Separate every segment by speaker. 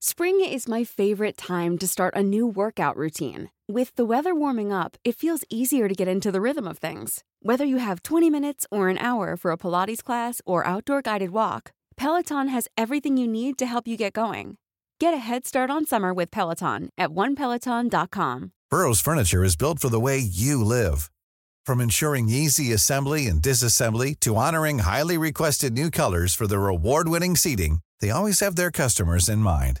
Speaker 1: Spring is my favorite time to start a new workout routine. With the weather warming up, it feels easier to get into the rhythm of things. Whether you have 20 minutes or an hour for a Pilates class or outdoor guided walk, Peloton has everything you need to help you get going. Get a head start on summer with Peloton at onepeloton.com.
Speaker 2: Burrow's furniture is built for the way you live. From ensuring easy assembly and disassembly to honoring highly requested new colors for their award-winning seating, they always have their customers in mind.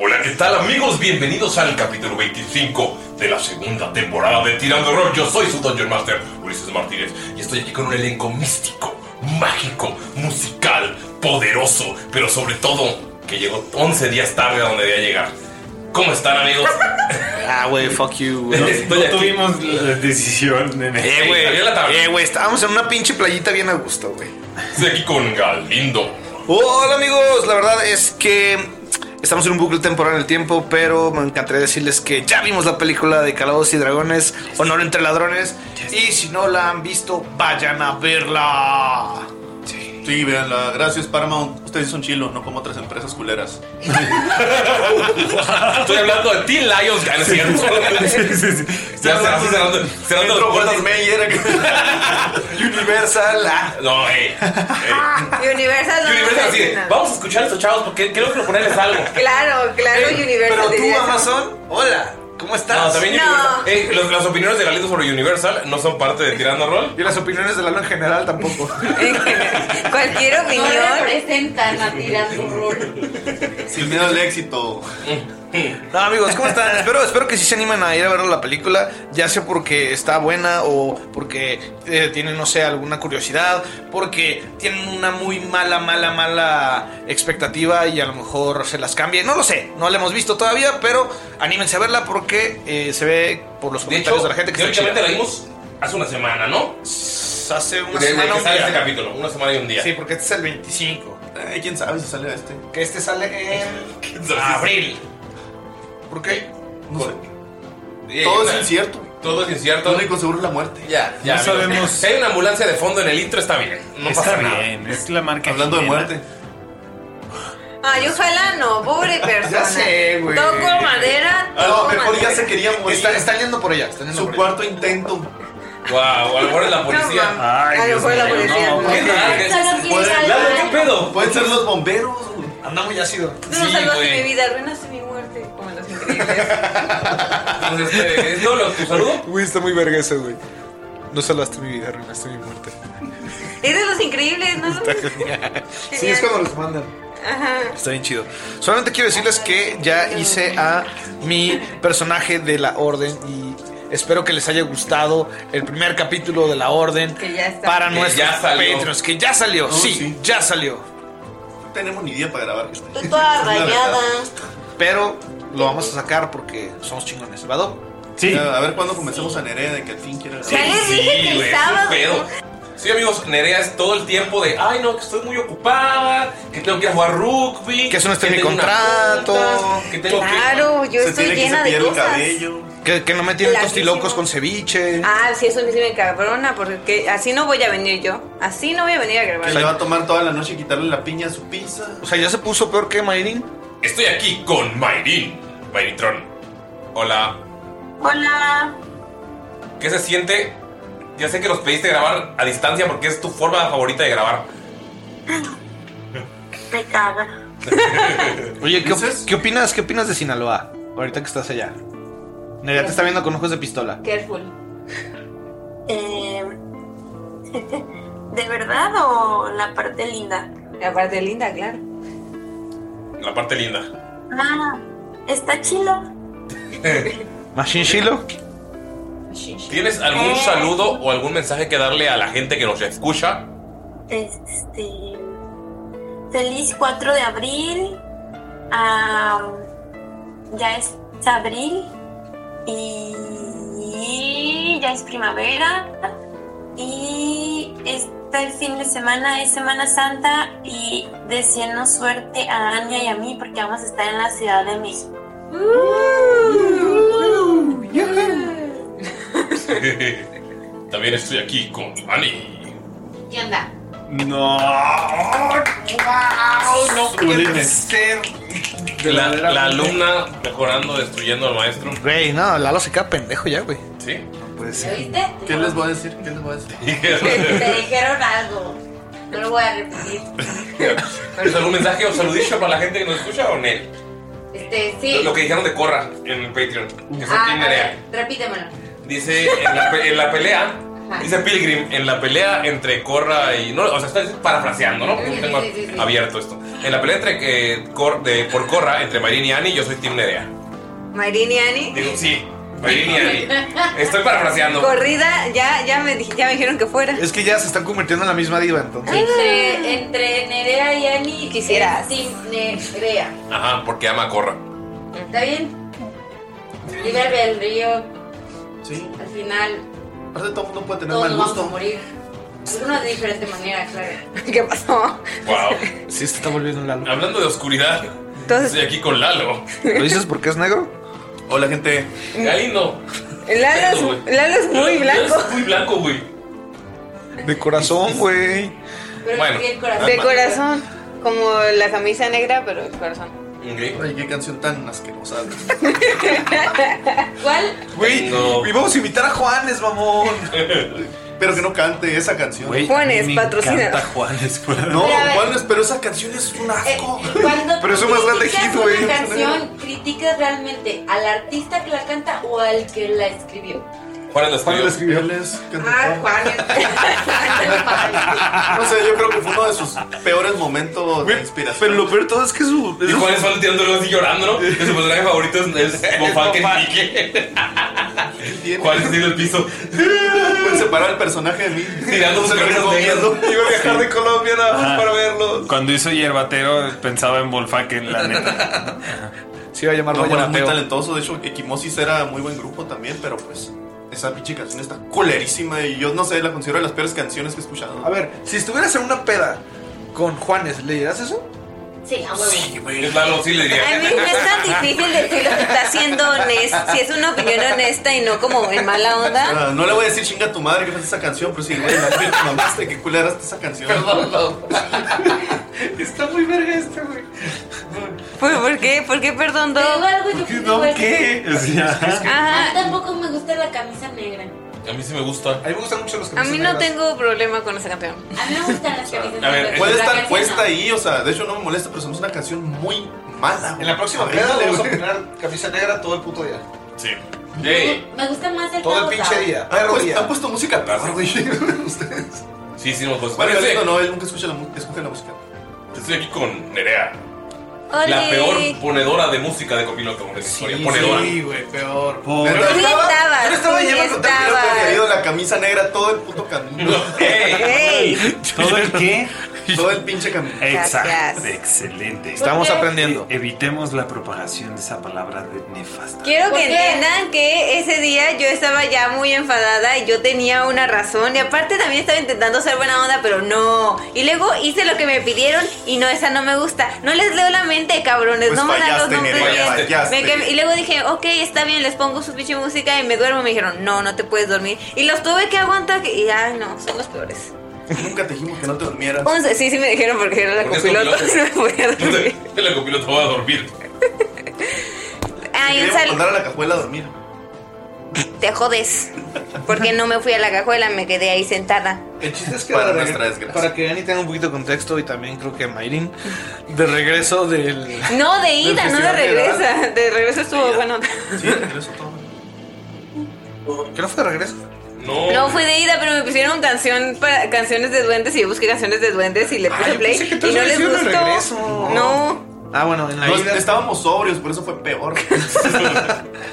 Speaker 3: Hola, ¿qué tal amigos? Bienvenidos al capítulo 25 de la segunda temporada de Tirando Rol. Yo soy su Dungeon Master, Ulises Martínez, y estoy aquí con un elenco místico, mágico, musical, poderoso, pero sobre todo que llegó 11 días tarde a donde debía llegar. ¿Cómo están amigos?
Speaker 4: Ah, güey, fuck you, güey.
Speaker 3: Estoy aquí.
Speaker 5: tuvimos la decisión.
Speaker 4: Eh, güey.
Speaker 3: Salió la tabla.
Speaker 4: Eh, güey, estábamos en una pinche playita bien a gusto, güey.
Speaker 3: Estoy aquí con Galindo.
Speaker 4: Hola, amigos. La verdad es que estamos en un bucle temporal en el tiempo, pero me encantaría decirles que ya vimos la película de Calabozos y Dragones, Honor entre Ladrones. Y si no la han visto, vayan a verla.
Speaker 5: Sí, veanla. Gracias, Paramount. Ustedes son chilo, no como otras empresas culeras.
Speaker 3: Estoy hablando de Teen Lions, Galindo.
Speaker 5: sí, sí, sí.
Speaker 3: Ya se- así cerrando- cerrando las puertas.
Speaker 4: Universal. ah.
Speaker 3: No, eh.
Speaker 6: Universal
Speaker 3: Universal
Speaker 6: no nos
Speaker 3: así de,
Speaker 6: patrocina.
Speaker 3: Vamos a escuchar a estos chavos porque creo que proponerles algo.
Speaker 6: Claro, claro, Universal.
Speaker 4: Eh, Pero tú,
Speaker 6: diría eso.
Speaker 4: Amazon, hola. ¿Cómo estás?
Speaker 3: No, también
Speaker 6: No.
Speaker 3: Universal. Eh, los- las opiniones de Galindo sobre Universal no son parte de Tirando Roll.
Speaker 4: Y las opiniones de Lalo en general tampoco.
Speaker 6: Cualquier
Speaker 7: No
Speaker 6: opinión.
Speaker 7: representan a Tirando Rol.
Speaker 5: Sin miedo al éxito.
Speaker 4: No, amigos, ¿cómo están? espero, espero que sí se animen a ir a ver la película, ya sea porque está buena o porque eh, tienen, no sé, alguna curiosidad, porque tienen una muy mala, mala, mala expectativa y a lo mejor se las cambie. No lo sé, no la hemos visto todavía, pero anímense a verla porque eh, se ve por los
Speaker 3: De
Speaker 4: comentarios
Speaker 3: hecho,
Speaker 4: de la gente que está
Speaker 3: teóricamente
Speaker 4: chida.
Speaker 3: la vimos hace una semana, ¿no?
Speaker 4: hace una
Speaker 3: Desde
Speaker 4: semana
Speaker 3: que
Speaker 4: un
Speaker 3: sale
Speaker 4: día.
Speaker 3: este capítulo, una semana y un día.
Speaker 4: Sí, porque este es el 25.
Speaker 5: Ay, quién sabe si sale este.
Speaker 4: Que este sale en
Speaker 3: Abril.
Speaker 4: ¿Por qué?
Speaker 5: No sé.
Speaker 3: Eh,
Speaker 5: Todo es
Speaker 3: una-
Speaker 5: incierto.
Speaker 3: Todo es
Speaker 5: Lo
Speaker 3: incierto.
Speaker 5: único seguro es la muerte.
Speaker 3: Ya, ya.
Speaker 8: No
Speaker 3: amigos.
Speaker 8: sabemos.
Speaker 3: Si hay una ambulancia de fondo en el intro, está bien. No pasa
Speaker 8: Está
Speaker 3: nada.
Speaker 8: bien, es la marca.
Speaker 5: Hablando de
Speaker 8: Jimena.
Speaker 5: muerte.
Speaker 6: Ay, ojalá no, pobre persona.
Speaker 4: Ya sé, güey. Ah,
Speaker 6: Toco madera.
Speaker 5: A lo
Speaker 6: toco
Speaker 5: mejor ya
Speaker 6: madera.
Speaker 5: se quería morir.
Speaker 4: Está, está yendo por allá. Está yendo
Speaker 5: Su
Speaker 4: por allá.
Speaker 5: cuarto intento.
Speaker 3: Wow, a lo mejor es la
Speaker 6: No,
Speaker 3: policía.
Speaker 6: mamá.
Speaker 8: Ay,
Speaker 6: a lo
Speaker 8: Dios
Speaker 6: mejor la
Speaker 8: mío,
Speaker 6: policía.
Speaker 8: no,
Speaker 6: ¿no?
Speaker 3: ¿Qué tal? ¿Qué-
Speaker 7: Solo quiere
Speaker 5: Puede-
Speaker 3: Lalo,
Speaker 7: salvar.
Speaker 3: ¿qué pedo?
Speaker 5: Pueden ser los bomberos. güey.
Speaker 4: Anda muy ácido.
Speaker 6: Tú no
Speaker 3: Sí,
Speaker 6: salvaste
Speaker 3: güey.
Speaker 6: mi vida, arruinaste mi muerte. Como en los increíbles.
Speaker 3: Entonces, este, ¿es todo lo- tu saludo?
Speaker 4: Güey, está muy verga eso, güey. No salvaste mi vida, arruinaste mi muerte.
Speaker 6: Es de los increíbles, ¿no?
Speaker 4: Sí, es cuando los mandan. Está bien chido. Solamente quiero decirles que ya hice a mi personaje de la Orden y espero que les haya gustado el primer capítulo de la Orden
Speaker 6: Que ya está.
Speaker 4: para
Speaker 3: Que
Speaker 4: nuestros
Speaker 3: ya salió.
Speaker 4: Patreons, que ya salió. sí,
Speaker 5: sí.
Speaker 4: ya salió.
Speaker 5: No tenemos ni idea para grabar esto.
Speaker 6: Estoy toda
Speaker 5: La
Speaker 6: rayada.
Speaker 5: verdad.
Speaker 4: Pero lo vamos a sacar porque somos chingones. ¿Vado?
Speaker 8: Sí.
Speaker 5: Ya, A ver cuándo comencemos a Nerea de que al fin quiera grabar.
Speaker 6: Ya les dije que el
Speaker 3: güey, es un
Speaker 6: sábado.
Speaker 3: pedo. Sí, amigos, Nerea es todo el tiempo de, ay, no, que estoy muy ocupada, que tengo que ir a jugar rugby.
Speaker 4: Que eso no está en mi
Speaker 3: tengo unas
Speaker 4: contrato.
Speaker 3: juntas, que tengo
Speaker 6: Claro, yo estoy llena de cosas.
Speaker 4: Que, que no me tienen
Speaker 6: Larguísimo.
Speaker 4: tostilocos con ceviche.
Speaker 6: Ah, sí, eso me sirve cabrona, porque así no voy a venir yo. Así no voy a venir a grabar.
Speaker 5: Que le va a tomar toda la noche y quitarle la piña a su pizza.
Speaker 4: O sea, ya se puso peor que Mayrin.
Speaker 3: Estoy aquí con Mayrin. Mayrintron. Hola.
Speaker 6: Hola.
Speaker 3: ¿Qué se siente? Ya sé que los pediste grabar a distancia porque es tu forma favorita de grabar.
Speaker 8: Me caga.
Speaker 4: Oye, ¿qué, op- qué opinas? ¿Qué opinas de Sinaloa? Ahorita que estás allá. Nerea te está viendo con ojos de pistola.
Speaker 6: Careful.
Speaker 8: Eh, ¿De verdad o la parte linda?
Speaker 6: La parte linda, claro.
Speaker 3: La parte linda.
Speaker 8: Ah, está chilo.
Speaker 4: Machine Shilo.
Speaker 3: ¿Tienes algún
Speaker 8: Eh.
Speaker 3: saludo o algún mensaje que darle a la gente que nos escucha?
Speaker 8: Este. Feliz 4 de abril. Ah, ya es abril. Y. Ya es primavera. Y. Este fin de semana es Semana Santa. Y deseando suerte a Anya y a mí porque vamos a estar en la Ciudad de México.
Speaker 6: Uh.
Speaker 3: También estoy aquí con Ani.
Speaker 7: ¿Qué onda?
Speaker 3: No.
Speaker 4: no puede ser.
Speaker 3: La, la alumna mejorando, destruyendo al maestro.
Speaker 4: Güey, no, Lalo se queda pendejo ya, güey.
Speaker 3: Sí.
Speaker 4: No puede
Speaker 7: ¿Lo
Speaker 4: ser.
Speaker 7: viste?
Speaker 5: ¿Qué les voy a decir? ¿Qué les voy a decir?
Speaker 7: Te dijeron algo. No lo voy a repetir.
Speaker 3: ¿Tienes algún mensaje o saludillo para la gente que nos escucha o Nel?
Speaker 7: Este,
Speaker 3: Lo,
Speaker 7: sí.
Speaker 3: lo que dijeron de Corra en el Patreon. Que fue
Speaker 7: Ah,
Speaker 3: Team
Speaker 7: a
Speaker 3: Nerea.
Speaker 7: ver, repítemelo.
Speaker 3: Dice en la, pe- en la pelea.
Speaker 7: Ajá.
Speaker 3: Dice Pilgrim, en la pelea entre Corra y. No, o sea, estoy parafraseando, ¿no? Porque
Speaker 7: Sí,
Speaker 3: no tengo
Speaker 7: sí, sí, sí.
Speaker 3: abierto esto. En la pelea entre, eh, Cor- de- por Corra, entre Marín y Annie, yo soy Team Nerea.
Speaker 6: Mayrin y Ani.
Speaker 3: Digo, sí, Marín y Annie. Estoy parafraseando.
Speaker 6: Corrida, ya, ya, me, dij- ya me dijeron que fuera.
Speaker 4: Es que ya se están convirtiendo en la misma diva, entonces.
Speaker 7: Entre, entre Nerea y Ani.
Speaker 6: Quisieras.
Speaker 7: es Team Nerea.
Speaker 3: Ajá, porque ama a Corra.
Speaker 7: ¿Está bien? Libre el río.
Speaker 5: Sí.
Speaker 7: Al final,
Speaker 5: Aparte, todo mundo puede tener
Speaker 7: todos nos
Speaker 5: mal
Speaker 7: vamos a
Speaker 5: gusto.
Speaker 7: morir. Algunos de diferente manera, claro.
Speaker 6: ¿Qué pasó?
Speaker 3: Wow.
Speaker 4: Sí, se está volviendo un Lalo.
Speaker 3: Hablando de oscuridad,
Speaker 6: Entonces,
Speaker 3: estoy aquí con Lalo.
Speaker 4: ¿Lo dices porque es negro?
Speaker 5: Hola, gente.
Speaker 3: Galindo.
Speaker 6: Lalo es, Lalo es muy blanco.
Speaker 3: Es muy blanco, güey.
Speaker 4: De corazón, güey.
Speaker 7: Pero
Speaker 3: Bueno,
Speaker 7: sí, el corazón.
Speaker 6: De corazón. Como la camisa negra, pero de corazón.
Speaker 3: Ok.
Speaker 5: Ay, qué canción tan asquerosa.
Speaker 7: ¿Cuál?
Speaker 4: Güey,
Speaker 3: No.
Speaker 4: y vamos a invitar a Juanes, mamón.
Speaker 5: Pero que no cante esa canción.
Speaker 6: Juanes, patrocina.
Speaker 3: Juanes,
Speaker 5: No,
Speaker 7: Pero a ver.
Speaker 5: Juanes, pero esa canción es un
Speaker 7: Eh,
Speaker 5: asco.
Speaker 7: cuando
Speaker 4: Pero eso más grande
Speaker 7: criticas
Speaker 4: hit, güey.
Speaker 7: una canción, ¿criticas realmente al artista que la canta o al que la escribió?
Speaker 3: Juanes la
Speaker 5: Juanes
Speaker 3: escribió.
Speaker 5: la escribió, él es
Speaker 7: Ah, Juanes.
Speaker 5: cantante. No sé, yo creo que fue uno de sus peores momentos de inspiración.
Speaker 4: Pero lo peor de todo es que su.
Speaker 3: Y Juanes fue tirándolo así llorando, ¿no? Que su personaje favorito es, es Bofán que
Speaker 4: Bofán.
Speaker 3: pique.
Speaker 5: Tiene-
Speaker 3: Juanes en el piso.
Speaker 5: Pueden separar Pues el personaje de mí.
Speaker 3: Tirando sus propios dedos.
Speaker 4: Iba a viajar de Colombia nada más para verlos.
Speaker 9: Cuando hizo Hierbatero pensaba en Volfaken, la neta.
Speaker 4: Sí, iba a llamar
Speaker 5: No, bueno, muy
Speaker 4: Mateo.
Speaker 5: talentoso. De hecho, Equimosis era muy buen grupo también, pero pues esa pinche canción está culerísima y yo no sé, la considero de las peores canciones que he escuchado.
Speaker 4: A ver, si estuvieras en una peda con Juanes, ¿le dirás eso?
Speaker 7: Sí, a huevo.
Speaker 3: Es Lalo, sí le
Speaker 6: A mí
Speaker 3: diría.
Speaker 6: no es tan difícil decir lo que está siendo honesto. Si es una opinión honesta y no como en mala onda.
Speaker 5: Ah, no le voy a decir chinga a tu madre que fue esa canción, pero sí, güey, la pinche mamaste, que culera está esa canción.
Speaker 4: Está muy verga este, güey.
Speaker 6: ¿Por, por qué? ¿Por qué perdón,
Speaker 7: Te
Speaker 6: Doc?
Speaker 7: digo algo y yo
Speaker 9: ¿No
Speaker 7: creo que-
Speaker 9: qué? O sea,
Speaker 7: A mí
Speaker 6: Ajá.
Speaker 7: tampoco me gusta la camisa negra.
Speaker 3: A mí sí me gusta.
Speaker 4: A mí me gustan mucho los que
Speaker 6: A mí no tengo problema con esa canción.
Speaker 7: A mí me gustan las camisas
Speaker 3: A ver,
Speaker 7: negras.
Speaker 5: Puede
Speaker 7: La
Speaker 5: estar
Speaker 7: canción
Speaker 5: puesta
Speaker 7: no.
Speaker 5: ahí, o sea, de hecho no me molesta, pero somos una canción muy mala.
Speaker 4: En la próxima peda le vamos a poner camisa negra todo el puto día.
Speaker 3: Sí.
Speaker 7: Me
Speaker 3: Yay.
Speaker 7: gu- Me gusta más el
Speaker 4: Todo el
Speaker 7: cabo
Speaker 4: pinche
Speaker 7: Cao.
Speaker 4: día.
Speaker 5: ¿Han,
Speaker 4: Perro
Speaker 5: puesto, han
Speaker 4: día.
Speaker 5: puesto música peor, güey. Ustedes.
Speaker 3: Sí, sí, nos gusta.
Speaker 5: Bueno,
Speaker 3: Pero sí,
Speaker 5: no, no, él nunca escucha la, mu- escucha la música.
Speaker 3: Estoy aquí con Nerea.
Speaker 6: Oli.
Speaker 3: La peor ponedora de música de copiloto. de la historia. ponedora.
Speaker 4: güey, peor.
Speaker 5: Pero
Speaker 6: Tú estabas,
Speaker 4: Yo no estaba
Speaker 6: tú
Speaker 4: llevando tan
Speaker 5: Yo
Speaker 6: estabas.
Speaker 5: he querido la camisa negra todo el puto camino.
Speaker 3: Ey.
Speaker 6: ¡Ey!
Speaker 9: ¿Todo el qué?
Speaker 5: Todo el pinche camino.
Speaker 9: Exacto.
Speaker 6: Gracias.
Speaker 9: Excelente.
Speaker 6: Estamos Ok.
Speaker 9: aprendiendo. Evitemos la propagación de esa palabra de nefasta.
Speaker 6: Quiero que entiendan que ese día yo estaba ya muy enfadada y yo tenía una razón. Y aparte también estaba intentando ser buena onda, pero no. Y luego hice lo que me pidieron y no, esa no me gusta. No les leo la mente, cabrones.
Speaker 5: Pues
Speaker 6: no me dan los
Speaker 5: fallaste,
Speaker 6: nombres
Speaker 5: Nerea,
Speaker 6: bien.
Speaker 5: fallaste.
Speaker 6: Me quem- y luego dije, ok, está bien, les pongo su pinche música y me duermo. Me dijeron, no, no te puedes dormir. Y los tuve que aguantar. que- Y ay, no, son los peores.
Speaker 5: Nunca te dijimos que no te durmieras.
Speaker 6: Once, sí, sí me dijeron porque era la
Speaker 5: Porque es
Speaker 6: copiloto.
Speaker 5: copiloto.
Speaker 6: No me podía dormir.
Speaker 3: El copiloto va a dormir.
Speaker 6: Ay,
Speaker 5: Queríamos
Speaker 6: sal-
Speaker 5: mandar a la cajuela a dormir.
Speaker 6: te jodes. Porque no me fui a la cajuela, me quedé ahí sentada.
Speaker 4: El chiste es que
Speaker 5: Para
Speaker 4: de reg-
Speaker 5: nuestra desgracia.
Speaker 4: para que Dani tenga un poquito de contexto y también creo que Mayrin, de regreso del.
Speaker 6: No, de
Speaker 4: del
Speaker 6: ida, no
Speaker 4: festival
Speaker 6: de
Speaker 4: edad.
Speaker 6: regresa. De regreso estuvo bueno.
Speaker 4: ¿Qué no fue de regreso?
Speaker 3: No.
Speaker 6: No fue de ida, pero me pusieron canción para, canciones de duendes y yo busqué canciones de duendes y le puse play
Speaker 4: pensé que
Speaker 6: y
Speaker 4: todos
Speaker 6: no
Speaker 4: habían
Speaker 6: les
Speaker 4: sido de
Speaker 6: gustó.
Speaker 4: regreso.
Speaker 6: No.
Speaker 4: Ah, bueno, en la
Speaker 5: No,
Speaker 4: ida.
Speaker 5: Estábamos sobrios, por eso fue peor.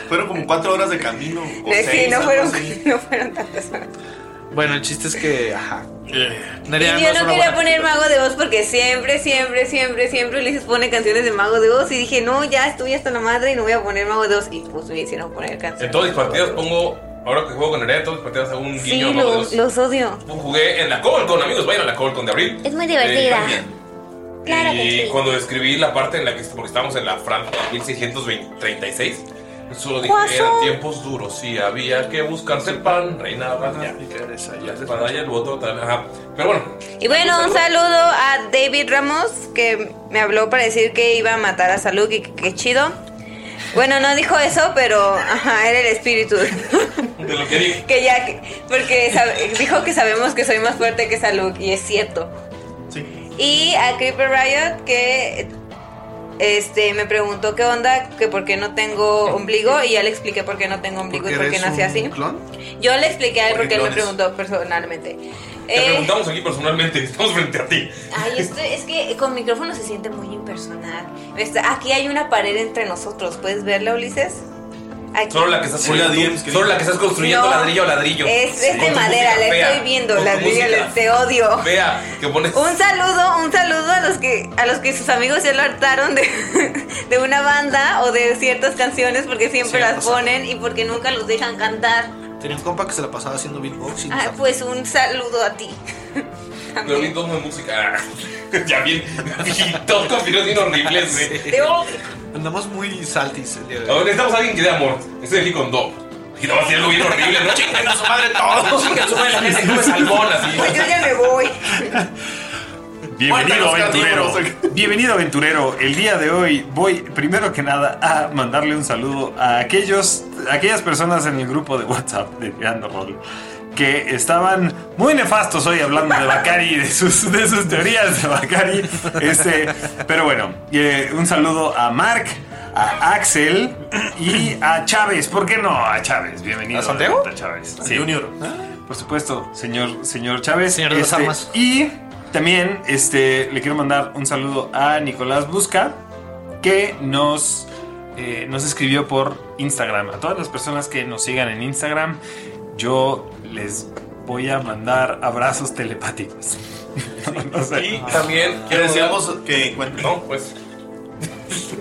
Speaker 5: fueron como cuatro horas de camino. O
Speaker 6: Sí,
Speaker 5: seis,
Speaker 6: no
Speaker 5: algo
Speaker 6: fueron,
Speaker 5: así.
Speaker 6: no fueron tantas horas.
Speaker 4: Bueno, el chiste es que. Ajá.
Speaker 3: Eh.
Speaker 6: Y
Speaker 4: Nerea
Speaker 6: yo
Speaker 4: es
Speaker 6: no
Speaker 4: una
Speaker 6: quería
Speaker 4: buena-
Speaker 6: poner Mago de Voz porque siempre, siempre, siempre, siempre Ulises pone canciones de Mago de Voz y dije, no, ya estoy hasta la madre y no voy a poner Mago de Voz. Y pues me hicieron poner canciones.
Speaker 3: En todas mis partidas pongo. Ahora que juego con Nerea, en todas mis partidas hago un
Speaker 6: Sí,
Speaker 3: guiño. a Mago de
Speaker 6: los,
Speaker 3: Oz.
Speaker 6: los odio.
Speaker 3: Jugué en la Colcon, amigos. Vayan a la Colcon de abril.
Speaker 6: Es muy
Speaker 3: divertida.
Speaker 6: divertida.
Speaker 3: y cuando escribí la parte en la que porque estábamos en la Francia 1636, pues solo dije
Speaker 9: Guaso.
Speaker 3: eran tiempos duros y había que buscarse el pan, reina Vania. La espada y el voto, tal, ajá. Pero bueno,
Speaker 6: Y bueno, un saludo a David Ramos que me habló para decir que iba a matar a Salud y que qué chido. Bueno, no dijo eso, pero ajá, era el espíritu.
Speaker 3: de lo que dije.
Speaker 6: Que ya, que- porque sab- dijo que sabemos que soy más fuerte que Salud y es cierto. Y a Creeper Riot que este me preguntó qué onda, que por qué no tengo ombligo y ya le expliqué por qué no tengo ombligo y por qué
Speaker 4: eres
Speaker 6: nací
Speaker 4: un
Speaker 6: así.
Speaker 4: clon?
Speaker 6: Yo le expliqué a él
Speaker 3: Porque
Speaker 6: porque él me
Speaker 3: clones.
Speaker 6: preguntó personalmente.
Speaker 3: Te
Speaker 6: Eh,
Speaker 3: preguntamos aquí personalmente, estamos frente a ti.
Speaker 6: Ay, esto es que con micrófono se siente muy impersonal. Está- Aquí hay una pared entre nosotros. ¿Puedes verla, Ulises? Aquí.
Speaker 3: Solo la que estás
Speaker 5: Sí, la
Speaker 3: construyendo,
Speaker 5: DMs que
Speaker 3: solo
Speaker 5: dijo.
Speaker 3: la que estás construyendo
Speaker 6: No,
Speaker 3: ladrillo a ladrillo.
Speaker 6: Es, es
Speaker 3: Con
Speaker 6: de
Speaker 3: tu
Speaker 6: madera,
Speaker 3: música
Speaker 6: la
Speaker 3: fea,
Speaker 6: estoy viendo.
Speaker 3: con tu
Speaker 6: La
Speaker 3: música
Speaker 6: te odio.
Speaker 3: Vea, que pones
Speaker 6: Un saludo, un saludo a los que a los que sus amigos ya lo hartaron de, de una banda o de ciertas canciones porque siempre
Speaker 4: Sí,
Speaker 6: las
Speaker 4: pasa.
Speaker 6: ponen y porque nunca los dejan cantar.
Speaker 4: Tenía un compa que se la pasaba haciendo beatbox y nos
Speaker 6: Ah, pues un saludo a ti.
Speaker 3: Pero bien tono de música. ya bien. bien Todos con finos bien horribles, güey.
Speaker 6: Te odio.
Speaker 4: Andamos muy saltis el día de
Speaker 3: A ver,
Speaker 4: hoy.
Speaker 3: necesitamos a alguien que dé amor. Este de aquí con dog. Y no va a ser algo bien horrible, ¿no? Chinguen a su madre todos. Chinguen a su madre la gente que come salmón así.
Speaker 6: Pues yo ya me voy.
Speaker 9: Ah, Bienvenido,
Speaker 3: Cuéntanos,
Speaker 9: aventurero.
Speaker 3: Carlos.
Speaker 9: Bienvenido, aventurero. El día de hoy voy, primero que nada, a mandarle un saludo a aquellos, a aquellas personas en el grupo de WhatsApp de Tirando Roll que estaban muy nefastos hoy hablando de Bacari y de sus, de sus teorías de Bacari. Este, pero bueno, eh, un saludo a Mark, a Axel y a Chávez. ¿Por qué no a Chávez? Bienvenido.
Speaker 4: ¿A Santiago?
Speaker 9: A Chávez.
Speaker 4: A
Speaker 9: Sí.
Speaker 4: Junior.
Speaker 9: Por supuesto, señor, señor Chávez.
Speaker 4: Señor de las
Speaker 9: Este,
Speaker 4: armas.
Speaker 9: Y también este, le quiero mandar un saludo a Nicolás Busca, que nos, eh, nos escribió por Instagram. A todas las personas que nos sigan en Instagram, yo les voy a mandar abrazos telepáticos. No sé.
Speaker 3: Y también
Speaker 5: Que
Speaker 3: quiero
Speaker 5: decíamos que encuentren.
Speaker 3: No, pues.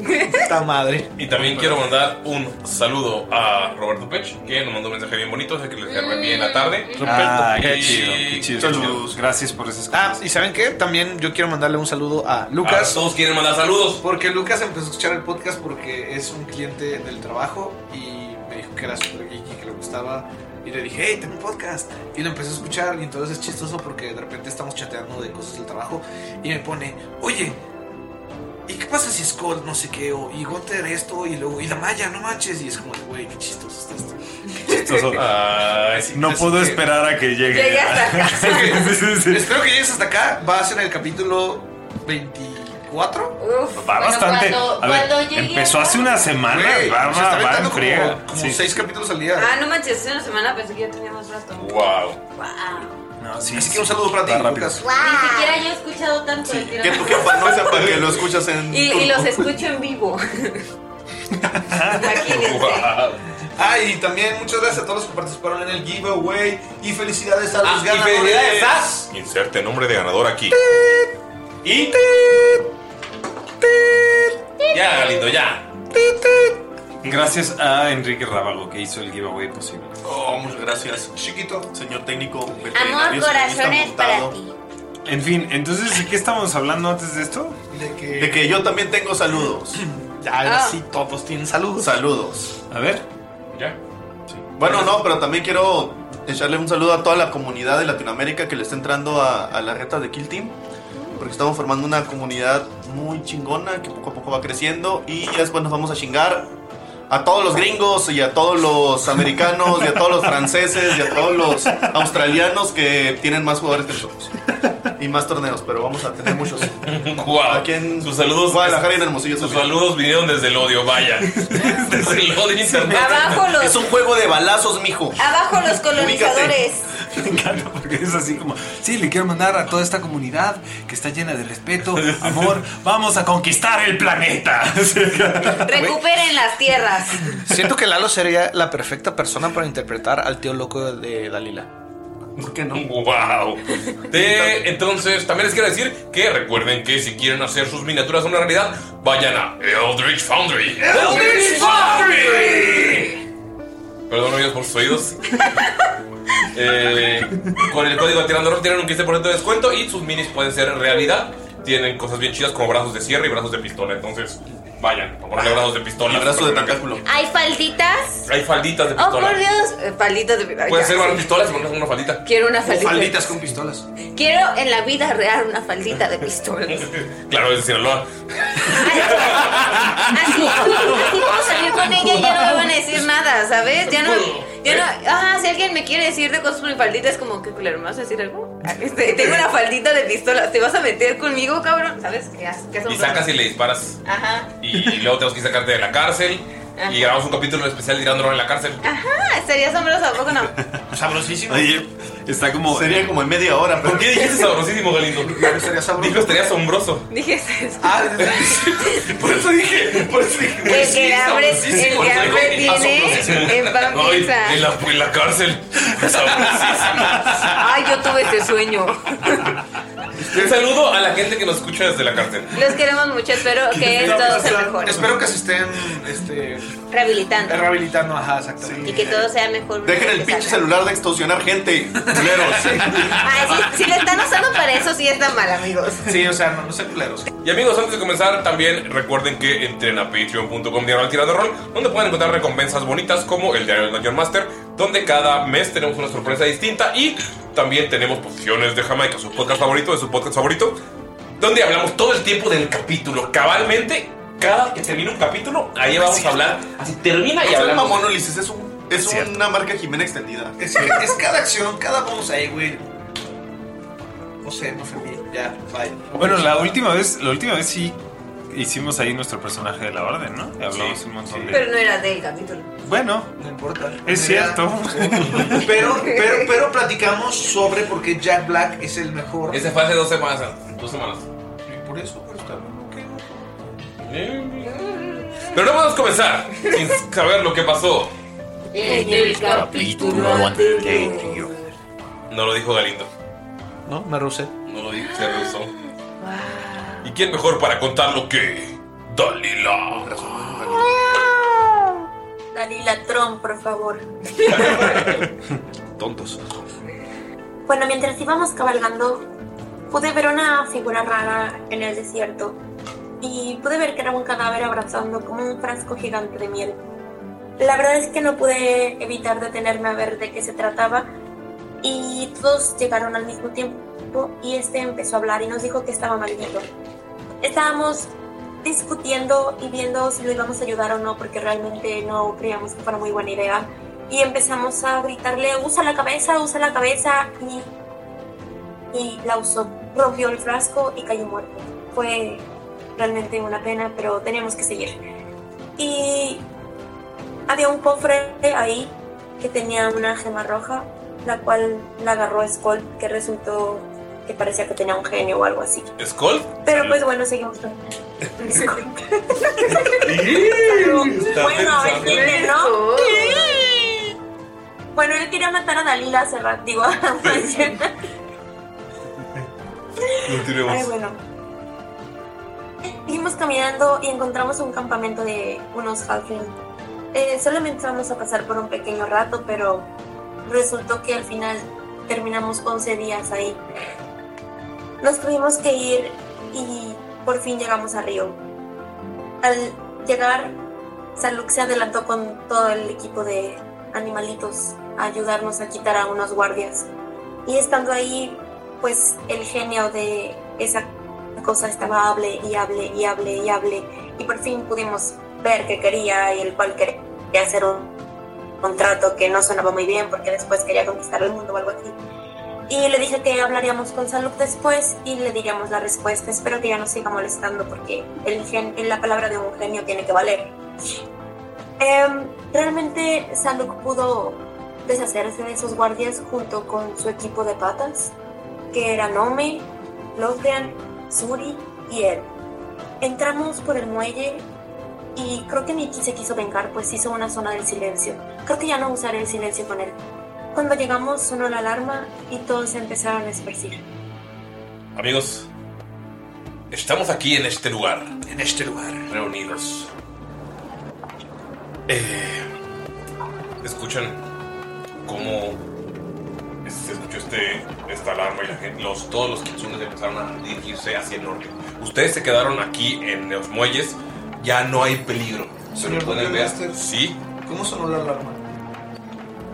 Speaker 4: Esta madre.
Speaker 3: Y también quiero mandar un saludo a Roberto Pech, que nos mandó un mensaje bien bonito, sé que les cerré bien la tarde.
Speaker 9: Ah,
Speaker 3: Y-
Speaker 9: qué chido, qué chido.
Speaker 3: Saludos.
Speaker 9: Gracias por esas
Speaker 4: Ah,
Speaker 9: cosas.
Speaker 4: y ¿saben qué? También yo quiero mandarle un saludo a
Speaker 3: Lucas.
Speaker 4: Lucas.
Speaker 3: Ah, todos quieren mandar saludos.
Speaker 4: Porque Lucas empezó a escuchar el podcast porque es un cliente del trabajo y me dijo que era super geek y que le gustaba. Y le dije, hey, tengo un podcast. Y lo empecé a escuchar y entonces es chistoso porque de repente estamos chateando de cosas del trabajo y me pone, oye, ¿y qué pasa si Skull no sé qué? O, y Gunter esto y luego, y la Maya, no manches. Y es como, güey, qué chistoso está esto.
Speaker 3: Ay, sí.
Speaker 9: No
Speaker 4: así
Speaker 9: puedo
Speaker 4: que-
Speaker 9: esperar a que llegue.
Speaker 6: Llegué hasta acá.
Speaker 9: Sí, sí, sí.
Speaker 4: Espero que llegues hasta acá. Va a ser el capítulo 24.
Speaker 6: Uf.
Speaker 9: Va
Speaker 7: Bueno,
Speaker 9: bastante.
Speaker 7: cuando-
Speaker 9: a ver,
Speaker 7: cuando llegue
Speaker 9: empezó
Speaker 7: acá-
Speaker 9: hace una semana.
Speaker 4: Güey,
Speaker 9: va,
Speaker 4: se
Speaker 9: va,
Speaker 4: está
Speaker 9: va en
Speaker 4: aventando
Speaker 9: friega.
Speaker 4: como, como
Speaker 9: Sí.
Speaker 4: seis capítulos al día.
Speaker 6: Ah, no manches, hace una semana pensé que ya teníamos rato.
Speaker 3: Wow.
Speaker 6: Wow.
Speaker 9: No, sí,
Speaker 4: Así
Speaker 9: sí.
Speaker 4: que un saludo para ti,
Speaker 9: Va rápido.
Speaker 4: Lucas.
Speaker 7: Ni siquiera yo he escuchado tanto de
Speaker 5: Que
Speaker 7: tirando.
Speaker 5: tu jefa no sepa que lo escuchas en.
Speaker 6: Y, y los escucho en vivo.
Speaker 4: Ay, Ah, y también muchas gracias a todos los que participaron en el giveaway. Y felicidades a los
Speaker 3: Ah, y
Speaker 4: ganadores.
Speaker 3: felicidades a- Inserte nombre de ganador aquí. Y. Ya, Galindo, ya.
Speaker 9: Gracias a Enrique Rábago que hizo el giveaway posible.
Speaker 5: Oh, muchas gracias, chiquito. Señor técnico,
Speaker 7: Amor, corazones para ti.
Speaker 9: En fin, entonces, ¿de qué estábamos hablando antes de esto?
Speaker 4: De que,
Speaker 5: De que yo también tengo saludos.
Speaker 4: Ya, ahora
Speaker 5: Ah.
Speaker 4: sí, todos tienen saludos.
Speaker 5: Saludos.
Speaker 9: A ver.
Speaker 3: Ya.
Speaker 5: Bueno, no, pero también quiero echarle un saludo a toda la comunidad de Latinoamérica que le está entrando a, a la reta de Kill Team. Porque estamos formando una comunidad muy chingona que poco a poco va creciendo. Y ya después nos vamos a chingar a todos los gringos y a todos los americanos y a todos los franceses y a todos los australianos que tienen más jugadores que nosotros. Y más torneos, pero vamos a tener muchos.
Speaker 3: Guau. Sus saludos.
Speaker 5: Guadalajara y en Hermosillo
Speaker 3: Sus saludos vinieron desde el odio, vaya. desde el odio internet.
Speaker 6: Abajo los- Es un
Speaker 5: juego de balazos, mijo.
Speaker 6: Abajo los colonizadores.
Speaker 9: Me encanta porque es así como, sí, le quiero mandar a toda esta comunidad que está llena de respeto, amor, vamos a conquistar el planeta.
Speaker 6: Recuperen las tierras.
Speaker 4: Siento que Lalo sería la perfecta persona para interpretar al tío loco de Dalila.
Speaker 5: ¿Por qué no?
Speaker 3: ¡Wow! De- entonces, también les quiero decir que recuerden que si quieren hacer sus miniaturas una realidad, vayan a Eldritch Foundry.
Speaker 10: Eldritch Foundry.
Speaker 3: Perdón, amigos, por sus oídos. Eh, con el código Tirando Rock tienen un 15% de descuento y sus minis pueden ser realidad. Tienen cosas bien chidas como brazos de sierra y brazos de pistola. Entonces, vayan a ponerle brazos de pistola. Y brazos de
Speaker 5: tentáculo.
Speaker 6: ¿Hay falditas?
Speaker 3: Hay falditas de
Speaker 6: Oh, por
Speaker 3: pistola.
Speaker 6: Dios. Eh, Falditas de
Speaker 3: Pueden ser
Speaker 6: Ay,
Speaker 3: varias pistolas y pones una faldita.
Speaker 6: Quiero una faldita. Falditas
Speaker 4: con pistolas.
Speaker 6: Quiero en la vida real una faldita de pistolas.
Speaker 3: Claro, es de Sinaloa.
Speaker 6: Así, así puedo salir con ella y ya no me van a decir nada, ¿sabes? Ya no, ya no. Ah, si alguien me quiere decir de cosas con mi faldita, es como que culero, ¿me vas a decir algo? Ah, este, tengo una faldita de pistola, ¿te vas a meter conmigo, cabrón? ¿Sabes qué haces?
Speaker 3: Y sacas y le disparas.
Speaker 6: Ajá,
Speaker 3: Y luego tenemos que sacarte de la cárcel.
Speaker 6: Ajá.
Speaker 3: Y grabamos un capítulo especial tirándolo en la cárcel.
Speaker 6: ajá, estaría asombroso, ¿a poco no?
Speaker 4: Sabrosísimo.
Speaker 9: está como.
Speaker 5: Sería como en media hora.
Speaker 3: ¿Por qué dijiste sabrosísimo, Galindo?
Speaker 4: Estaría sabroso.
Speaker 3: Dijo estaría asombroso.
Speaker 6: Dije eso.
Speaker 3: Por eso dije. Por eso dije.
Speaker 6: El que hambre, el que hambre tiene,
Speaker 3: Ay, en
Speaker 6: empampiza.
Speaker 3: la, en la cárcel. Sabrosísimo.
Speaker 6: Ay, yo tuve este sueño.
Speaker 3: Un saludo a la gente que nos escucha desde la cárcel.
Speaker 6: Los queremos mucho, espero que todo se mejore.
Speaker 4: Espero que se estén este,
Speaker 6: Rehabilitando.
Speaker 4: rehabilitando, ajá, exactamente.
Speaker 6: Y que todo sea mejor.
Speaker 5: Dejen el pinche celular de extorsionar gente, culeros.
Speaker 6: Ah, si, si lo están usando para eso, sí está mal, amigos.
Speaker 4: Sí, o sea, no, no sean culeros.
Speaker 3: Y amigos, antes de comenzar, también recuerden que entren a patreon.com diagonal tirando rol, donde pueden encontrar recompensas bonitas como el diario del Dungeon Master, donde cada mes tenemos una sorpresa distinta y también tenemos posiciones de Jamaica, su podcast favorito, de su podcast favorito, donde hablamos todo el tiempo del capítulo, cabalmente. Cada que termina un capítulo, ahí vamos a hablar. Así termina y
Speaker 5: No seas
Speaker 3: hablamos.
Speaker 5: mamón, Ulises, es, un- es una marca Jimena extendida.
Speaker 4: Es, es cada acción, cada vamos ahí, güey. No sé, no sé bien. Ya, bye.
Speaker 9: Bueno, la última vez, la última vez sí hicimos ahí nuestro personaje de la orden, ¿no? Y hablamos un montón de.
Speaker 6: Pero no era del capítulo.
Speaker 9: Bueno,
Speaker 4: no importa.
Speaker 9: Es cierto.
Speaker 4: Pero, pero, pero platicamos sobre por qué Jack Black es el mejor.
Speaker 3: Ese fue hace dos semanas. Dos semanas.
Speaker 4: Por eso, pues, está bueno, ¿qué?
Speaker 3: Pero no podemos comenzar sin saber lo que pasó.
Speaker 10: En el capítulo anterior.
Speaker 3: No lo dijo Galindo.
Speaker 4: No, me rehusé.
Speaker 3: No lo dijo, se rehusó. ¿Y quién mejor para contarlo que Dalila?
Speaker 8: Dalila Tron, por favor.
Speaker 4: Tontos.
Speaker 8: Bueno, mientras íbamos cabalgando, pude ver una figura rara en el desierto y pude ver que era un cadáver abrazando como un frasco gigante de miel. La verdad es que no pude evitar detenerme a ver de qué se trataba y todos llegaron al mismo tiempo y este empezó a hablar y nos dijo que estaba maldito. Estábamos discutiendo y viendo si lo íbamos a ayudar o no porque realmente no creíamos que fuera muy buena idea y empezamos a gritarle, usa la cabeza, usa la cabeza, y, y la usó. Rompió el frasco y cayó muerto. Fue realmente una pena, pero teníamos que seguir. Y había un cofre ahí que tenía una gema roja, la cual la agarró Skull, que resultó que parecía que tenía un genio o algo así.
Speaker 3: ¿Skull?
Speaker 8: Pero pues bueno, seguimos. con- Bueno, él tiene, ¿no? Bueno, él quería matar a Dalila hace rato, digo, no es cierto. Ay,
Speaker 3: Continuemos.
Speaker 8: bueno. Eh, Seguimos caminando y encontramos un campamento de unos halfling. Eh, solamente vamos a pasar por un pequeño rato, pero resultó que al final terminamos 11 días ahí. Nos tuvimos que ir y por fin llegamos a Río. Al llegar, Saluk se adelantó con todo el equipo de animalitos a ayudarnos a quitar a unos guardias. Y estando ahí, pues el genio de esa cosa estaba hable y hable y hable y hable y por fin pudimos ver que quería y el cual quería hacer un contrato que no sonaba muy bien porque después quería conquistar el mundo o algo así. Y le dije que hablaríamos con Salud después y le diríamos la respuesta. Espero que ya no siga molestando porque el gen- la palabra de un genio tiene que valer. Em, realmente Saluk pudo deshacerse de esos guardias junto con su equipo de patas, que eran Ome, Logdean, Suri y él. Entramos por el muelle y creo que Nikki se quiso vengar, pues hizo una zona del silencio. Creo que ya no usaré el silencio con él. Cuando llegamos sonó la alarma y todos se empezaron a esparcir.
Speaker 3: Amigos, estamos aquí en este lugar. En este lugar. Reunidos. Eh, Escuchan cómo es- se escuchó este, esta alarma y la gente, los, todos los kitsunes empezaron a dirigirse hacia el norte. Ustedes se quedaron aquí en los muelles. Ya no hay peligro. Se lo
Speaker 4: Señor
Speaker 3: pueden ver.
Speaker 4: Dungeon Master.
Speaker 3: Sí.
Speaker 4: ¿Cómo sonó la alarma?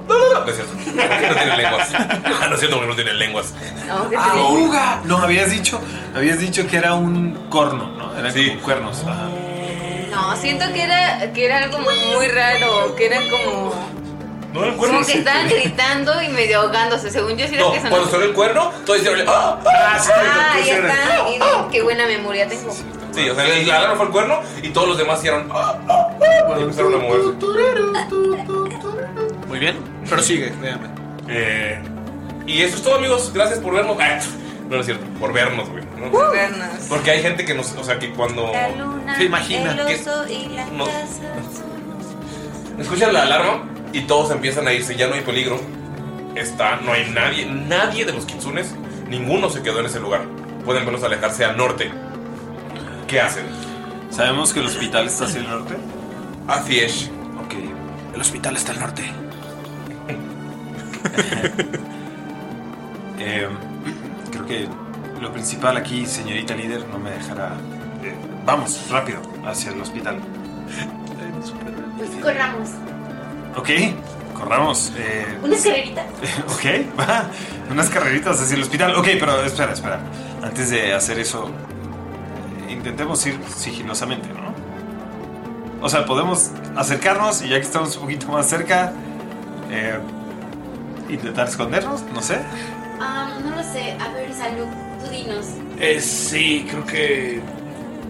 Speaker 3: No es cierto. No tiene lenguas. Ah, no es cierto que no tiene lenguas. Ah,
Speaker 9: ¡Auga! No, habías dicho, habías dicho que era un corno, ¿no? Era como cuernos. ajá.
Speaker 6: No, siento que era, que era algo muy raro, que era como...
Speaker 3: No el
Speaker 6: Como que estaban gritando y medio ahogándose, según yo sí era
Speaker 3: No,
Speaker 6: que sonó.
Speaker 3: cuando sonó el cuerno, todos hicieron. ¡Ah! ¡Ah!
Speaker 6: Ah, ya está. Y digo, qué buena memoria tengo.
Speaker 3: ¡Oh, Sí, o sea, el la alarma fue el cuerno y todos los demás hicieron. "Ah, ah, ah", y empezaron a moverse. Muy bien, pero sigue, déjame. Eh, y eso es todo, amigos. Gracias por vernos. Ah, no, no es cierto, por vernos, güey. ¿no? Porque hay gente que nos. O sea, que cuando.
Speaker 10: La luna,
Speaker 3: se imagina. Que,
Speaker 10: el oso y la
Speaker 3: no.
Speaker 10: casa
Speaker 3: escuchan la alarma y todos empiezan a irse. Ya no hay peligro. Está, no hay nadie. Nadie de los kitsunes. Ninguno se quedó en ese lugar. Pueden verlos alejarse al norte. ¿Qué hacen?
Speaker 9: ¿Sabemos que el hospital está hacia el norte?
Speaker 3: Así es.
Speaker 9: Ok. El hospital está al norte. Eh, creo que lo principal aquí, señorita líder, no me dejará. eh, vamos, rápido, hacia el hospital.
Speaker 7: Pues corramos.
Speaker 9: Ok, corramos. eh,
Speaker 7: Una escalerita.
Speaker 9: ok, va. Unas carreritas hacia el hospital. Ok, pero espera, espera. Antes de hacer eso, eh, intentemos ir sigilosamente, ¿no? O sea, podemos acercarnos y ya que estamos un poquito más cerca, eh, intentar escondernos, no sé.
Speaker 7: Ah, no lo sé. A ver, Salud, tú dinos.
Speaker 4: Eh, sí, creo que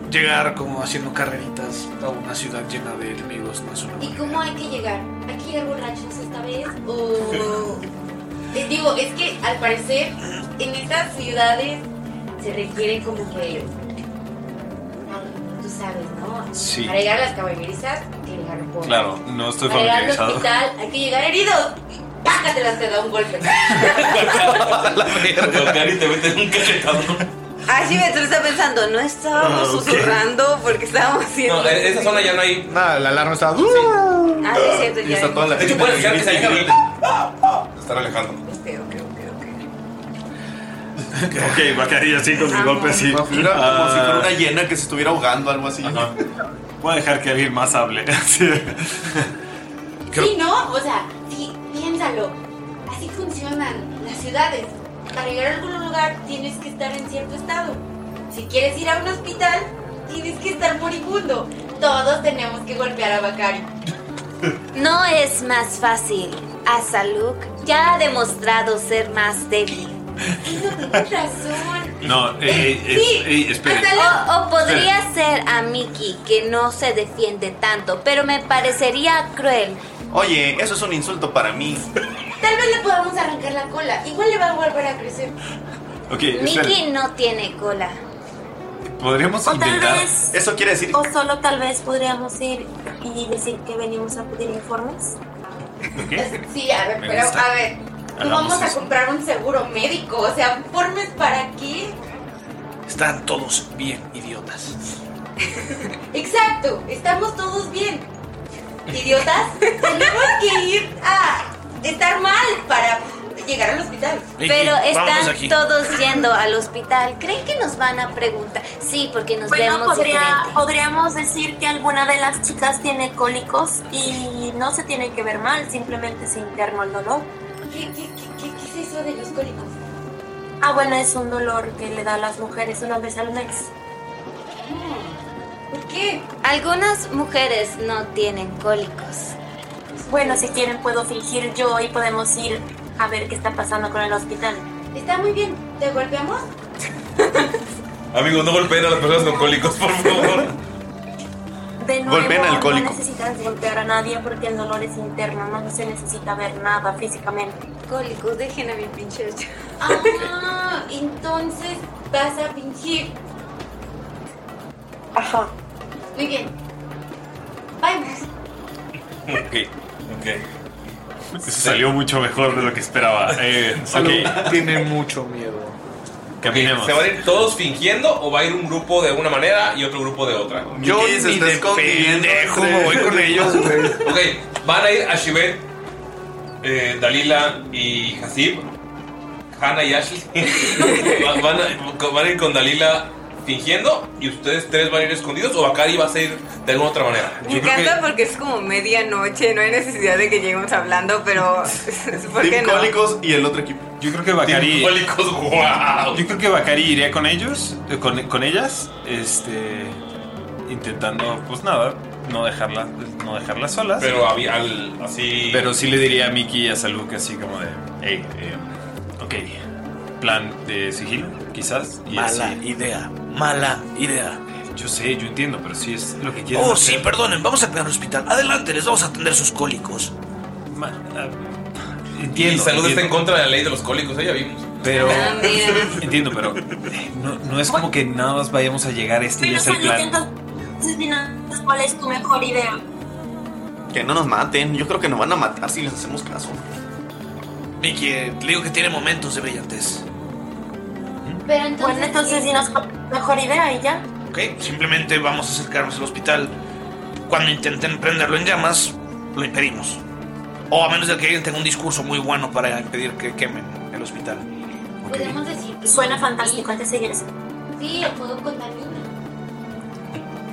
Speaker 4: llegar como haciendo carreritas a una ciudad llena de enemigos no es una
Speaker 7: ¿Y cómo hay que llegar? ¿Hay que llegar borrachos esta vez? ¿O.? Les digo, es que al parecer en estas ciudades se requiere como que. no, Tú sabes, ¿no?
Speaker 9: Sí.
Speaker 7: Para llegar a las caballerizas hay que llegar por.
Speaker 9: Claro, no estoy
Speaker 7: Para llegar al
Speaker 9: familiarizado.
Speaker 7: hospital hay que llegar heridos. Pácatelas, te da un golpe.
Speaker 3: Voltear y te meten un cachetado.
Speaker 6: Ah, sí, Beto está pensando, no estábamos
Speaker 3: Ah, ok.
Speaker 6: susurrando porque estábamos haciendo...
Speaker 3: No, en esa zona ya no hay.
Speaker 4: Nada, la alarma estaba.
Speaker 6: Ah, sí, es cierto, ya.
Speaker 3: De hecho, puedes dejar que se haya Están alejando.
Speaker 9: ok, va a caer así con mi golpe así. Como si
Speaker 5: fuera una
Speaker 9: hiena que se estuviera ahogando, algo así. Voy a dejar que alguien más hable. Sí.
Speaker 7: Sí, ¿no? O sea, sí, piénsalo. Así funcionan las ciudades. Para llegar a algún lugar tienes que estar en cierto estado. Si quieres ir a un hospital, tienes que estar moribundo. Todos tenemos que golpear a Bacari.
Speaker 11: No es más fácil. Azaluk ya ha demostrado ser más débil.
Speaker 9: No, eh, eh,
Speaker 11: Sí,
Speaker 9: es- eh, espere.
Speaker 11: O, o podría ser a Mickey, que no se defiende tanto, pero me parecería cruel.
Speaker 5: Oye, eso es un insulto para mí.
Speaker 7: Tal vez le podamos arrancar la cola. Igual le va a volver a crecer.
Speaker 9: Ok,
Speaker 11: Mickey no tiene cola.
Speaker 9: Podríamos
Speaker 8: O tal
Speaker 9: inventar.
Speaker 8: vez-
Speaker 5: Eso quiere
Speaker 11: Oh.
Speaker 5: decir.
Speaker 8: O solo tal vez podríamos ir y decir que venimos a pedir informes.
Speaker 7: Sí, a ver,
Speaker 8: Me
Speaker 7: pero
Speaker 8: gusta.
Speaker 7: a ver, no
Speaker 4: Hagamos
Speaker 7: vamos a
Speaker 4: eso.
Speaker 7: comprar un seguro médico, o sea, ¿formes para qué?
Speaker 4: Están todos bien idiotas.
Speaker 7: Exacto, estamos todos bien. Idiotas, tenemos que ir a estar mal para llegar al hospital.
Speaker 11: Pero
Speaker 7: están
Speaker 11: están todos yendo al hospital. ¿Creen que nos van a preguntar? Sí, porque
Speaker 7: Pues
Speaker 11: nos
Speaker 8: Bueno,
Speaker 11: vemos
Speaker 8: Pues podría-
Speaker 11: diferente.
Speaker 8: podríamos decir que alguna de las chicas tiene cólicos y no se tiene que ver mal, simplemente se interna el dolor.
Speaker 7: ¿Qué, es eso de los cólicos?
Speaker 8: Ah, bueno, es un dolor que le da a las mujeres una vez al mes.
Speaker 7: Mm. ¿Por qué?
Speaker 11: Algunas mujeres no tienen cólicos.
Speaker 8: Bueno, si quieren puedo fingir yo y podemos ir a ver qué está pasando con el hospital.
Speaker 7: Está muy bien, ¿te golpeamos?
Speaker 3: Amigos, no golpeen a las personas con cólicos, por favor.
Speaker 8: De nuevo,
Speaker 3: Golpeen al cólico.
Speaker 8: no necesitas golpear a nadie porque el dolor es interno, no se necesita ver nada físicamente.
Speaker 6: Cólicos, dejen a mi pinche hecho.
Speaker 7: Ah, entonces vas a fingir.
Speaker 8: Ajá.
Speaker 7: Muy bien. Vamos.
Speaker 9: Ok, Eso salió mucho mejor de lo que esperaba. Eh, ok.
Speaker 4: Tiene mucho miedo.
Speaker 9: Caminemos.
Speaker 3: ¿Se van a ir todos fingiendo o va a ir un grupo de una manera y otro grupo de otra?
Speaker 4: Yo Mickey se ni está de escondiendo. pendejo me voy con ellos, güey.
Speaker 3: Ok, van a ir a Shivet, eh, Dalila y Hasib, Hannah y Ashley. van, van a, van a ir con Dalila fingiendo y ustedes tres van a ir escondidos o Akari va a ser de alguna otra manera.
Speaker 6: Me encanta porque es como medianoche, no hay necesidad de que lleguemos hablando, pero ¿por qué no?
Speaker 9: y el otro equipo. Yo creo que Bacari. Yo creo que Bacari iría con ellos, eh, con, con ellas, este, intentando, pues nada, no dejarla, no dejarlas solas.
Speaker 3: Pero a mí, al- así.
Speaker 9: Pero sí le diría a Mickey y a Saluk así como de, hey, eh, ok, plan de sigilo, quizás. Y
Speaker 4: Mala
Speaker 9: idea, mala idea. Yo sé, yo entiendo, pero sí es lo que quieren.
Speaker 4: Oh,
Speaker 9: hacer.
Speaker 4: sí, perdonen, vamos a pegar al hospital. Adelante, les vamos a atender sus cólicos.
Speaker 9: Ma- ah,
Speaker 3: y
Speaker 9: entiendo.
Speaker 3: salud está en
Speaker 9: entiendo.
Speaker 3: contra de la ley de los cólicos, ¿eh? ella vimos.
Speaker 9: Pero
Speaker 3: Ah,
Speaker 9: entiendo, pero eh, no, no es como que nada más vayamos a llegar a este y
Speaker 8: Pero
Speaker 9: es el
Speaker 8: Salud,
Speaker 9: plan.
Speaker 8: entonces dinos cuál es tu mejor idea.
Speaker 5: Que no nos maten. Yo creo que nos van a matar si les hacemos caso.
Speaker 4: Mickey, eh, le digo que tiene momentos de brillantez.
Speaker 8: Pero entonces, bueno, entonces dinos cuál- mejor idea y ya.
Speaker 4: Ok, simplemente vamos a acercarnos al hospital. Cuando intenten prenderlo en llamas, lo impedimos. O a menos de que alguien tenga un discurso muy bueno para impedir que quemen el hospital.
Speaker 7: Podemos decir que
Speaker 8: Suena fantástico antes de seguir.
Speaker 7: Sí, o puedo contaminar.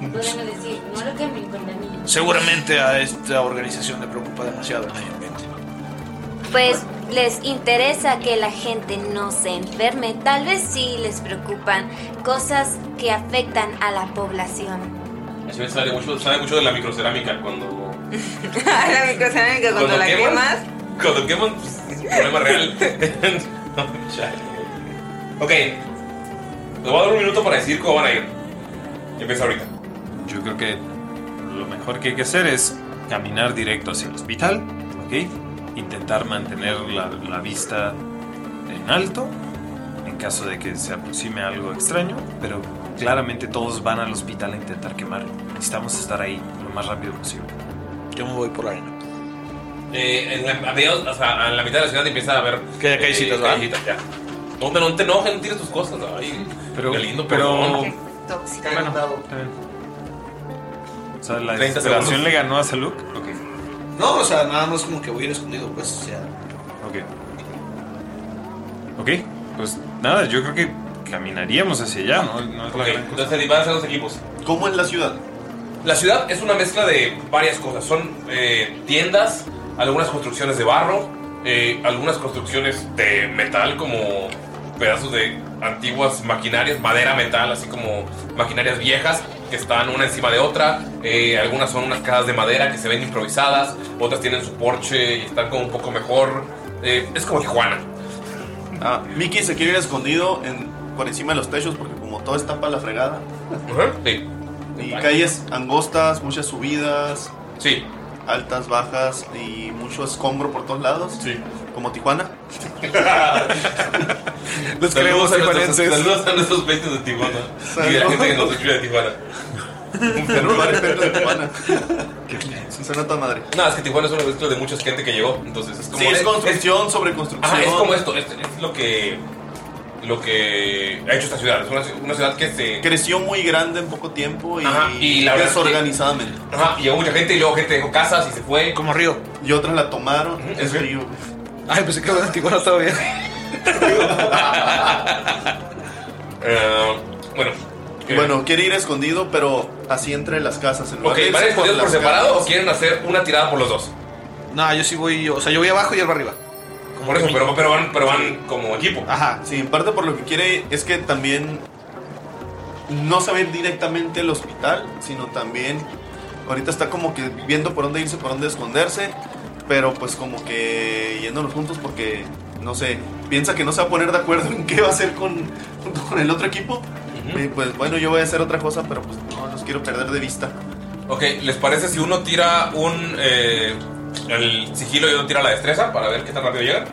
Speaker 7: Podemos decir, no lo quemen, contaminen.
Speaker 4: Seguramente a esta organización le preocupa demasiado el medio ambiente.
Speaker 11: Pues les interesa que la gente no se enferme. Tal vez sí les preocupan cosas que afectan a la población.
Speaker 3: A Shivet sale mucho, sabe mucho de la microcerámica cuando.
Speaker 6: la microcerámica cuando
Speaker 3: Cuando
Speaker 6: la
Speaker 3: queman.
Speaker 6: quemas.
Speaker 3: Cuando queman, pues, es un problema real. Chale. ok. Les voy a dar un minuto para decir cómo van a ir. Empieza ahorita.
Speaker 9: Yo creo que lo mejor que hay que hacer es caminar directo hacia el hospital, ¿ok? Intentar mantener la, la vista en alto en caso de que se aproxime algo extraño, pero claramente todos van al hospital a intentar quemar. Necesitamos estar ahí lo más rápido posible.
Speaker 4: Yo me voy por ahí.
Speaker 3: Eh, en la, a mediados- o sea, en la mitad de la ciudad empieza a haber. Que hay
Speaker 4: callecitas, ¿verdad?
Speaker 3: ya. No te, no te enojes, no tires tus cosas. Ay,
Speaker 9: Pero,
Speaker 3: qué lindo,
Speaker 9: pero
Speaker 3: perdón.
Speaker 6: Tóxico.
Speaker 9: o sea, la
Speaker 3: 30
Speaker 9: desesperación
Speaker 3: segundos.
Speaker 9: le ganó a Saluk. Ok.
Speaker 4: No, o sea, nada más como que voy a ir escondido, pues, o sea.
Speaker 9: Ok. Ok, pues nada, yo creo que caminaríamos hacia allá, ¿no? No es la
Speaker 3: Ok,
Speaker 9: gran cosa.
Speaker 3: entonces van a ser los equipos.
Speaker 5: ¿Cómo es la ciudad?
Speaker 3: La ciudad es una mezcla de varias cosas. Son eh, tiendas, algunas construcciones de barro, eh, algunas construcciones de metal como pedazos de antiguas maquinarias, madera, metal, así como maquinarias viejas que están una encima de otra. Eh, algunas son unas cajas de madera que se ven improvisadas, otras tienen su porche y están como un poco mejor. Eh, es como Tijuana.
Speaker 5: Ah, Mickey se quiere ir escondido en, por encima de los techos porque como todo está para la fregada.
Speaker 3: Sí.
Speaker 5: Y calles angostas, muchas subidas.
Speaker 3: Sí.
Speaker 5: Altas, bajas y mucho escombro por todos lados.
Speaker 3: Sí.
Speaker 5: Como Tijuana.
Speaker 3: Los
Speaker 4: queremos,
Speaker 3: a nuestros,
Speaker 4: tijuanenses.
Speaker 3: Saludos a nuestros peitos de Tijuana. Y a la gente que nos escucha de Tijuana.
Speaker 5: Se nota madre.
Speaker 3: No, es que Tijuana es una mezcla de mucha gente que llegó. Entonces es como.
Speaker 5: Sí, es construcción sobre construcción.
Speaker 3: Ajá, es como esto. Es, es lo que. Lo que ha hecho esta ciudad. Es una, una ciudad que se.
Speaker 5: Creció muy grande en poco tiempo y,
Speaker 3: Ajá, y la verdad es que-
Speaker 5: desorganizadamente.
Speaker 3: Ajá, y llegó mucha gente y luego gente dejó casas y se fue.
Speaker 4: Como río.
Speaker 5: Y otras la tomaron. Es río.
Speaker 4: Ay, pensé que en Tijuana estaba bien.
Speaker 3: Eh, bueno. eh.
Speaker 5: Bueno, quiere ir escondido, pero así entre las casas. En lugar
Speaker 3: Ok,
Speaker 5: de irse
Speaker 3: ¿van escondidos por
Speaker 5: las
Speaker 3: separado
Speaker 5: casas.
Speaker 3: o quieren hacer una tirada por los dos?
Speaker 4: No, yo sí voy. O sea, yo voy abajo y él va arriba.
Speaker 3: Por eso, pero, pero van, pero van como equipo.
Speaker 5: Ajá, sí, en parte por lo que quiere es que también no saber directamente el hospital, sino también ahorita está como que viendo por dónde irse, por dónde esconderse, pero pues como que yéndonos juntos porque, no sé, piensa que no se va a poner de acuerdo en qué va a hacer con, junto con el otro equipo. Y pues bueno, yo voy a hacer otra cosa, pero pues no los quiero perder de vista.
Speaker 3: Ok, ¿les parece si uno tira un. eh, el sigilo y otro tira la destreza para ver qué tan rápido llegan?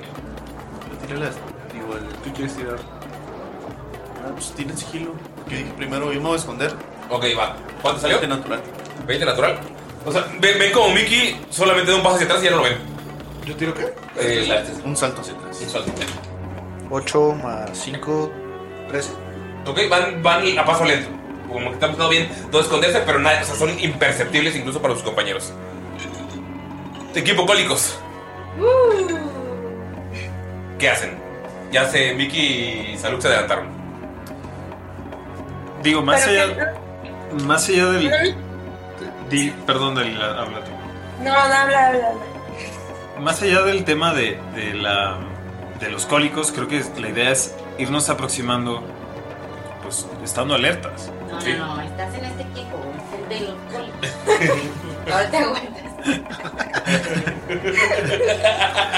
Speaker 5: Igual, ¿qué quieres tirar? Ah, pues tiene sigilo. Que dije primero, yo me voy a esconder.
Speaker 3: Ok, va. ¿Cuánto salió? 20
Speaker 5: natural.
Speaker 3: 20 natural. O sea, ven, ven como Mickey solamente da un paso hacia atrás y ya no lo ven.
Speaker 4: ¿Yo tiro qué?
Speaker 5: un salto hacia atrás.
Speaker 3: Eh, Un salto.
Speaker 4: 8 más 5, 13.
Speaker 3: Ok, van, van a paso lento. Como que están buscando bien dónde esconderse, pero nada, o sea, son imperceptibles incluso para sus compañeros. Equipo cólicos, ¿qué hacen? Ya se Mickey y Saluk se adelantaron.
Speaker 9: Digo, más
Speaker 8: Pero
Speaker 9: allá, más allá del. di- perdón, del ah, habla tú.
Speaker 8: No, no, habla, habla. habla.
Speaker 9: Más allá del tema de, de la, de los cólicos, creo que la idea es irnos aproximando, pues estando alertas.
Speaker 7: No, no, no, estás en este equipo, es el de los cólicos. Ahora te aguantas.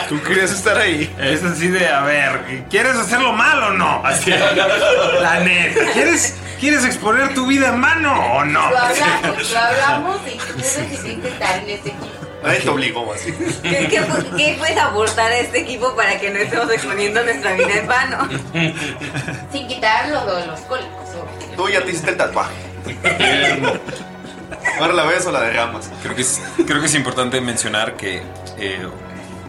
Speaker 9: Tú querías estar ahí. Es así de, a ver, ¿quieres hacerlo mal o no? Así, la neta, ¿quieres, ¿quieres exponer tu vida en mano o no?
Speaker 7: Lo hablamos, lo hablamos y tú decidiste estar en este equipo.
Speaker 5: Nadie te obligó así.
Speaker 6: ¿Qué, qué pu- qué puedes aportar a este equipo para que no estemos exponiendo nuestra vida en vano?
Speaker 7: Sin quitar lo de los cólicos. obvio.
Speaker 5: Tú ya te hiciste el tatuaje. Ahora la ves o la derramas.
Speaker 9: Creo que es, creo que es importante mencionar que eh,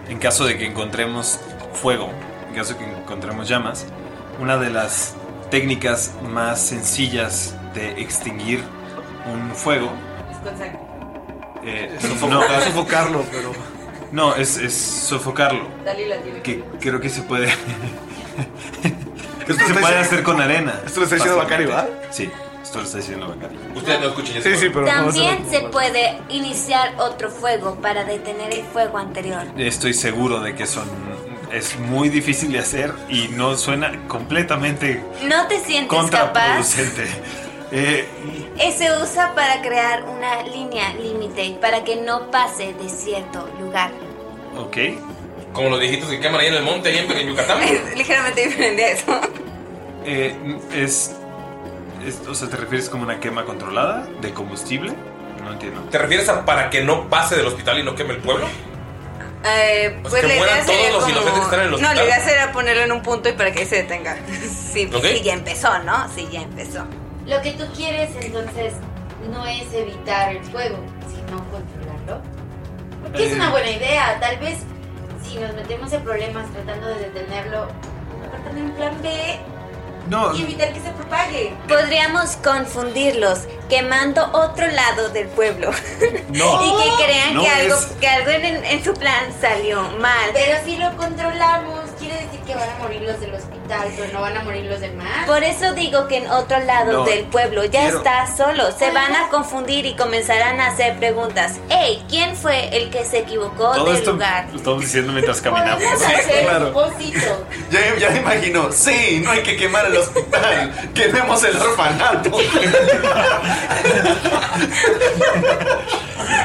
Speaker 9: en caso de que encontremos fuego, en caso de que encontremos llamas, una de las técnicas más sencillas de extinguir un fuego
Speaker 7: Es con sangre.
Speaker 9: eh,
Speaker 4: Sofocar- sofocarlo, pero-
Speaker 9: no es, es sofocarlo
Speaker 7: Dale la tiene.
Speaker 9: que creo que se puede creo que se puede hacer con arena
Speaker 4: esto lo está diciendo
Speaker 9: Fácilmente.
Speaker 4: Bacari,
Speaker 9: sí esto lo está diciendo Bacari
Speaker 3: usted no escucha
Speaker 4: Sí, sí, pero no,
Speaker 11: También
Speaker 4: eso
Speaker 11: se puede iniciar otro fuego para detener el fuego anterior.
Speaker 9: Estoy seguro de que son es muy difícil de hacer y no suena completamente
Speaker 11: ¿No te sientes capaz?
Speaker 9: contraproducente. Eh,
Speaker 11: Eh, Se usa para crear una línea límite para que no pase de cierto lugar.
Speaker 9: ok.
Speaker 3: Como los viejitos que queman ahí en el monte, ahí en, en Yucatán.
Speaker 6: Ligeramente diferente a eso.
Speaker 9: eh, es, es- o sea, ¿te refieres como una quema controlada de combustible? No entiendo.
Speaker 3: ¿Te refieres a para que no pase del hospital y no queme el pueblo?
Speaker 6: Eh,
Speaker 3: O sea,
Speaker 6: pues
Speaker 3: que
Speaker 6: la
Speaker 3: mueran
Speaker 6: idea sería
Speaker 3: todos los
Speaker 6: como...
Speaker 3: inocentes que están en el
Speaker 6: no,
Speaker 3: hospital.
Speaker 6: la idea sería ponerlo en un punto y para que se detenga. Sí,
Speaker 3: Ok.
Speaker 6: sí, ya empezó, ¿no? Sí, ya empezó.
Speaker 7: Lo que tú quieres entonces no es evitar el fuego, sino controlarlo. Porque es
Speaker 9: Eh.
Speaker 7: una buena idea. Tal vez si nos metemos en problemas tratando de detenerlo, mejor tener un plan B
Speaker 9: No,
Speaker 7: y evitar que se propague.
Speaker 11: Podríamos confundirlos quemando otro lado del pueblo.
Speaker 9: No.
Speaker 11: y que crean
Speaker 9: No
Speaker 11: que, algo,
Speaker 9: es-
Speaker 11: que algo en, en su plan salió mal.
Speaker 7: Pero si lo controlamos, quiere decir que van a morir los del hospital, pero no van a morir los demás.
Speaker 11: Por eso digo que en otro lado
Speaker 9: No,
Speaker 11: del pueblo ya
Speaker 9: quiero-
Speaker 11: está solo. Se van a confundir y comenzarán a hacer preguntas. Hey, ¿quién fue el que se equivocó
Speaker 9: todo
Speaker 11: del
Speaker 9: esto
Speaker 11: lugar?
Speaker 9: lo estamos diciendo mientras caminamos.
Speaker 7: Podemos hacer un pocito.
Speaker 5: Ya, ya me imagino, sí, no hay que quemar el hospital, quememos el orfanato.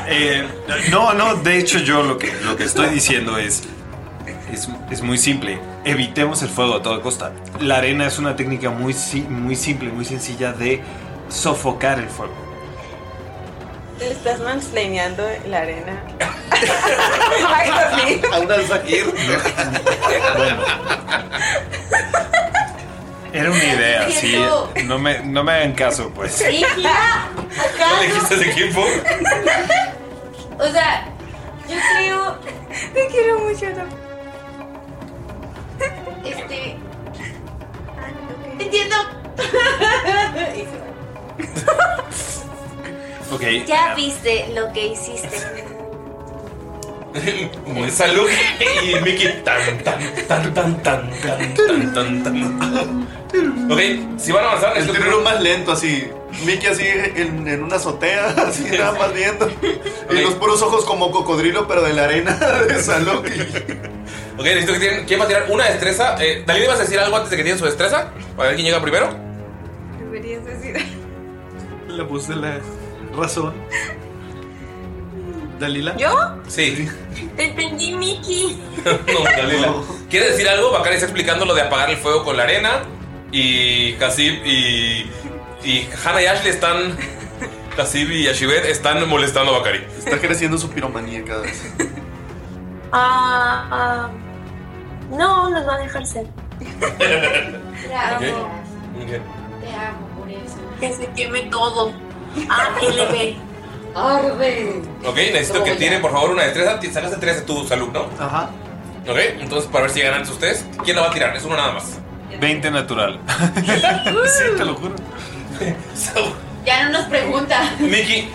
Speaker 9: Eh, no, no, de hecho yo lo que, lo que estoy diciendo es, es, es muy simple. Evitemos el fuego a toda costa. La arena es una técnica muy, si- muy simple, muy sencilla de sofocar el fuego.
Speaker 6: Te estás mansplaineando la arena.
Speaker 5: A una alfajir.
Speaker 9: Era una idea, sí.
Speaker 7: Cierto.
Speaker 9: No me, no me hagan caso, pues.
Speaker 7: Sí, ya. Acá.
Speaker 9: ¿No dijiste de equipo?
Speaker 7: O sea, yo creo. Te quiero mucho, no. Este. Entiendo.
Speaker 3: Ok.
Speaker 11: Ya viste lo que hiciste.
Speaker 3: Salud y Mickey. Tan, tan, tan, tan, tan, tan, tan, tan, tan. Ok, si van a avanzar,
Speaker 5: El tiro más lento, así. Mickey así en, en una azotea, así nada más viendo. Y los puros ojos como cocodrilo, pero de la arena de salón.
Speaker 3: Ok, necesito que tienen. ¿Quién va a tirar una destreza? Eh, Dalí, ¿vas a decir algo antes de que tienen su destreza? Para ver quién llega primero.
Speaker 6: Deberías decir.
Speaker 5: Le puse la razón. ¿Dalila?
Speaker 8: ¿Yo?
Speaker 3: Sí.
Speaker 8: Te entendí, Mickey.
Speaker 3: No, Dalila. ¿Quieres decir algo? Bacari está explicando lo de apagar el fuego con la arena. Y Hasib y. Y Hannah y Ashley están. Hasib y Ashibet están molestando a Bacari.
Speaker 5: Está creciendo su piromanía cada vez.
Speaker 8: Ah, ah, no, nos va a dejar ser.
Speaker 7: Te amo.
Speaker 3: Ok.
Speaker 7: Te amo por eso.
Speaker 8: Que se queme todo. Ah, LB.
Speaker 7: Arde.
Speaker 3: Ok, necesito
Speaker 7: Voy
Speaker 3: que
Speaker 7: a-
Speaker 3: tienen por favor una destreza. Ti- Sacaste tres de tu salud, ¿no? Ajá. Ok, entonces para ver si ganan ustedes, ¿quién la va a tirar? Es uno nada más.
Speaker 9: 20 natural.
Speaker 7: sí,
Speaker 9: te lo juro.
Speaker 7: Ya no nos pregunta.
Speaker 3: Mickey,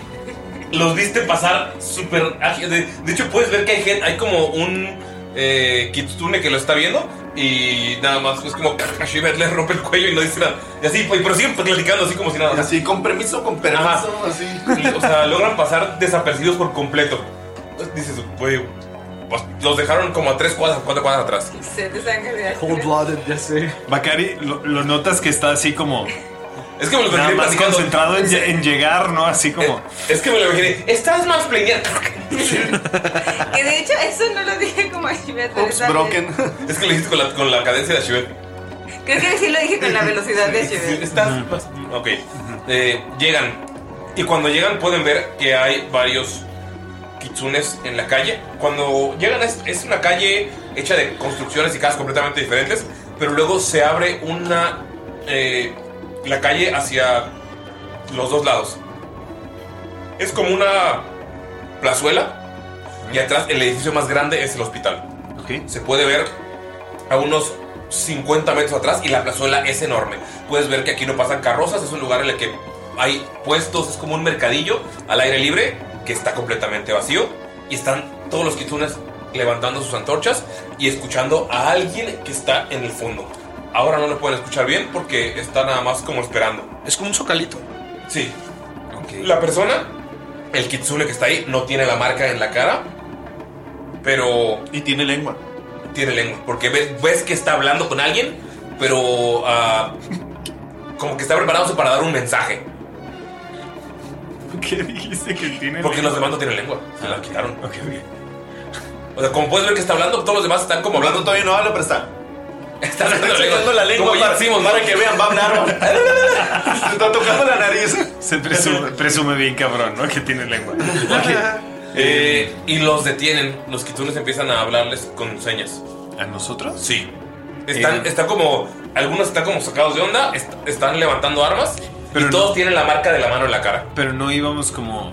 Speaker 3: los viste pasar súper ágil. De, de hecho, puedes ver que hay gente, hay como un eh, kitsune que lo está viendo y nada más es como Shivet le rompe el cuello y no dice nada. Y así, pues, pero siguen platicando así como si nada.
Speaker 5: Así, con permiso, con permiso, así.
Speaker 3: O sea, logran pasar desapercibidos por completo. Dices, güey, pues, los dejaron como a tres cuadras, cuatro cuadras atrás.
Speaker 6: Se te sangre de
Speaker 9: Cold blooded, ya sé. Bakari, lo, lo notas que está así como.
Speaker 3: Es que me lo
Speaker 9: Nada
Speaker 3: imaginé
Speaker 9: más
Speaker 3: platicando.
Speaker 9: concentrado en, lle- en llegar, ¿no? Así como.
Speaker 3: Es que me lo imaginé. Estás más planeando.
Speaker 6: Que de hecho, eso no lo dije como a Shivet, pero esa-
Speaker 3: Es que lo hiciste con la, con la cadencia de Shivet.
Speaker 6: Creo que sí lo dije con la velocidad de Shivet.
Speaker 3: Estás más- Ok. Eh, llegan. Y cuando llegan pueden ver que hay varios kitsunes en la calle. Cuando llegan es, es una calle hecha de construcciones y casas completamente diferentes. Pero luego se abre una... eh, la calle hacia los dos lados. Es como una plazuela. Y atrás el edificio más grande es el hospital. Se puede ver a unos 50 metros atrás y la plazuela es enorme. Puedes ver que aquí no pasan carrozas, es un lugar en el que hay puestos, es como un mercadillo al aire libre que está completamente vacío y están todos los kitsunes levantando sus antorchas y escuchando a alguien que está en el fondo. Ahora no lo pueden escuchar bien porque está nada más como esperando. Es como un socalito. Sí. La persona, el kitsune que está ahí, no tiene la marca en la cara, pero...
Speaker 5: Y tiene lengua.
Speaker 3: Tiene lengua, porque ves, ves que está hablando con alguien, pero ah, como que está preparándose para dar un mensaje.
Speaker 9: ¿Qué dijiste que tiene? Ah,
Speaker 3: Porque los demás no tienen lengua, se la quitaron. O sea, como puedes ver que está hablando, todos los demás están como hablando. todavía no habla, pero está. Está sacando la lengua para, para que vean, va a hablar.
Speaker 5: Se está tocando la nariz.
Speaker 9: Se presume, presume bien cabrón, ¿no? Que tiene lengua.
Speaker 3: Eh, y los detienen. Los kitunes empiezan a hablarles con señas. ¿A nosotros? Sí. Están,
Speaker 9: Eh.
Speaker 3: está como. Algunos están como sacados de onda, est- están levantando armas. y todos tienen la marca de la mano en la cara.
Speaker 9: Pero no íbamos como.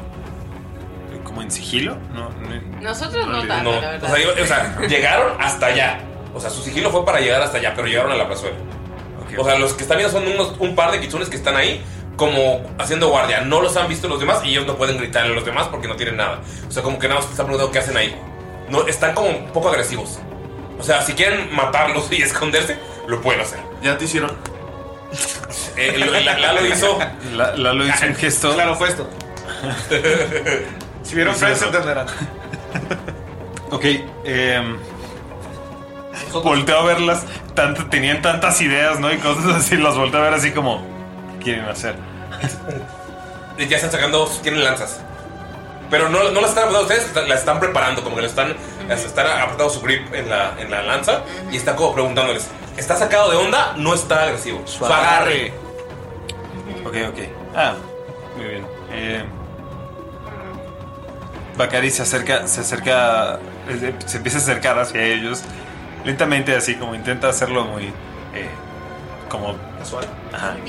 Speaker 9: como en sigilo, ¿no? no-
Speaker 7: Nosotros no
Speaker 9: realidad.
Speaker 7: tanto, la
Speaker 3: O sea, eh, iba- o sea, llegaron hasta allá. O sea, su sigilo fue para llegar hasta allá, pero llegaron a la plazuela. O sea, los que están viendo son unos, un par de kitsunes que están ahí como haciendo guardia. No los han visto los demás y ellos no pueden gritarle a los demás porque no tienen nada. O sea, como que nada más están preguntando qué hacen ahí. No, están como un poco agresivos. O sea, si quieren matarlos y esconderse, lo pueden hacer. Eh, Ya te hicieron. Lalo hizo.
Speaker 9: La- Lalo hizo un gesto. Claro,
Speaker 4: fue esto.
Speaker 9: si
Speaker 4: vieron Friends, entenderán.
Speaker 9: Ok, eh. Volteo a verlas. tanto- tenían tantas ideas, ¿no? Y cosas así. Las volteo a ver así como. ¿qué quieren hacer?
Speaker 3: Ya están sacando, tienen lanzas. Pero no, no las están apretando ustedes, la- las están preparando, como que las están, las están apretando su grip en la, en la lanza y está como preguntándoles, ¿está sacado de onda? No está agresivo. Su agarre.
Speaker 9: Ok, ok. Ah, muy bien. Eh, Bacari se acerca, se acerca, eh, se empieza a acercar hacia ellos lentamente, así como intenta hacerlo muy, eh, como casual,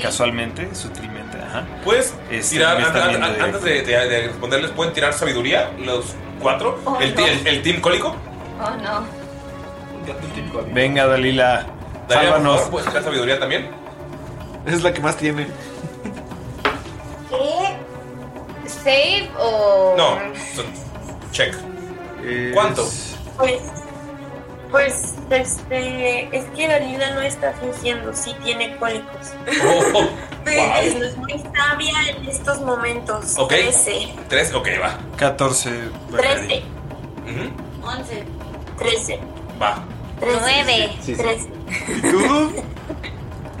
Speaker 9: casualmente, sutilmente, ajá.
Speaker 3: ¿Puedes
Speaker 9: Este,
Speaker 3: tirar,
Speaker 9: me están
Speaker 3: an- an-
Speaker 9: viendo
Speaker 3: an- antes de, de- de responderles, ¿pueden tirar sabiduría los cuatro?
Speaker 11: Oh,
Speaker 3: el, ti-
Speaker 11: no.
Speaker 3: el- el team cólico.
Speaker 11: Oh, no.
Speaker 9: Venga, Dalila,
Speaker 3: Dalia, por
Speaker 9: sálvanos.
Speaker 3: favor, ¿Puedes tirar sabiduría también?
Speaker 4: Es la que más tiene.
Speaker 11: ¿Qué? ¿Save o.?
Speaker 3: No, so- check. ¿Cuánto?
Speaker 8: Pues, pues, este, es que Dalila no está fingiendo, sí tiene cólicos.
Speaker 3: Oh,
Speaker 8: Es, es muy sabia en estos momentos.
Speaker 3: Ok.
Speaker 8: Trece.
Speaker 3: Tres, ok, va.
Speaker 9: 14.
Speaker 8: Trece.
Speaker 3: Ujú,
Speaker 8: Once. Trece.
Speaker 3: Va.
Speaker 11: Nueve.
Speaker 3: Sí, sí.
Speaker 11: Tres.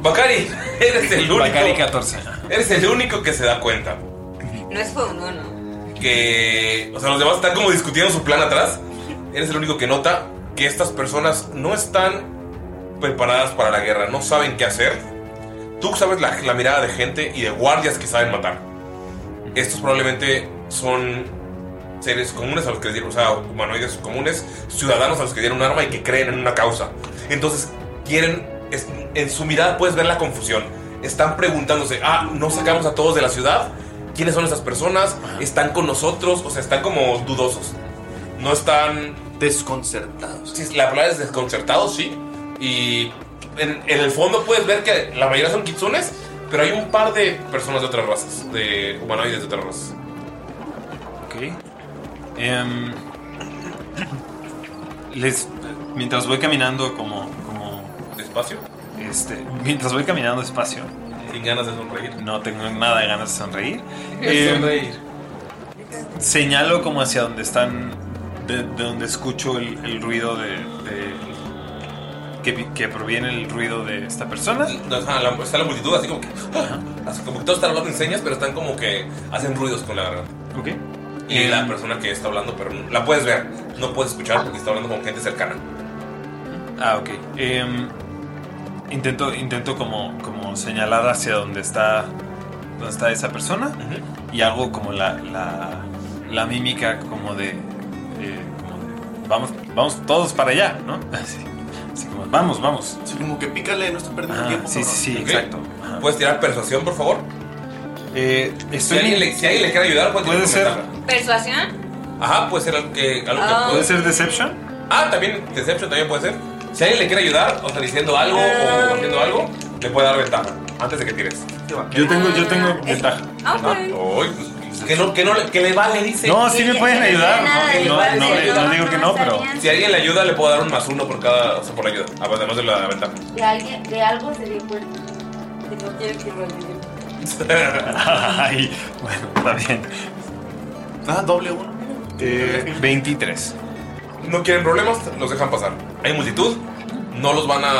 Speaker 3: Bacari, eres el único.
Speaker 9: Bacari 14.
Speaker 3: Eres el único que se da cuenta.
Speaker 6: No es fue uno, ¿no?
Speaker 3: que. O sea, los demás están como discutiendo su plan atrás. Eres el único que nota que estas personas no están preparadas para la guerra, no saben qué hacer. Tú sabes la, la mirada de gente y de guardias que saben matar. Estos probablemente son seres comunes a los que les dieron, o sea, humanoides comunes, ciudadanos a los que dieron un arma y que creen en una causa. Entonces, quieren, es- en su mirada puedes ver la confusión. Están preguntándose, ah, no sacamos a todos de la ciudad, ¿quiénes son esas personas? ¿Están con nosotros? O sea, están como dudosos. No están... Desconcertados. Sí, la palabra es desconcertados, sí. Y en, en el fondo puedes ver que la mayoría son kitsunes, pero hay un par de personas de otras razas, de humanoides de otras razas.
Speaker 9: Ok. Em, les, mientras voy caminando como, como...
Speaker 3: ¿Despacio?
Speaker 9: Este, mientras voy caminando despacio.
Speaker 3: ¿Sin ganas de sonreír?
Speaker 9: No tengo nada de ganas de sonreír.
Speaker 3: De
Speaker 9: Em,
Speaker 3: sonreír.
Speaker 9: Señalo como hacia donde están, de, de donde escucho el, el ruido de... de- que, vi- que proviene el ruido de esta persona.
Speaker 3: No, ajá, la- está la multitud así como que... ¡ah! Así como que todos están hablando en señas, pero están como que hacen ruidos con la garganta.
Speaker 9: Ok. Eh,
Speaker 3: Y la persona que está hablando, pero no- la puedes ver, no puedes escuchar porque está hablando con gente cercana.
Speaker 9: Ah, ok. Em, intento intento como, como señalar hacia donde está, donde está esa persona y hago como la, la, la mímica como de, de- como de, vamos, vamos todos para allá, ¿no? Así, así como, vamos, vamos.
Speaker 5: como que pícale, no están perdiendo
Speaker 9: Ah,
Speaker 5: tiempo.
Speaker 9: sí,
Speaker 5: cabrón.
Speaker 9: sí, sí, exacto. Eh,
Speaker 3: ¿Puedes tirar persuasión, por favor?
Speaker 9: estoy-
Speaker 3: si, alguien le, si alguien le quiere ayudar, puede,
Speaker 9: Puede ser.
Speaker 6: ¿Persuasión?
Speaker 3: Ajá, puede ser algo que... Algo que
Speaker 6: Ah.
Speaker 9: ¿Puede ser Deception?
Speaker 3: Ah, también Deception también puede ser. Si alguien le quiere ayudar, o sea, diciendo algo
Speaker 9: Ah.
Speaker 3: o haciendo algo, le puede dar ventaja antes de que tires.
Speaker 9: Yo tengo, yo tengo ventaja.
Speaker 3: Ah, ay, pues, que no, que no, le- que le vale, dice.
Speaker 9: No, sí me pueden ayudar. No, no, no, no digo que no, pero...
Speaker 3: Si alguien le ayuda, le puedo dar un más uno por cada, o sea, por la ayuda, además de la ventaja.
Speaker 7: De, alguien, de algo se dio cuenta. Que no quiere que lo olvide.
Speaker 9: Ay, bueno, está bien.
Speaker 5: Ah, doble uno.
Speaker 9: Eh, 23.
Speaker 3: No quieren problemas, los dejan pasar. Hay multitud, no los van a.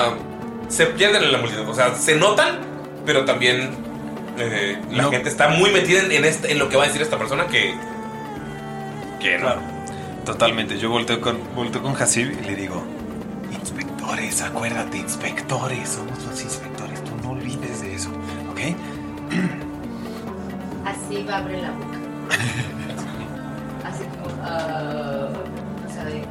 Speaker 3: Se pierden en la multitud, o sea, se notan, pero también eh, la gente está muy metida en, en este- en lo que va a decir esta persona que. que no.
Speaker 9: Totalmente. Yo volteo con, volteo con Hasib y le digo: Inspectores, acuérdate, inspectores, somos los inspectores, tú no olvides de eso, ¿ok?
Speaker 7: Así va a abrir la boca. Así como. ah, no sabe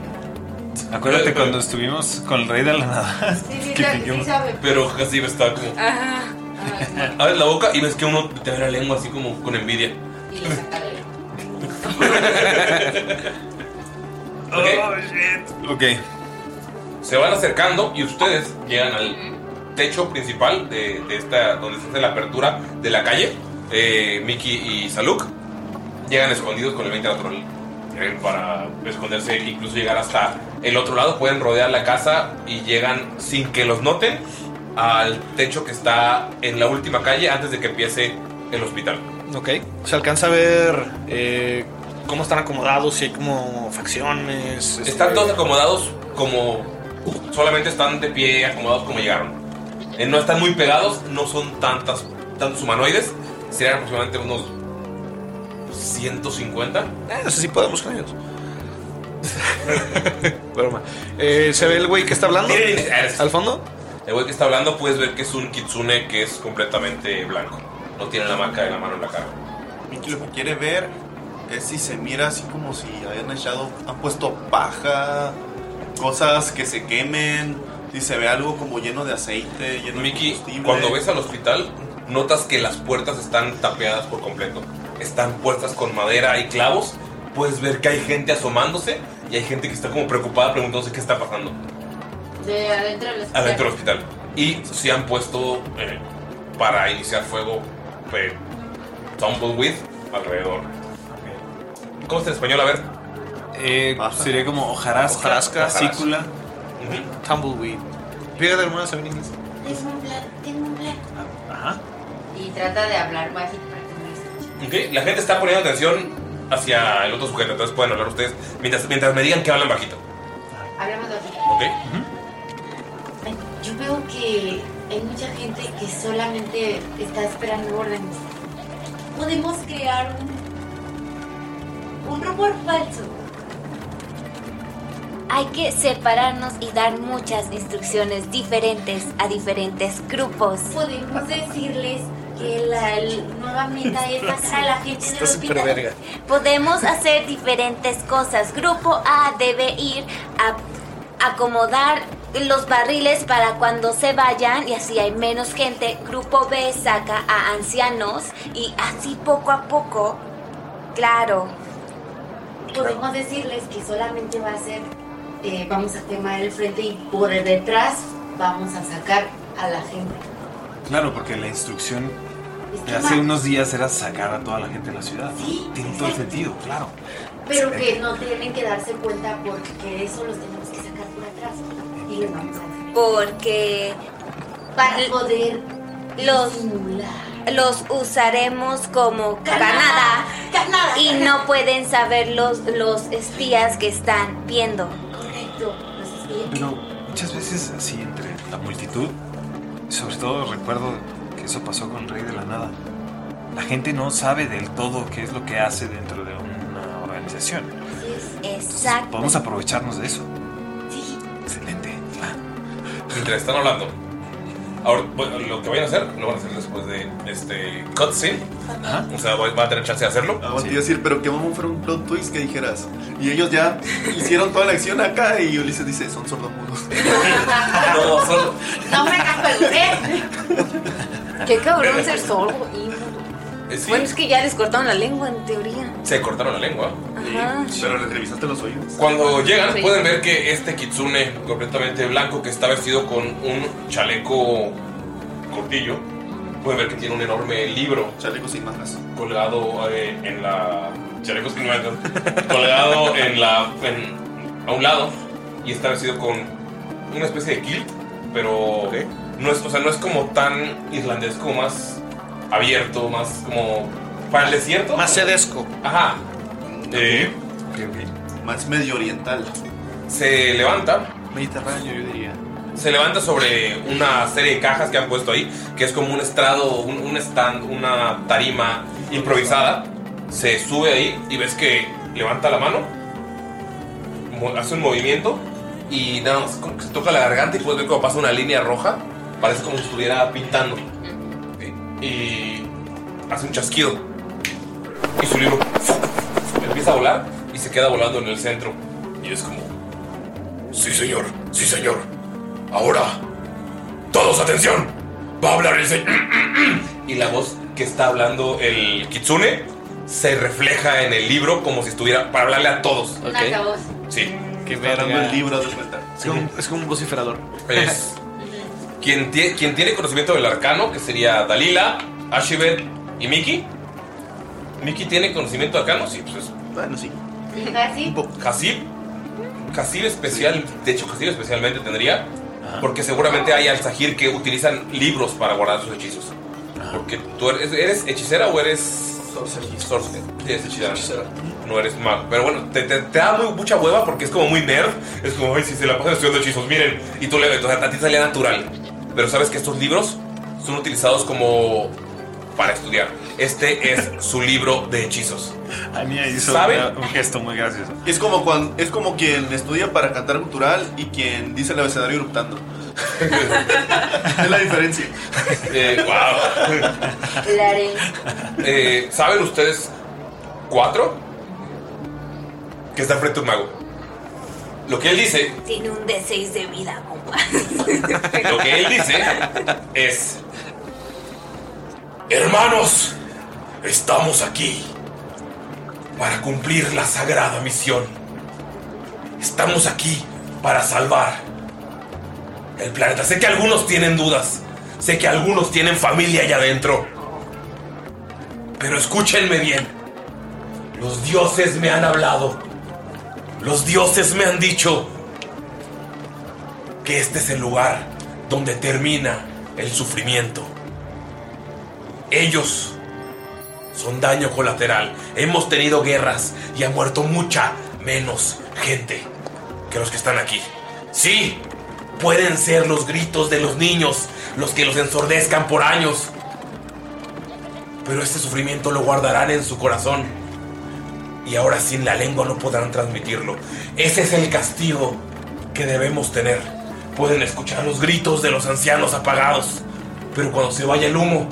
Speaker 9: Acuérdate cuando estuvimos con el rey de la nada.
Speaker 7: Sí, sí,
Speaker 9: que
Speaker 7: sabe,
Speaker 9: fingimos-
Speaker 7: sí sabe.
Speaker 3: Pero Hasib está como.
Speaker 7: Ajá.
Speaker 3: Abres la boca y ves que uno te ve la lengua así como con envidia.
Speaker 7: Y le saca de
Speaker 9: Oh, Ok.
Speaker 3: Se van acercando y ustedes llegan al techo principal de, de esta, donde se hace la apertura de la calle. Eh, Mickey y Saluk llegan escondidos con el 20 natural. Eh, Para esconderse, incluso llegar hasta el otro lado, pueden rodear la casa y llegan sin que los noten al techo que está en la última calle antes de que empiece el hospital.
Speaker 4: Ok. Se alcanza a ver eh, cómo están acomodados, si hay como facciones. este,
Speaker 3: Están todos acomodados como solamente están de pie acomodados como llegaron. Eh, no están muy pegados, no son tantas tantos humanoides, serían aproximadamente unos 150.
Speaker 4: no sé si Eh, podemos con ellos. Broma. Eh, ¿Se ve el güey que está hablando? ¿Al fondo?
Speaker 3: El güey que está hablando puedes ver que es un kitsune que es completamente blanco. No tiene la marca de la mano en la cara.
Speaker 5: Mickey lo que quiere ver es si se mira así como si hayan echado, han puesto paja, cosas que se quemen, si se ve algo como lleno de aceite, lleno de combustible.
Speaker 3: Cuando ves al hospital, notas que las puertas están tapeadas por completo. Están puertas con madera y clavos. Puedes ver que hay gente asomándose y hay gente que está como preocupada preguntándose qué está pasando
Speaker 7: De adentro del hospital.
Speaker 3: adentro del hospital. Y se han puesto eh, para iniciar fuego eh, tumbleweed alrededor. Eh, ¿Cómo está en español? A ver.
Speaker 9: Eh, sería como hojarasca,
Speaker 3: fascícula.
Speaker 9: fascícula.
Speaker 4: Tumbleweed. Piedra de hermanas en inglés.
Speaker 7: Tengo un plan, tengo un plan.
Speaker 3: Ajá.
Speaker 7: Y trata de hablar bajito para que no me escuche.
Speaker 3: Ok, la gente está poniendo atención hacia el otro sujeto, entonces pueden hablar ustedes mientras, mientras me digan que hablan bajito.
Speaker 7: Hablemos bajito.
Speaker 3: Ok.
Speaker 7: Yo veo que hay mucha gente que solamente está esperando órdenes. Podemos crear un, un rumor falso.
Speaker 11: Hay que separarnos y dar muchas instrucciones diferentes a diferentes grupos.
Speaker 7: Podemos decirles que la el- nueva meta es sacar a la gente del hospital.
Speaker 11: Podemos hacer diferentes cosas. Grupo A debe ir a acomodar los barriles para cuando se vayan y así hay menos gente. Grupo B saca a ancianos y así poco a poco. Claro.
Speaker 7: Podemos decirles que solamente va a ser, eh, vamos a quemar el frente y por detrás vamos a sacar a la gente.
Speaker 9: Claro, porque la instrucción
Speaker 7: Es
Speaker 9: de
Speaker 7: que
Speaker 9: hace
Speaker 7: ma-
Speaker 9: unos días era sacar a toda la gente de la ciudad. Tiene todo el sentido, claro.
Speaker 7: Pero que no tienen que darse cuenta porque eso los tenemos que sacar por atrás. Y lo vamos a hacer.
Speaker 11: Porque
Speaker 7: Para poder
Speaker 11: los, los usaremos como canada, y no pueden saber los, los espías que están viendo.
Speaker 7: Correcto.
Speaker 9: Pero muchas veces así entre la multitud, sobre todo recuerdo que eso pasó con Rey de la Nada, la gente no sabe del todo qué es lo que hace dentro de una organización.
Speaker 11: Exacto.
Speaker 9: Podemos aprovecharnos de eso. Excelente.
Speaker 3: Mientras están hablando. Ahora, bueno, lo que vayan a hacer, lo van a hacer después de este cutscene. O sea, va va a tener chance de hacerlo.
Speaker 5: Ah, bueno, te iba a decir, pero que vamos a un plot twist que dijeras. Y ellos ya hicieron toda la acción acá y Ulises dice, son sordomudos.
Speaker 3: no, solo.
Speaker 7: No me caspeluqué.
Speaker 11: Qué cabrón ser sordo.
Speaker 3: Eh, sí,
Speaker 11: Bueno, es que ya les cortaron la lengua en teoría.
Speaker 3: se cortaron la lengua.
Speaker 11: Ajá.
Speaker 3: Pero les revisaste los oídos. Cuando llegan,
Speaker 11: Sí.
Speaker 3: pueden ver que este kitsune completamente blanco que está vestido con un chaleco cortillo, pueden ver que tiene un enorme libro. Chaleco sin mangas. Colgado eh, en la. Chaleco sin mangas. colgado en la. en- a un lado. Y está vestido con una especie de kilt, pero. No es, o sea, no es como tan irlandés, como más abierto, más como. para el desierto. Más sedesco. Ajá. Eh,
Speaker 5: Más medio oriental.
Speaker 3: se levanta.
Speaker 5: Mediterráneo, yo diría.
Speaker 3: Se levanta sobre una serie de cajas que han puesto ahí, que es como un estrado, un, un stand, una tarima improvisada. Se sube ahí y ves que levanta la mano, mo- hace un movimiento y nada más como que se toca la garganta y puedes ver cómo pasa una línea roja. Parece como si estuviera pintando. Y, y hace un chasquido. Y su libro empieza a volar y se queda volando en el centro. Y es como...
Speaker 10: Sí, señor. Sí, señor. Ahora, todos atención. Va a hablar el señor.
Speaker 3: y la voz que está hablando el kitsune se refleja en el libro como si estuviera para hablarle a todos.
Speaker 7: Altavoz.
Speaker 3: Sí.
Speaker 4: Que
Speaker 3: me
Speaker 4: verga. el libro
Speaker 3: de vuelta.
Speaker 4: Es como, es como un vociferador.
Speaker 3: Es quien, tie- quien tiene conocimiento del arcano, que sería Dalila, Ashibet y Miki. Miki tiene conocimiento de arcano, sí, pues es. Bueno, sí.
Speaker 7: Y así.
Speaker 3: Hasib. Hasib especial, de hecho, Hasib especialmente tendría. Porque seguramente hay al-Sahir que utilizan libros para guardar sus hechizos. Porque tú eres, ¿eres hechicera o eres. Sorcerer. Sí, eres hechicera. No eres mago. Pero bueno, te, te- te da muy- mucha hueva porque es como muy nerd. Es como, ay, si se la pasan estudiando hechizos, miren. Y tú le. Entonces a ti te salía natural. Pero sabes que estos libros son utilizados como. para estudiar. Este es su libro de hechizos.
Speaker 9: Ania hizo
Speaker 3: ¿Saben?
Speaker 9: una- un gesto muy gracioso.
Speaker 5: Es como, cuando, es como quien estudia para cantar cultural y quien dice el abecedario eruptando. es la diferencia.
Speaker 3: Eh, wow.
Speaker 7: La haré.
Speaker 3: Eh, ¿Saben ustedes cuatro que está frente a un mago. Lo que él dice,
Speaker 11: Tiene un D6 de vida, compa.
Speaker 3: lo que él dice es... Hermanos,
Speaker 10: Estamos aquí
Speaker 3: para cumplir la sagrada misión. Estamos aquí para salvar el planeta. Sé que algunos tienen dudas, sé que algunos tienen familia allá adentro. Pero escúchenme bien. Los dioses me han hablado. Los dioses me han dicho que este es el lugar donde termina el sufrimiento. Ellos son daño colateral. Hemos tenido guerras y ha muerto mucha menos gente que los que están aquí. Sí, pueden ser los gritos de los niños los que los ensordezcan por años. Pero este sufrimiento lo guardarán en su corazón. Y ahora sin la lengua no podrán transmitirlo. Ese es el castigo que debemos tener. Pueden escuchar los gritos de los ancianos apagados. Pero cuando se vaya el humo,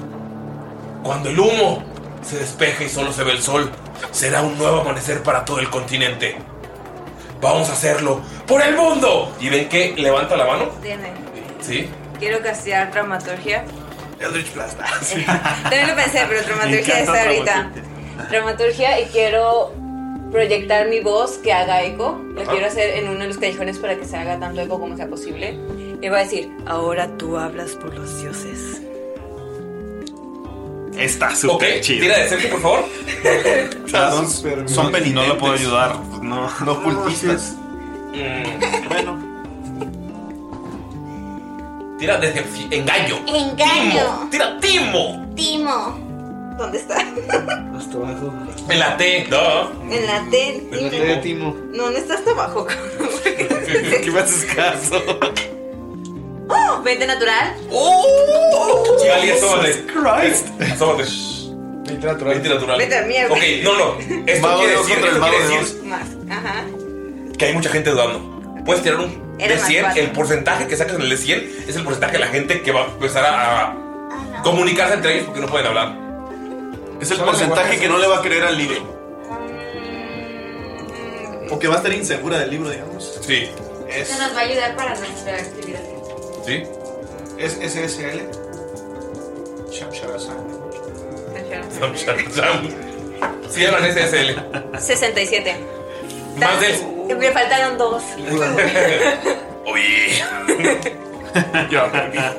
Speaker 3: cuando el humo se despeje y solo se ve el sol, será un nuevo amanecer para todo el continente. Vamos a hacerlo por el mundo. ¿Y ven que levanta la mano?
Speaker 6: Tiene.
Speaker 3: Sí.
Speaker 6: Quiero castear dramaturgia.
Speaker 3: Eldritch Blast.
Speaker 6: También lo pensé, pero dramaturgia está ahorita. Dramaturgia y quiero proyectar mi voz que haga eco. Lo
Speaker 3: Ah.
Speaker 11: Ajá.
Speaker 6: quiero hacer en uno de los callejones para que se haga tanto eco como sea posible. Y voy a decir, ahora tú hablas por los dioses.
Speaker 9: Está súper chido.
Speaker 3: Tira de cerca, por favor.
Speaker 9: Son,
Speaker 5: son
Speaker 9: No
Speaker 5: penitentes.
Speaker 9: lo puedo ayudar. No.
Speaker 5: No cultistas.
Speaker 3: Mm. Tira desde engaño.
Speaker 11: Engaño.
Speaker 3: Tira timo.
Speaker 11: Timo.
Speaker 6: ¿Dónde está?
Speaker 12: Hasta abajo.
Speaker 3: En la T. No.
Speaker 6: En la T.
Speaker 12: En la T de Timo.
Speaker 6: No, no está hasta abajo. cabrón.
Speaker 12: ¿Qué me haces caso?
Speaker 6: ¡Oh! 20 natural.
Speaker 3: ¡Oh! Gali, asómate. Asómate.
Speaker 12: 20 natural.
Speaker 3: 20 natural.
Speaker 6: Vete a la mierda.
Speaker 3: Ok, no, no. Esto
Speaker 5: Mago
Speaker 3: quiere
Speaker 5: de dos
Speaker 3: decir,
Speaker 5: contra el
Speaker 3: esto
Speaker 5: mago
Speaker 3: quiere
Speaker 5: de
Speaker 3: decir
Speaker 6: Más. Ajá.
Speaker 3: que hay mucha gente dudando. Puedes tirar un
Speaker 6: Era
Speaker 3: de
Speaker 6: más
Speaker 3: 100.
Speaker 6: fácil.
Speaker 3: El porcentaje que sacas en el de 100 es el porcentaje de la gente que va a empezar
Speaker 6: Ah,
Speaker 3: a, a comunicarse entre ellos porque no pueden hablar.
Speaker 5: Es el porcentaje que no le va a creer al libro. O que va a estar insegura del libro, digamos.
Speaker 3: Sí.
Speaker 7: Esto nos va a ayudar para nuestra actividad.
Speaker 3: ¿Sí?
Speaker 4: ¿Es SSL?
Speaker 3: Sam, Sam, Sam. Sí, eran SSL.
Speaker 6: 67.
Speaker 3: Más del.
Speaker 6: Me faltaron dos.
Speaker 3: Oye. Ya.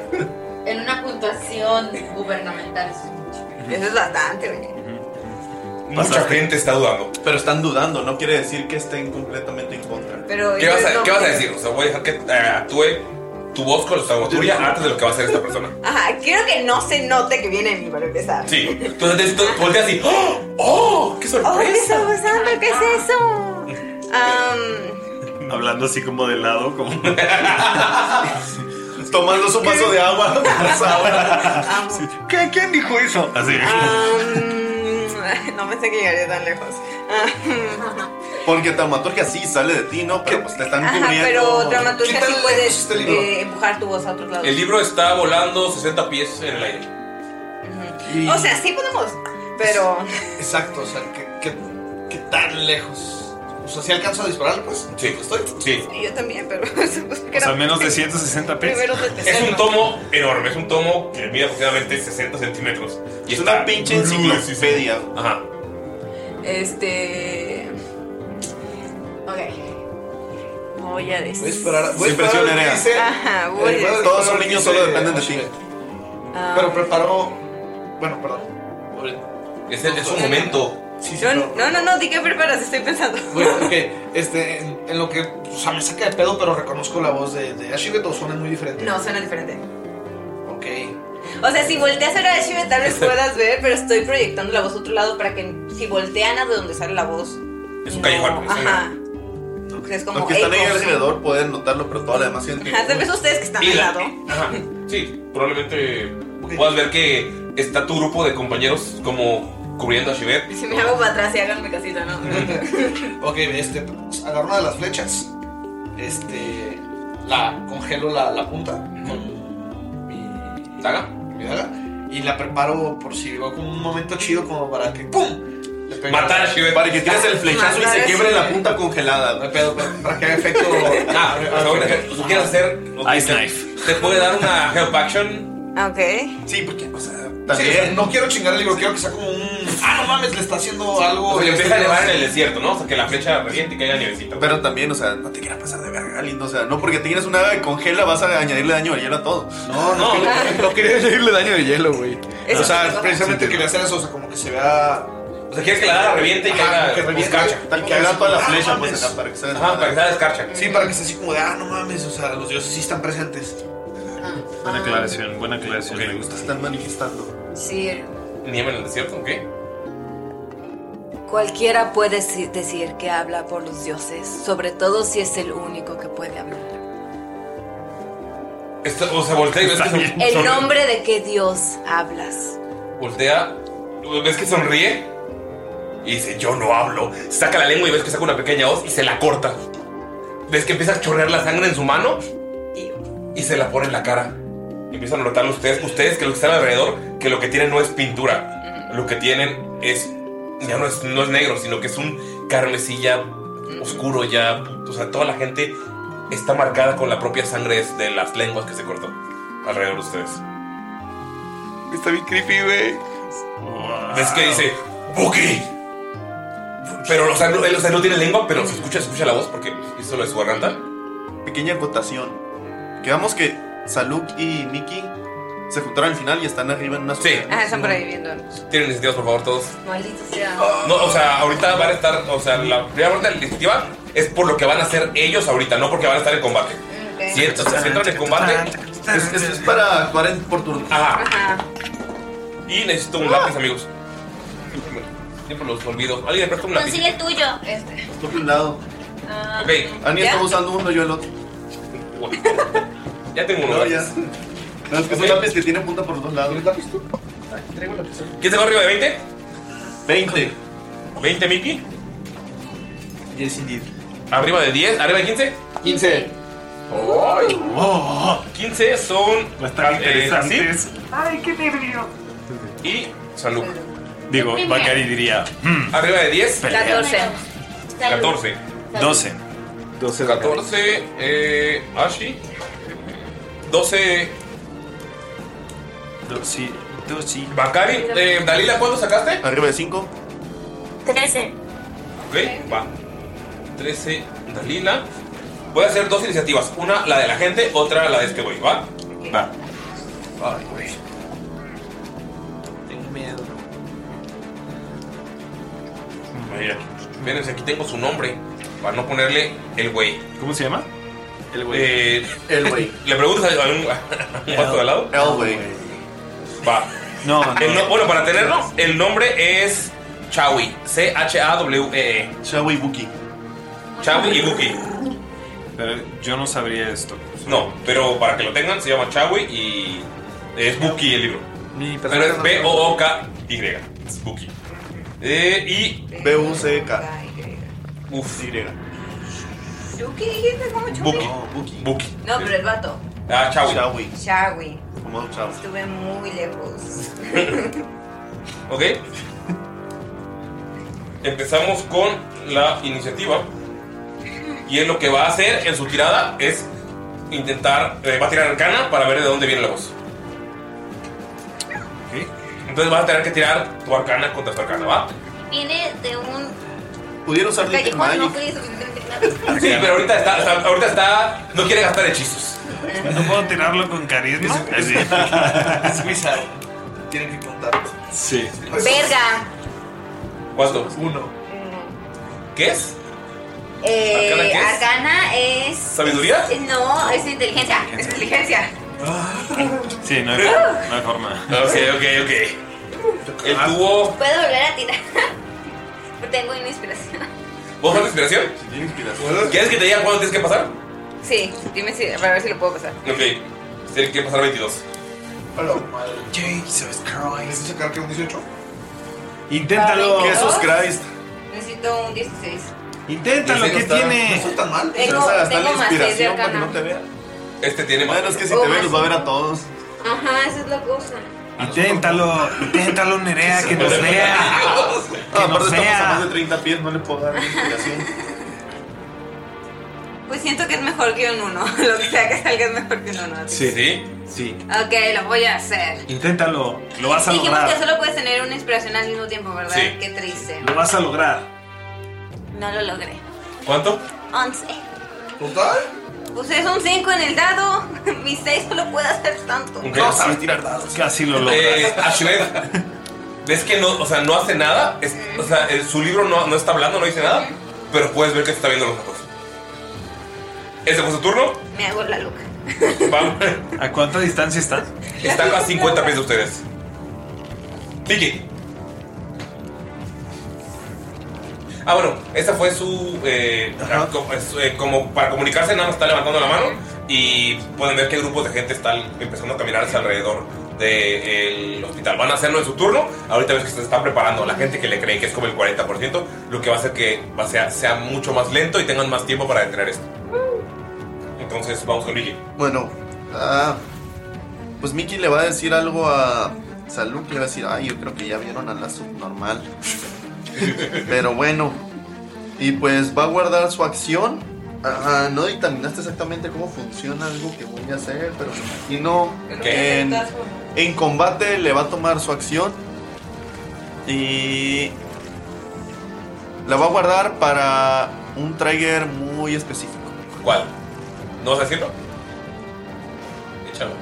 Speaker 7: En una puntuación gubernamental. es mucho.
Speaker 6: Eso es bastante, güey.
Speaker 3: Mucha gente está dudando.
Speaker 5: Pero están dudando, no quiere decir que estén completamente en contra.
Speaker 6: Pero
Speaker 3: ¿Qué vas, a, ¿Qué vas a decir? O sea, voy a dejar que eh, actúe tu voz con la dramaturgia antes de lo que va a hacer esta persona.
Speaker 6: Ajá, quiero que no se note que viene de mí para empezar.
Speaker 3: Sí. Entonces tú volteas y. ¡Oh! ¡Oh! ¡Qué
Speaker 6: ¡Oh, qué está
Speaker 3: sorpresa!
Speaker 6: pasando! ¿Qué es eso? Am,
Speaker 9: Hablando así como de lado, como.
Speaker 5: Tomando su vaso de agua.
Speaker 9: ¿Qué- ¿Quién dijo eso? Así.
Speaker 6: am, no pensé que llegaría tan lejos. Am,
Speaker 5: Porque dramaturgia sí sale de ti, ¿no? Pero pues te están
Speaker 6: Ajá,
Speaker 5: cubriendo.
Speaker 6: pero dramaturgia sí puedes
Speaker 5: libro?
Speaker 6: eh, empujar tu voz a otros lados.
Speaker 3: El libro está volando 60 pies en el aire.
Speaker 6: O sea, sí podemos, pero.
Speaker 4: Exacto, o sea, ¿qué, qué, qué tan lejos? O sea, si alcanzo a disparar, pues.
Speaker 3: Sí, estoy. Sí.
Speaker 6: Yo también, pero.
Speaker 9: O sea, menos de 160 pesos.
Speaker 6: Primero de
Speaker 3: Es
Speaker 6: tercero.
Speaker 3: un tomo enorme, es un tomo que mide aproximadamente 60 centímetros. Y es una
Speaker 5: pinche enciclopedia.
Speaker 3: Ajá.
Speaker 6: Este. Ok. Voy a decir.
Speaker 4: Voy a esperar. Voy a
Speaker 5: Sin
Speaker 4: esperar
Speaker 5: presión,
Speaker 4: a ver qué
Speaker 5: Nerea.
Speaker 4: dice.
Speaker 6: Ajá, voy
Speaker 4: Eh, voy a
Speaker 6: a
Speaker 5: Todos
Speaker 4: esperar
Speaker 5: son
Speaker 4: a ver
Speaker 5: niños,
Speaker 4: qué
Speaker 5: solo
Speaker 4: dice
Speaker 5: dependen de ti.
Speaker 6: Ah,
Speaker 4: Pero preparó. Bueno, perdón.
Speaker 3: Es, el, es un momento.
Speaker 4: Sí, sí,
Speaker 6: no,
Speaker 4: pero-
Speaker 6: no, no, no, di que preparas, estoy pensando.
Speaker 4: Bueno, ok, este, en, en lo que, o sea, me saca de pedo, pero reconozco la voz de, de Ashibet o suena muy diferente.
Speaker 6: No, suena diferente.
Speaker 4: Ok.
Speaker 6: O sea, si volteas a ver a Shime, tal vez puedas ver, pero estoy proyectando la voz a otro lado para que si voltean a de donde sale la voz.
Speaker 3: Es un callejón. es un-
Speaker 6: Ajá. O sea, es como.
Speaker 5: Los que están ahí
Speaker 6: ecos.
Speaker 5: alrededor pueden notarlo, pero toda la demás gente.
Speaker 6: Ajá, tal vez ustedes que están
Speaker 3: Y
Speaker 6: al
Speaker 3: la-
Speaker 6: lado.
Speaker 3: Ajá. Sí, probablemente puedas ver que está tu grupo de compañeros como cubriendo a Shivet.
Speaker 6: Si me hago para atrás y háganme casita, ¿no?
Speaker 4: Ok, este, pues, agarro una de las flechas, este, la congelo la, la punta con mi daga, mi daga, y la preparo por si llegó como un momento chido como para que ¡pum!
Speaker 3: Matar a Shivet.
Speaker 5: Para que tires el
Speaker 6: Ah,
Speaker 5: flechazo y se quiebre la punta congelada. No
Speaker 3: pedo, para que haga efecto. Ah, pero bueno, tú quieres hacer. Ice Knife. ¿Te puede dar una help action?
Speaker 6: Ok.
Speaker 4: Sí, pues, porque, o sea,
Speaker 3: también.
Speaker 4: sí, o sea, no quiero chingar el libro, quiero que sea como un. Ah, no mames, le está haciendo algo.
Speaker 3: O sea, le
Speaker 4: este
Speaker 3: empieza a elevar en
Speaker 4: brazo".
Speaker 3: el desierto, ¿no? O sea, que la flecha reviente y caiga nievecita.
Speaker 5: Pero también, o sea, no te quieras pasar de verga, lindo. O sea, no porque te quieras una que congela vas a añadirle daño de hielo a todo.
Speaker 4: No, no, no, no quería añadirle daño de hielo, güey.
Speaker 5: Eso
Speaker 4: O sea,
Speaker 5: sí,
Speaker 4: precisamente
Speaker 5: sí,
Speaker 4: quería hacer eso, o sea, como que se vea.
Speaker 3: O sea, quieres que la daga reviente y
Speaker 4: Ajá,
Speaker 3: caiga
Speaker 4: como que reviente,
Speaker 3: escarcha.
Speaker 4: tal que haga toda la flecha,
Speaker 3: Ah,
Speaker 4: pues,
Speaker 3: mames.
Speaker 4: acá, para que sea
Speaker 3: Ajá, para que sea escarcha.
Speaker 4: Sí, para que sea así como de, ah, no mames, o sea, los dioses sí están presentes.
Speaker 9: Buena aclaración, buena aclaración, me gusta.
Speaker 5: Están manifestando.
Speaker 6: Sí,
Speaker 3: Nieve en el desierto, ¿ok?
Speaker 13: Cualquiera puede si- decir que habla por los dioses, sobre todo si es el único que puede hablar.
Speaker 3: Esto- o sea, voltea y ves que son-
Speaker 13: ¿El
Speaker 3: sonríe.
Speaker 13: nombre de qué dios hablas?
Speaker 3: Voltea, ves que sonríe y dice, yo no hablo. Saca la lengua y ves que saca una pequeña hoz y se la corta. Ves que empieza a chorrear la sangre en su mano y se la pone en la cara. Empiezan a notar ustedes, ustedes que lo que están alrededor, que lo que tienen no es pintura. Lo que tienen es, ya no es, no es negro, sino que es un carmesí ya oscuro, ya... O sea, toda la gente está marcada con la propia sangre de las lenguas que se cortó alrededor de ustedes.
Speaker 4: Está bien creepy, güey.
Speaker 3: ¿Ves que dice Buki? Pero o sea, no, él, o sea, no tiene lengua, pero se escucha, se escucha la voz porque hizo lo de su garganta.
Speaker 5: Pequeña acotación. Quedamos que Saluk y Miki se juntaron al final y están arriba en una Sí.
Speaker 6: Ah, están por ahí viéndonos.
Speaker 3: Tienen iniciativas, por favor, todos.
Speaker 6: Maldito sea.
Speaker 3: No, o sea, ahorita van a estar, o sea, la primera parte de la iniciativa es por lo que van a hacer ellos ahorita, no porque van a estar en combate. Si, ent- o sea, si entran en combate,
Speaker 5: Es- Eso es para actuar en- por turno.
Speaker 3: Ajá. Y necesito un lápiz, amigos. Siempre los olvido. ¿Alguien le presta un lápiz?
Speaker 11: Consigue el tuyo.
Speaker 7: Este,
Speaker 5: Estoy por un lado.
Speaker 7: ah,
Speaker 3: Ok.
Speaker 5: Ani está usando uno, yo el otro.
Speaker 3: Ya tengo uno.
Speaker 5: No, ya. No, es que son lápices que tienen punta por los dos lados. lápiz tú?
Speaker 3: ¿Quién se va arriba de 20?
Speaker 5: 20.
Speaker 3: ¿20, Miki?
Speaker 4: 10 indeed.
Speaker 3: ¿Arriba de 10? ¿Arriba de 15?
Speaker 4: 15.
Speaker 3: ¡Ay! 15 son. eh,
Speaker 9: Bastante Oh. interesantes.
Speaker 3: sí.
Speaker 14: Ay, qué nervio.
Speaker 3: Y salud.
Speaker 9: Digo, Bacari diría. mm,
Speaker 3: Arriba de 10.
Speaker 9: pelea.
Speaker 3: 14.
Speaker 9: 12.
Speaker 3: 12. 14. Eh, Ashi. 12.
Speaker 9: 12. 12.
Speaker 3: Bakari. Eh, Dalila, ¿cuánto sacaste?
Speaker 5: Arriba de 5.
Speaker 8: 13.
Speaker 3: Ok, va. 13. Dalila. Voy a hacer dos iniciativas. Una la de la gente, otra la de este güey, ¿va?
Speaker 9: Va.
Speaker 3: Ay, güey.
Speaker 4: Tengo miedo.
Speaker 3: Mira. Fíjense, aquí tengo su nombre. Para no ponerle el güey.
Speaker 9: ¿Cómo se llama?
Speaker 3: El
Speaker 9: güey.
Speaker 3: el güey. Le preguntas a un, a un vato de al lado.
Speaker 5: Eh, El güey.
Speaker 3: Va.
Speaker 9: No,
Speaker 3: El no- bueno, para tenerlo, el nombre es Chawi. C-H-A-W-E-E.
Speaker 5: Chawi Buki.
Speaker 3: E Chawi y Buki.
Speaker 9: Pero yo no sabría esto.
Speaker 3: No, pero para que lo tengan, se llama Chawi y es Buki el libro.
Speaker 9: pues
Speaker 3: Pero es B-O-O-K-Y. Es Buki. Eh, y.
Speaker 5: B-U-C-K.
Speaker 3: Uf.
Speaker 5: Y.
Speaker 6: ¿Tú qué dijiste? ¿Cómo chupi?
Speaker 3: Buki. Buki. Buki.
Speaker 6: No, pero el vato.
Speaker 3: Ah, Chawi.
Speaker 6: Shawi.
Speaker 5: Como un chavo.
Speaker 6: Estuve muy lejos.
Speaker 3: Ok. Empezamos con la iniciativa. Y él lo que va a hacer en su tirada es intentar. eh, va a tirar arcana para ver de dónde viene la voz. Ok. Entonces vas a tener que tirar tu arcana contra tu arcana, ¿va?
Speaker 11: Viene de un
Speaker 5: Pudieron usar Little
Speaker 11: callejón no
Speaker 5: Magic.
Speaker 11: feliz.
Speaker 3: Sí, pero ahorita está, está- ahorita está. No quiere gastar hechizos.
Speaker 9: No puedo tirarlo con carisma. Así.
Speaker 4: Es wizard. Tienen que contar.
Speaker 9: Sí.
Speaker 6: Verga.
Speaker 3: ¿Cuánto?
Speaker 4: Uno.
Speaker 3: ¿Qué es? ¿Arcana
Speaker 6: Eh,
Speaker 3: qué es?
Speaker 6: Arcana es.
Speaker 3: ¿Sabiduría?
Speaker 6: No, es inteligencia. Es inteligencia.
Speaker 3: Ah.
Speaker 9: Sí, no hay, no hay forma.
Speaker 3: Ok, ok, ok. El
Speaker 9: Ah.
Speaker 3: tuvo.
Speaker 11: Puedo volver a tirar. Pero Tengo una inspiración.
Speaker 3: ¿Vos tienes inspiración? ¿Quieres que te diga cuándo tienes que pasar?
Speaker 6: Sí, dime si. Para ver si lo puedo pasar.
Speaker 3: Ok. Tienes que pasar 22.
Speaker 4: Hola, madre. Jesus Christ. ¿Necesito sacar que un 18?
Speaker 9: Inténtalo.
Speaker 6: Jesús Christ. Necesito un 16.
Speaker 9: Inténtalo,
Speaker 4: ¿qué tiene? No está tan mal.
Speaker 6: Tengo-
Speaker 5: Vas a gastar la
Speaker 6: tengo más seis de
Speaker 5: inspiración para que
Speaker 6: arcana.
Speaker 5: no te vea.
Speaker 3: Este tiene más.
Speaker 5: Bueno, es que si te ve, los va a ver a todos.
Speaker 6: Ajá, esa es la cosa.
Speaker 9: Inténtalo, inténtalo, Nerea, que nos vea.
Speaker 5: No,
Speaker 9: nos
Speaker 5: aparte estamos
Speaker 9: vea.
Speaker 5: a más de 30 pies, no le puedo dar inspiración.
Speaker 6: Pues siento que es mejor que un uno. Lo que sea que salga es mejor que un uno.
Speaker 9: Sí. Sí. Sí.
Speaker 6: Ok, lo voy a hacer.
Speaker 9: Inténtalo. Lo vas a
Speaker 6: Dijimos que
Speaker 9: lograr.
Speaker 6: solo puedes tener una inspiración al mismo tiempo, ¿verdad?
Speaker 9: Sí.
Speaker 6: Qué triste.
Speaker 9: Lo vas a lograr.
Speaker 6: No lo logré.
Speaker 3: ¿Cuánto?
Speaker 6: 11.
Speaker 3: ¿Total?
Speaker 6: Pues es un 5 en el dado. Mi 6 solo puede hacer tanto.
Speaker 3: tirar dados.
Speaker 9: Casi lo logras.
Speaker 3: Eh, Ashmed, ves que no, o sea, no hace nada. Es- o sea, eh, su libro no, no está hablando, no dice nada. Pero puedes ver que te está viendo los ojos. Ese fue su turno.
Speaker 6: Me hago la loca.
Speaker 3: Vamos.
Speaker 9: ¿A cuánta distancia está?
Speaker 3: Están a 50 pies de ustedes. Tiki. Ah, bueno, esa fue su. eh, co- es, eh, como para comunicarse, nada más está levantando la mano y pueden ver qué grupos de gente están empezando a caminar hacia alrededor del hospital. Van a hacerlo en su turno. Ahorita ves que se están preparando. La gente que le cree que es como el 40%, lo que va a hacer que va a sea, sea mucho más lento y tengan más tiempo para detener esto. Entonces, vamos con Luigi.
Speaker 5: Bueno, ah, pues Mickey le va a decir algo a Salud, le va a decir, ay, yo creo que ya vieron a la subnormal. Pero bueno, y pues va a guardar su acción. Ah, no dictaminaste exactamente cómo funciona algo que voy a hacer, pero me imagino que en, en combate le va a tomar su acción y la va a guardar para un trigger muy específico.
Speaker 3: ¿Cuál? ¿No vas a decirlo? Échalo.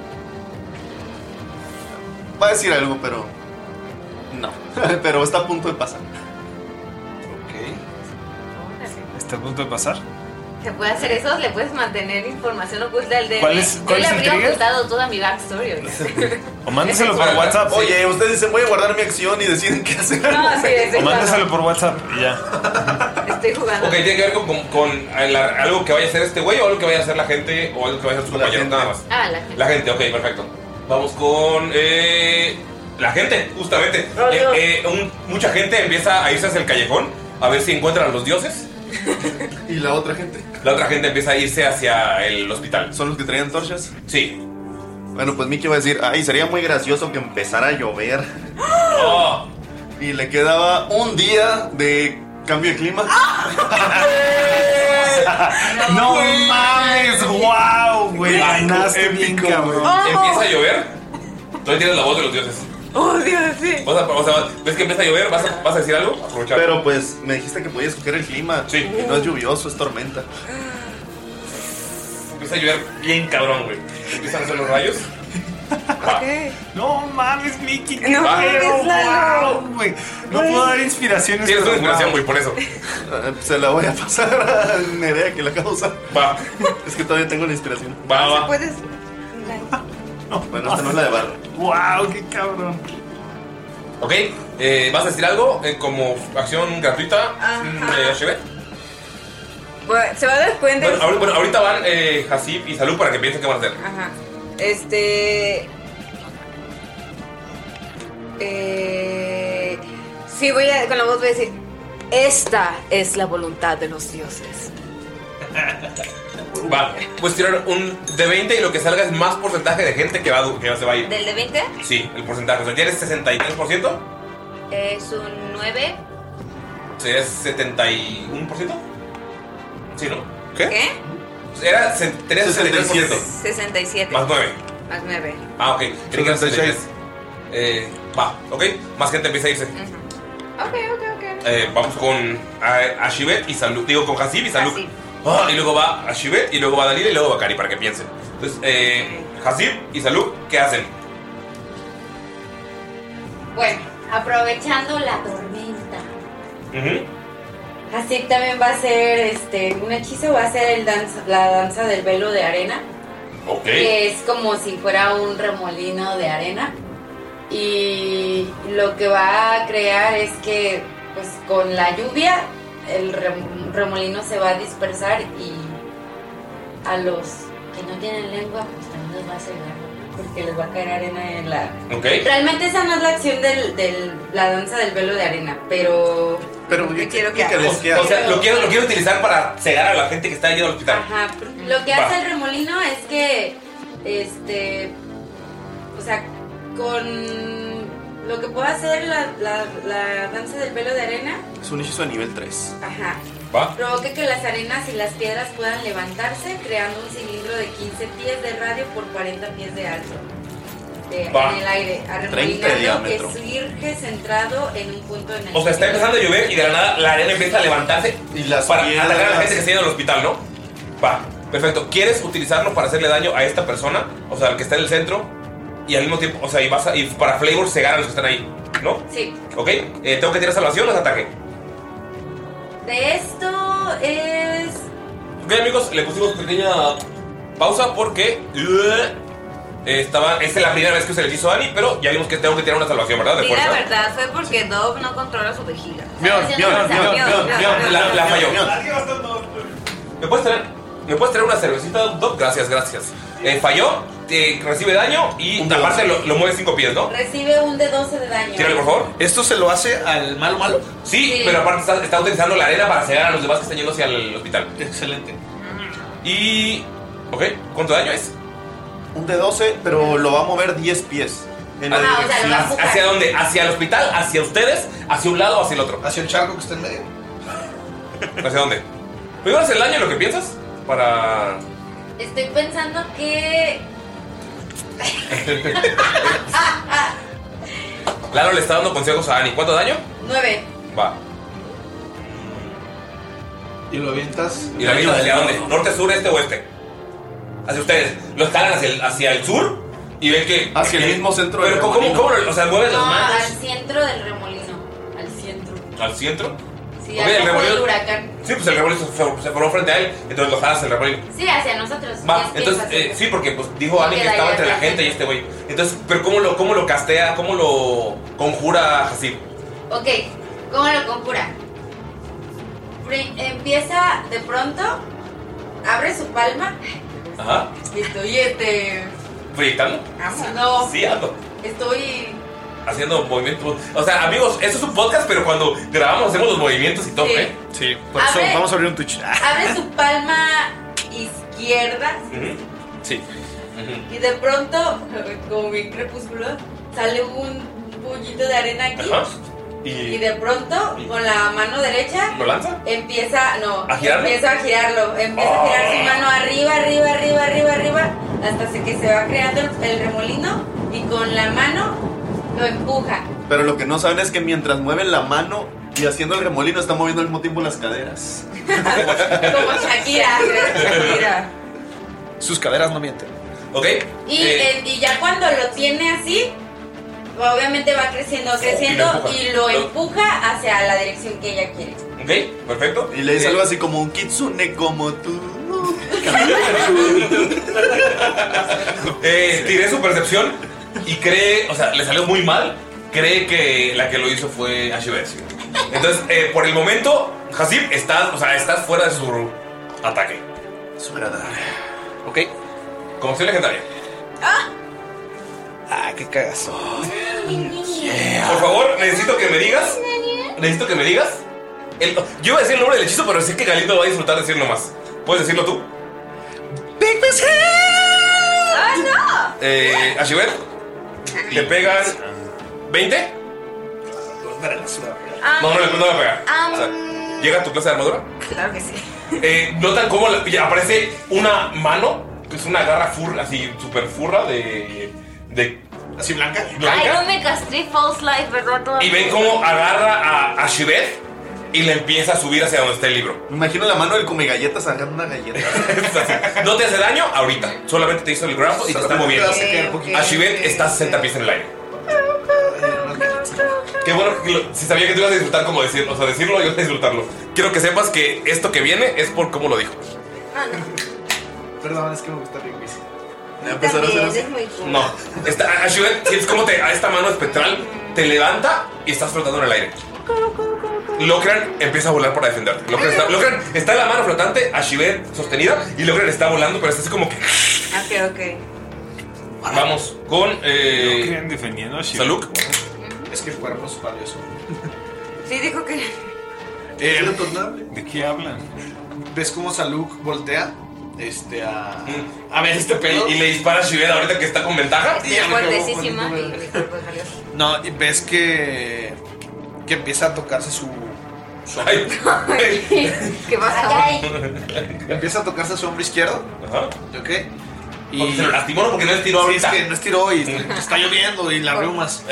Speaker 5: Va a decir algo, pero. No. pero está a punto de pasar.
Speaker 9: ¿Está a punto de pasar?
Speaker 7: ¿Se puede hacer eso? ¿Le puedes mantener información oculta
Speaker 6: E.
Speaker 7: al DM?
Speaker 9: ¿Cuál es- cuál
Speaker 7: Yo
Speaker 9: es
Speaker 7: le
Speaker 9: el
Speaker 7: habría
Speaker 9: trigger?
Speaker 7: ocultado toda mi backstory. oiga.
Speaker 9: O mándaselo por WhatsApp.
Speaker 5: Oye, ustedes dicen, voy a guardar mi acción y deciden qué hacer.
Speaker 7: No, sí,
Speaker 9: O mándaselo por WhatsApp y ya.
Speaker 7: Estoy jugando.
Speaker 3: Ok, tiene que ver con, con- con la- algo que vaya a hacer este güey o algo que vaya a hacer la gente o algo que vaya a hacer su compañero, nada más.
Speaker 7: Ah, la gente.
Speaker 3: La gente, ok, perfecto. Vamos con eh, la gente, justamente.
Speaker 9: Oh,
Speaker 3: Eh, eh, un- mucha gente empieza a irse hacia el callejón a ver si encuentran a los dioses.
Speaker 5: ¿Y la otra gente?
Speaker 3: La otra gente empieza a irse hacia el hospital.
Speaker 5: ¿Son los que traían torchas?
Speaker 3: Sí.
Speaker 5: Bueno, pues Mickey va a decir, ay, sería muy gracioso que empezara a llover.
Speaker 9: Oh.
Speaker 5: Y le quedaba un día de cambio de clima.
Speaker 9: ¡No mames! ¡Wow, güey! Ganaste bien, cabrón.
Speaker 3: Empieza a llover. Todavía tienes la voz de los dioses.
Speaker 7: Oh, Dios, sí.
Speaker 3: Vas a- vas a- ¿Ves que empieza a llover? ¿Vas a, vas a decir algo? Aprovechar.
Speaker 5: Pero pues me dijiste que podía escoger el clima. Sí. Y no es lluvioso, es tormenta.
Speaker 3: Empieza a llover bien cabrón, güey. Empiezan a hacer los rayos.
Speaker 9: No mames, Mickey. qué
Speaker 3: No mames,
Speaker 9: feo,
Speaker 3: Lalo.
Speaker 9: guau, güey. No puedo dar inspiraciones.
Speaker 3: Tienes una
Speaker 9: pero
Speaker 3: inspiración, güey,
Speaker 9: guau.
Speaker 3: por eso.
Speaker 5: Ah, Se la voy a pasar a Nerea que la acabo de usar.
Speaker 3: Va.
Speaker 5: Es que todavía tengo la inspiración.
Speaker 3: Ah, Va,
Speaker 6: Puedes.
Speaker 5: Bueno, esta no es la de barro.
Speaker 9: ¡Wow, qué cabrón!
Speaker 3: Ok, eh, ¿vas a decir algo eh, como acción gratuita? Eh, Ashibet?
Speaker 6: Bueno, se va a dar cuenta.
Speaker 3: bueno, ahor- bueno, ahorita van eh, Hasib y Salud para que piensen qué van a hacer.
Speaker 6: Ajá. Este. Eh, sí, voy a. Con la voz voy a decir.
Speaker 13: Esta es la voluntad de los dioses.
Speaker 3: Va, pues tirar un de 20 y lo que salga es más porcentaje de gente que va, a du- que se va a ir.
Speaker 6: ¿Del de 20?
Speaker 3: Sí, el porcentaje. O sea, ya eres 63%,
Speaker 6: Es un 9.
Speaker 3: sería 71%. Sí, ¿no? ¿Qué? Era, se- tenías 63%.
Speaker 6: 67.
Speaker 3: Más 9.
Speaker 6: Más 9.
Speaker 3: Ah, ok. Creí que era 63. Eh, va, ok. Más gente empieza a irse.
Speaker 6: Ok, ok, ok.
Speaker 3: Eh, vamos con a- Ashibet y Salud. Digo, con Hasib y Salud. Ah, y luego va Ashibet, y luego va Dalila, y luego va Kari, para que piensen. Entonces, eh, Hasib y Salud, ¿qué hacen?
Speaker 7: Bueno, aprovechando la tormenta.
Speaker 3: Ujú.
Speaker 7: Así también va a ser este, un hechizo, va a ser el danza- la danza del velo de arena,
Speaker 3: Ok.
Speaker 7: que es como si fuera un remolino de arena. Y lo que va a crear es que pues con la lluvia el rem- remolino se va a dispersar y a los que no tienen lengua pues también les va a servir porque les va a caer arena en la...
Speaker 3: Ok.
Speaker 7: Realmente esa no es la acción de la danza del velo de arena, pero...
Speaker 5: Pero
Speaker 7: yo quiero que...
Speaker 3: O, o sea, lo quiero, lo quiero utilizar para cegar a la gente que está yendo al hospital.
Speaker 7: Ajá, lo que
Speaker 3: Va.
Speaker 7: hace el remolino es que, este, o sea, con lo que puedo hacer, la, la, la danza del velo de arena,
Speaker 5: Es un hechizo de nivel 3.
Speaker 7: ajá,
Speaker 5: ¿Va?
Speaker 7: provoque que las arenas y las piedras puedan levantarse, creando un cilindro de 15 pies de radio por 40 pies de alto. De-
Speaker 3: Va.
Speaker 7: en el aire,
Speaker 3: 30 de
Speaker 7: arremolinado que
Speaker 3: diámetro.
Speaker 7: surge centrado en un punto en el
Speaker 3: O sea, está empezando a llover y de la nada la arena empieza a levantarse para atacar a la gente que está yendo al hospital, ¿no? Va, perfecto. ¿Quieres utilizarlo para hacerle daño a esta persona? O sea, al que está en el centro. Y al mismo tiempo, o sea, y, vas a, y para Flavor se ganan los que están ahí, ¿no?
Speaker 7: Sí.
Speaker 3: ¿Ok? eh, ¿Tengo que tirar salvación o es ataque?
Speaker 7: De esto es.
Speaker 3: Ok, amigos, le pusimos pequeña pausa porque. eh, estaba. Esta es la primera vez que se le hizo a Ani, pero ya vimos que tengo que tirar una salvación, ¿verdad? Ah, De
Speaker 6: Di la
Speaker 3: fuerza.
Speaker 6: verdad, fue porque Dove no controla su vejiga.
Speaker 3: Mion,
Speaker 6: ¿Sabes?
Speaker 3: mion,
Speaker 6: O sea,
Speaker 3: mion, mion, mion,
Speaker 6: mion.
Speaker 3: la- la falló. ¿Me puedes traer, ¿me puedes traer una cervecita, Doc? Gracias, gracias. Eh, falló, te recibe daño y aparte lo, lo mueve cinco pies, ¿no?
Speaker 7: Recibe un de 12 de daño.
Speaker 3: Tírale, por favor. ¿Esto se lo hace al malo malo? Sí,
Speaker 7: Sí.
Speaker 3: pero aparte está, está utilizando la arena para cegar a los demás que están yendo hacia el hospital. Excelente. Y. Ok, ¿cuánto daño es?
Speaker 5: Un de 12, pero lo va a mover 10 pies. En la
Speaker 3: Ajá, Ah, o sea, lo
Speaker 5: dirección.
Speaker 3: va a empujar. ¿Hacia dónde? ¿Hacia el hospital? ¿Hacia ustedes? ¿Hacia un lado o hacia el otro?
Speaker 4: Hacia el charco que está en medio.
Speaker 3: ¿Hacia dónde? Primero hace el daño lo que piensas para.
Speaker 7: Estoy pensando que.
Speaker 3: Lalo le está dando consejos a Ani. ¿Cuánto daño?
Speaker 7: 9.
Speaker 3: Va.
Speaker 4: Y lo avientas.
Speaker 3: ¿Y la vida hacia dónde? ¿Norte, sur, este, oeste? Hacia ustedes. Lo escalan hacia el, hacia el sur y ven que. Hacia el mismo centro Pero ¿cómo, cómo, cómo lo- O sea, mueves las
Speaker 7: No,
Speaker 3: manos
Speaker 7: al centro del remolino. Al centro.
Speaker 3: al centro.
Speaker 7: Sí,
Speaker 3: Ok,
Speaker 7: al
Speaker 3: el
Speaker 7: ojo del
Speaker 3: remolino-
Speaker 7: huracán.
Speaker 3: Sí, pues el remolino se, se formó frente a él, entonces lo jalas el remolino.
Speaker 7: Sí, hacia nosotros.
Speaker 3: Va,
Speaker 7: Diez pies
Speaker 3: entonces,
Speaker 7: hacia-
Speaker 3: eh, sí, porque pues dijo Ani que
Speaker 7: Queda
Speaker 3: estaba
Speaker 7: ahí
Speaker 3: entre la
Speaker 7: atrás.
Speaker 3: gente y este güey. Entonces, pero ¿cómo lo, cómo lo castea? ¿Cómo lo conjura así?
Speaker 7: Ok, ¿cómo lo compura? Pri- empieza de pronto, abre su palma.
Speaker 3: Ajá.
Speaker 7: Estoy este.
Speaker 3: ¿Proyectando?
Speaker 7: No,
Speaker 3: Sí, hazlo.
Speaker 7: estoy.
Speaker 3: haciendo movimientos. O sea, amigos, esto es un podcast, pero cuando grabamos hacemos los movimientos y todo, ¿eh? Sí,
Speaker 7: por eso Abre- vamos a
Speaker 3: abrir un Twitch.
Speaker 7: Abre su palma izquierda
Speaker 3: Sí.
Speaker 7: y de pronto, como bien crepúsculo, sale un puñito de arena aquí.
Speaker 3: Ajá.
Speaker 7: Y
Speaker 3: Y
Speaker 7: de pronto, con la mano derecha,
Speaker 3: ¿Lo lanza?
Speaker 7: Empieza, no,
Speaker 3: ¿A girarlo? Oh.
Speaker 7: empieza a girarlo, empieza a girar su mano arriba, arriba, arriba, arriba, arriba, hasta se- que se va creando el, el remolino y con la mano lo empuja.
Speaker 5: Pero lo que no saben es que mientras mueven la mano y haciendo el remolino, está moviendo al mismo tiempo las caderas.
Speaker 7: Como Shakira. Shakira.
Speaker 4: Sus caderas no mienten.
Speaker 3: Ok.
Speaker 7: Y, eh, y ya cuando lo tiene así, obviamente va
Speaker 3: Oh,
Speaker 7: creciendo, creciendo y lo empuja hacia la dirección que ella quiere.
Speaker 3: Ok, perfecto.
Speaker 5: Y le dice algo así como un kitsune como tú.
Speaker 3: eh, tiré su percepción y cree, o sea, le salió muy mal. Cree que la que lo hizo fue Ashibetsu. Entonces, eh, por el momento, Hasib, estás, o sea, estás fuera de su ataque.
Speaker 5: Su radar.
Speaker 3: Ok. Como acción legendaria.
Speaker 4: Ah, qué cagazo.
Speaker 3: Por favor, necesito que me digas. Necesito que me digas. el- yo iba a decir el nombre del hechizo, pero sé que Galindo va a disfrutar decirlo más. ¿Puedes decirlo tú?
Speaker 4: ¡Big Miss
Speaker 7: ¡Ah,
Speaker 3: Eh, Ashibet, le pegan 20. No, no, le- no le va a pegar. O sea, llega tu clase de armadura.
Speaker 6: Claro que sí.
Speaker 3: Eh, notan cómo la- ya aparece una mano, que es una garra furra, así super furra de. de así blanca.
Speaker 11: Ay,
Speaker 3: blanca
Speaker 11: no me castré false life, ¿verdad?
Speaker 3: y ven cómo agarra a Ashibet y le empieza a subir hacia donde está el libro.
Speaker 5: Me imagino la mano del come galletas agarrando una galleta.
Speaker 3: No te hace daño ahorita, solamente te hizo el grafo y te está
Speaker 5: Solamente
Speaker 3: moviendo.
Speaker 5: te hace caer poquito.
Speaker 3: Ashibet está a 60 pies en el aire. Qué bueno que lo- si sabía que tú ibas a disfrutar como decirlo, o sea, decirlo y a disfrutarlo. Quiero que sepas que esto que viene es por cómo lo dijo.
Speaker 4: Perdón, es que me gusta Big Miss.
Speaker 3: No, está, Ashibet, sientes como te, a esta mano espectral te levanta y estás flotando en el aire. Locran empieza a volar para defenderte. Locran está, Locran está en la mano flotante, Ashibet sostenida y Locran está volando, pero está así como que.
Speaker 6: Ok, ok.
Speaker 3: Vamos con. Eh,
Speaker 9: defendiendo a
Speaker 3: Saluk.
Speaker 4: Es que el cuerpo es valioso.
Speaker 6: Sí, dijo que.
Speaker 3: Eh,
Speaker 4: ¿De qué hablan? ¿Ves cómo Saluk voltea este, a, a ver este pedo.
Speaker 3: Y, y le dispara a Shivera ahorita que está con ventaja.
Speaker 6: Estoy fuertecísima y mi cuerpo salió.
Speaker 4: No, y ves que, que empieza a tocarse su... su
Speaker 6: ¿Qué pasa?
Speaker 4: empieza a tocarse su hombro izquierdo.
Speaker 3: Ajá.
Speaker 4: ¿Ok? Y
Speaker 3: se lo lastimó, ¿no? Porque no estiró
Speaker 4: Sí,
Speaker 3: ahorita.
Speaker 4: es que no estiró y está lloviendo y las brumas.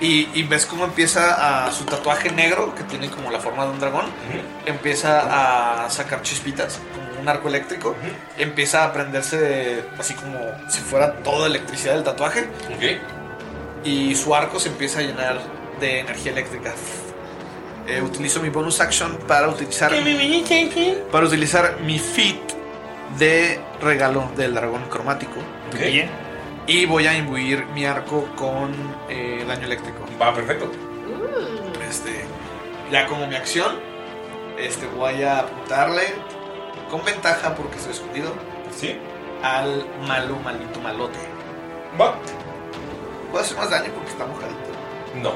Speaker 4: y, y ves cómo empieza a su tatuaje negro, que tiene como la forma de un dragón, empieza a sacar chispitas, como un arco eléctrico. Empieza a prenderse de- así como si fuera toda electricidad del tatuaje. Y su arco se empieza a llenar de energía eléctrica. Eh, utilizo mi bonus action para utilizar para utilizar mi fit de regalo del dragón cromático.
Speaker 9: Bien.
Speaker 4: Y voy a imbuir mi arco con eh, daño eléctrico.
Speaker 3: Va, perfecto.
Speaker 4: Este, ya como mi acción, este, voy a apuntarle con ventaja porque estoy escondido.
Speaker 3: Sí.
Speaker 4: Al malo, malito, malote.
Speaker 3: Va.
Speaker 4: Puedo hacer más daño porque está mojadito.
Speaker 3: No.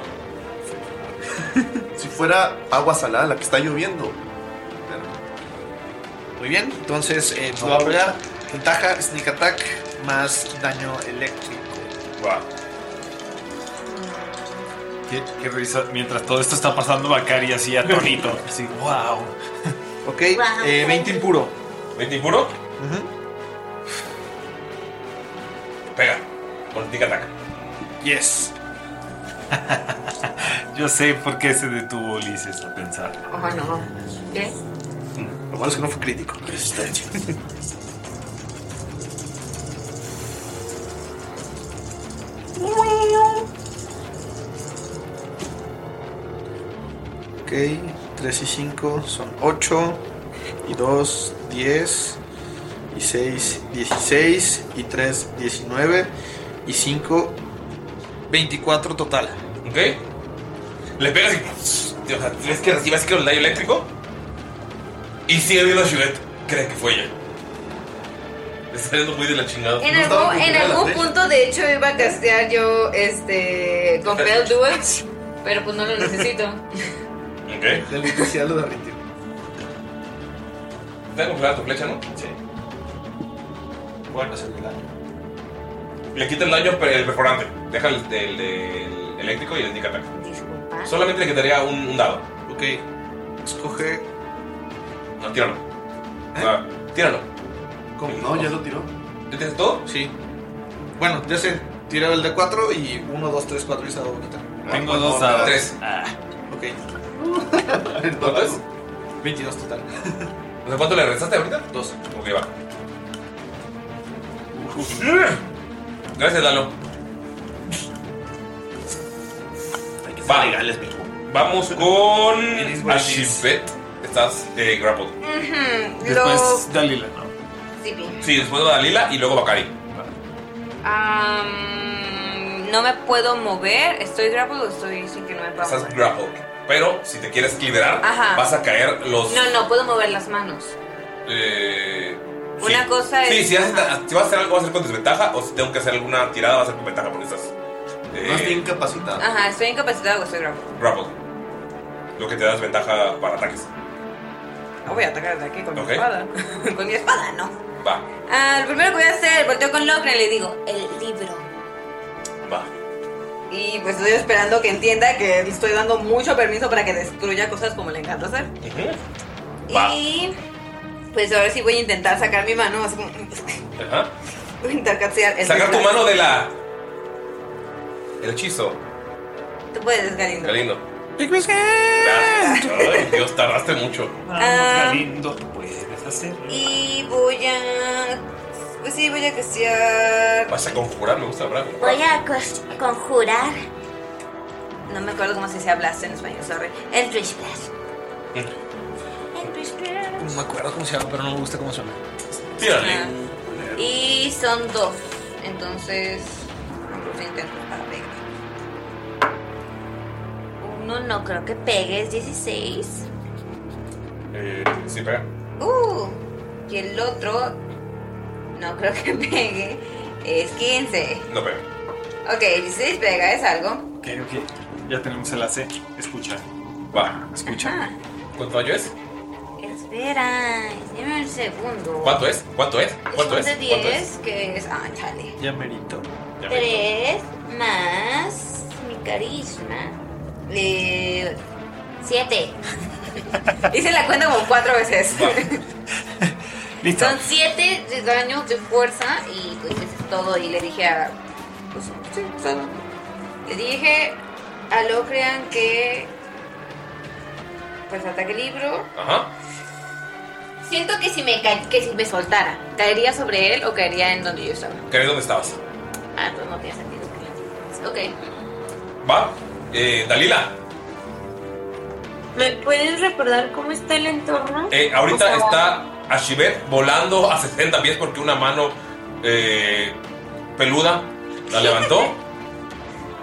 Speaker 5: si fuera agua salada la que está lloviendo.
Speaker 4: Muy bien, entonces eh, te voy a apoyar. Ventaja, sneak attack, más daño eléctrico.
Speaker 3: Va.
Speaker 9: Qué, qué risa. Mientras todo esto está pasando, Bacari así atónito. Así, wow.
Speaker 4: Ok, eh, 20 impuro.
Speaker 3: ¿20 impuro? Pega. Con tic tac.
Speaker 4: Yes.
Speaker 9: Yo sé por qué se detuvo Ulises a pensar.
Speaker 6: Ojo, no. ¿Qué?
Speaker 4: Lo malo es que no fue crítico. Resistencia. Ok, 3 y 5 son 8 y 2, 10 y 6, 16 y 3, 19 y 5, 24 total.
Speaker 3: Ok. Le pegas y. O sea, ves que recibe así que el daño eléctrico. Y sigue viendo a Shivet. Cree que fue ella. Le Está yendo muy de la chingada.
Speaker 6: En algún, en algún punto, de hecho, iba a castear yo este Compel Duel, pero pues no lo necesito.
Speaker 3: Ok.
Speaker 4: La electricidad lo derritió.
Speaker 3: Está congelada tu flecha, ¿no?
Speaker 4: Sí. Bueno, es el daño.
Speaker 3: Le quita el daño per- el perforante. Deja el, el- el eléctrico y el tic tac. Solamente le quitaría un, un dado.
Speaker 4: Ok. Escoge.
Speaker 3: No, tíralo. Ah, tíralo.
Speaker 4: ¿Cómo?
Speaker 5: No, ya lo tiró.
Speaker 3: ¿Ya tienes todo?
Speaker 4: Sí. Bueno, ya sé. Tiraba el de 4 y 1, 2, 3, 4 y ese dado ahorita.
Speaker 5: Ah,
Speaker 9: Tengo
Speaker 5: pues
Speaker 9: dos dados.
Speaker 3: Tres.
Speaker 9: Ah.
Speaker 4: Ok.
Speaker 3: ¿Cuánto es?
Speaker 4: 22 total.
Speaker 3: O sea, ¿Cuánto le regresaste ahorita?
Speaker 4: Dos.
Speaker 3: Ok, va. Gracias, Lalo. Va. Vamos con Ashibet. Estás eh, grappled.
Speaker 6: Ujú,
Speaker 9: Después Dalila, ¿no?
Speaker 6: Lo. Sí, bien.
Speaker 3: Sí, después va Dalila y luego Bakari.
Speaker 6: Am, no me puedo mover. ¿Estoy grappled o estoy sin que no me pueda
Speaker 3: Estás
Speaker 6: mover?
Speaker 3: grappled. Pero si te quieres liberar,
Speaker 6: Ajá.
Speaker 3: vas a caer los.
Speaker 6: No, no, puedo mover las manos.
Speaker 3: eh,
Speaker 6: Una cosa
Speaker 3: sí,
Speaker 6: es.
Speaker 3: si, haces- si vas a hacer algo, vas a hacer con desventaja. O si tengo que hacer alguna tirada, vas a hacer con ventaja porque estás. eh,
Speaker 6: Ajá, estoy incapacitado o estoy grappled.
Speaker 3: Grappled. Lo que te da desventaja para ataques.
Speaker 6: No Ah, voy a atacar de aquí con
Speaker 3: Ok.
Speaker 6: mi espada. con mi espada, no.
Speaker 3: Va,
Speaker 6: Ah, lo primero que voy a hacer, volteo con Locra y le digo, el libro.
Speaker 3: va.
Speaker 6: Y pues estoy esperando que entienda que le estoy dando mucho permiso para que destruya cosas como le encanta hacer.
Speaker 3: Va.
Speaker 6: Y pues ahora sí voy a intentar sacar mi mano, así como
Speaker 3: Ajá.
Speaker 6: voy a intentar castear el
Speaker 3: Sacar tu
Speaker 6: disfraz.
Speaker 3: mano de la. El hechizo.
Speaker 6: Tú puedes, Galindo.
Speaker 3: Galindo. Gracias. Ay, Dios, tardaste mucho.
Speaker 6: Ah.
Speaker 9: Galindo, puedes hacerlo.
Speaker 6: Y voy a... Pues sí, voy a castear...
Speaker 3: Vas a conjurar, me gusta hablar.
Speaker 11: Voy a cos- conjurar.
Speaker 6: No me acuerdo cómo se dice hablaste en español, sorry. El Twitch Blast.
Speaker 3: Mm.
Speaker 6: El Twitch Blast.
Speaker 4: No me acuerdo cómo se llama, pero no me gusta cómo suena.
Speaker 5: Ah.
Speaker 3: Tírale.
Speaker 6: Y son dos. Entonces. Vamos a intentar pegar.
Speaker 11: Uno no creo que pegue, es 16.
Speaker 3: Eh, sí, pega.
Speaker 6: Uh, y el otro. No creo que pegue. Es 15.
Speaker 3: No pega.
Speaker 6: Ok, 16 pega, es algo.
Speaker 9: Ok, ok. Ya tenemos el AC. Escucha.
Speaker 3: Va.
Speaker 9: Escucha.
Speaker 6: Ah,
Speaker 3: ¿Cuánto daño es?
Speaker 6: Espera, dime un segundo.
Speaker 3: ¿Cuánto es? ¿Cuánto es? ¿Cuánto
Speaker 6: Son
Speaker 3: es?
Speaker 6: de
Speaker 3: ¿Cuánto
Speaker 6: 10,
Speaker 3: es?
Speaker 6: que es. Ah, chale.
Speaker 4: Ya merito.
Speaker 6: 3 más mi carisma. Eh, 7. Hice la cuenta como 4 veces.
Speaker 9: Listo.
Speaker 6: Son 7 de daño de fuerza y pues eso es todo. Y le dije a. Pues, sí, todo. Le dije a Locrian que. Pues ataque libro.
Speaker 3: Ajá.
Speaker 6: Siento que si me ca- que si me soltara, ¿caería sobre él o caería en donde yo estaba?
Speaker 3: ¿Qué dónde estabas?
Speaker 6: Ah, entonces no tiene sentido. Ok.
Speaker 3: Va. Eh, Dalila,
Speaker 8: ¿Me puedes recordar cómo está el entorno?
Speaker 3: eh,
Speaker 8: O
Speaker 3: ahorita
Speaker 8: sea,
Speaker 3: está Ashibet volando a 60 pies porque una mano eh, peluda la levantó.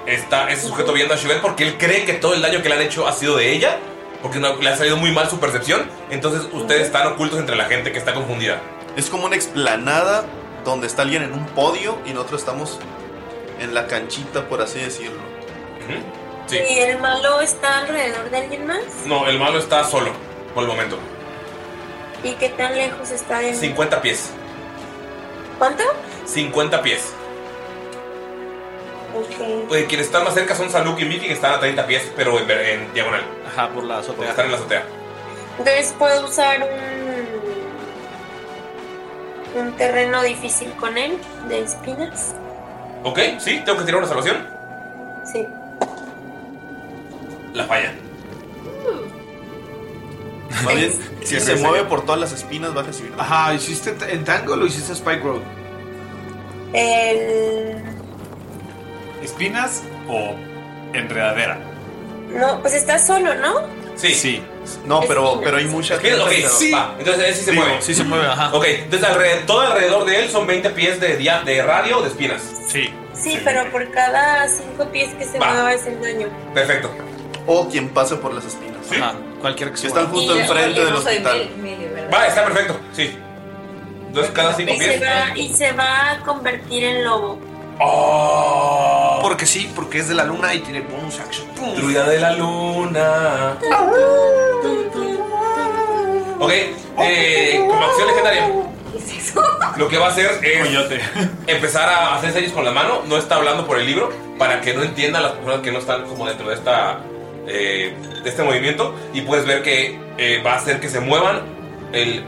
Speaker 3: Está ese sujeto viendo a Ashibet porque él cree que todo el daño que le han hecho ha sido de ella. Porque no- le ha salido muy mal su percepción. Entonces ustedes están ocultos entre la gente que está confundida.
Speaker 5: Es como una explanada donde está alguien en un podio y nosotros estamos en la canchita, por así decirlo.
Speaker 3: Sí.
Speaker 8: ¿Y el malo está alrededor de alguien más?
Speaker 3: No, el malo está solo por el momento.
Speaker 8: ¿Y qué tan lejos está de mí?
Speaker 3: 50 pies.
Speaker 8: ¿Cuánto?
Speaker 3: 50 pies.
Speaker 8: Ok.
Speaker 3: Pues, quienes están más cerca son Saluk y Miki, que están a 30 pies, pero en, ver- en diagonal. Ajá, por la azotea. están en la azotea.
Speaker 8: Entonces puedo usar un. un terreno difícil con él, de espinas.
Speaker 3: Ok, sí, tengo que tirar una salvación.
Speaker 8: Sí.
Speaker 3: La falla.
Speaker 5: Más bien, si se
Speaker 4: sí.
Speaker 5: mueve por todas las espinas, va a recibir.
Speaker 4: Ajá, ¿hiciste t- en tango o lo hiciste Spike Road?
Speaker 8: El.
Speaker 9: ¿Espinas o enredadera?
Speaker 8: No, pues está solo, ¿no?
Speaker 3: Sí.
Speaker 9: Sí.
Speaker 5: No, pero, pero hay muchas.
Speaker 3: Mira, ok, sí. Va, entonces él sí se
Speaker 5: Digo,
Speaker 3: mueve.
Speaker 5: sí se mueve,
Speaker 3: ajá. Ok, entonces alrededor, todo alrededor de él son 20 pies de, dia- de radio o de espinas.
Speaker 9: Sí.
Speaker 8: Sí, pero por cada cinco pies que se
Speaker 3: Va.
Speaker 8: mueva es el daño.
Speaker 3: Perfecto.
Speaker 5: O quien pase por las espinas. Ajá, cualquier que Están justo
Speaker 8: Y yo-
Speaker 5: enfrente
Speaker 8: yo
Speaker 5: del
Speaker 8: no soy
Speaker 5: hospital.
Speaker 8: mil- mil, ¿verdad?
Speaker 3: Va, está perfecto. Sí. Entonces cada 5
Speaker 8: Y se,
Speaker 3: pies.
Speaker 8: va, y se va a convertir en lobo.
Speaker 4: Porque sí, porque es de la luna y tiene bonus action. ¡Pum!
Speaker 3: Druida de la luna. Ok, eh, como acción legendaria. Lo que va a hacer es empezar a hacer señas con la mano. No está hablando por el libro para que no entiendan las personas que no están como dentro de esta eh, de este movimiento. Y puedes ver que eh, va a hacer que se muevan el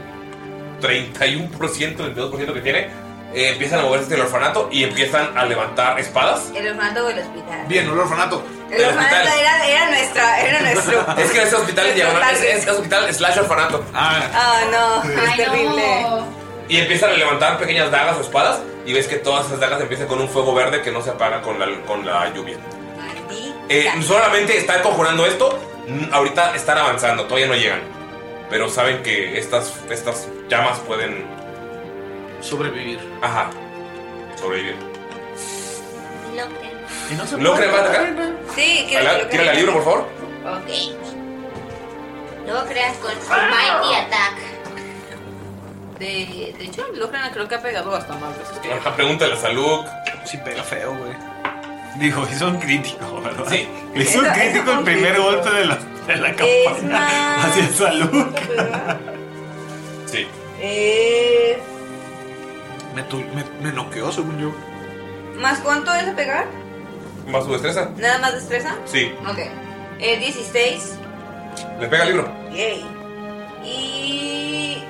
Speaker 3: 31%, 22% que tiene. eh, empiezan a moverse del orfanato y empiezan a levantar espadas.
Speaker 6: El orfanato o el hospital.
Speaker 3: Bien, el orfanato.
Speaker 6: El orfanato era, era nuestra, era nuestro.
Speaker 3: Es que en este hospital es diagonal, es,
Speaker 6: target.
Speaker 3: es hospital slash orfanato.
Speaker 6: Ah, no, es terrible.
Speaker 3: Y empiezan a levantar pequeñas dagas o espadas y ves que todas esas dagas empiezan con un fuego verde que no se apaga con la, con la lluvia. Eh, solamente están conjurando esto, mm, ahorita están avanzando, todavía no llegan. Pero saben que estas, estas llamas pueden... Sobrevivir. Ajá, sobrevivir. ¿Locre va a atacar?
Speaker 6: Sí, quiero
Speaker 3: Ala-
Speaker 6: que lo
Speaker 3: Tírale al
Speaker 6: creas.
Speaker 3: libro, por favor.
Speaker 6: Ok. Lo creas con su Mighty Attack. De, de hecho, lo crean creo que ha pegado hasta más veces que yo.
Speaker 3: Ajá, pregúntale a Salud.
Speaker 4: Sí, pega feo, güey.
Speaker 9: Digo, hizo un crítico, ¿verdad? Sí.
Speaker 6: Eso-
Speaker 9: Hizo un
Speaker 6: eso
Speaker 9: crítico
Speaker 6: fue
Speaker 9: el
Speaker 6: un
Speaker 9: primer
Speaker 6: crítico.
Speaker 9: golpe de la, de la campana. Así es, salud.
Speaker 3: Sí.
Speaker 6: Eh,
Speaker 4: Me, tu- me, me noqueó, según yo.
Speaker 6: ¿Más cuánto es de pegar?
Speaker 3: ¿Más su destreza?
Speaker 6: ¿Nada más destreza?
Speaker 3: Sí.
Speaker 6: Ok. Eh, 16.
Speaker 3: Le pega el libro.
Speaker 6: Yay. ¿Y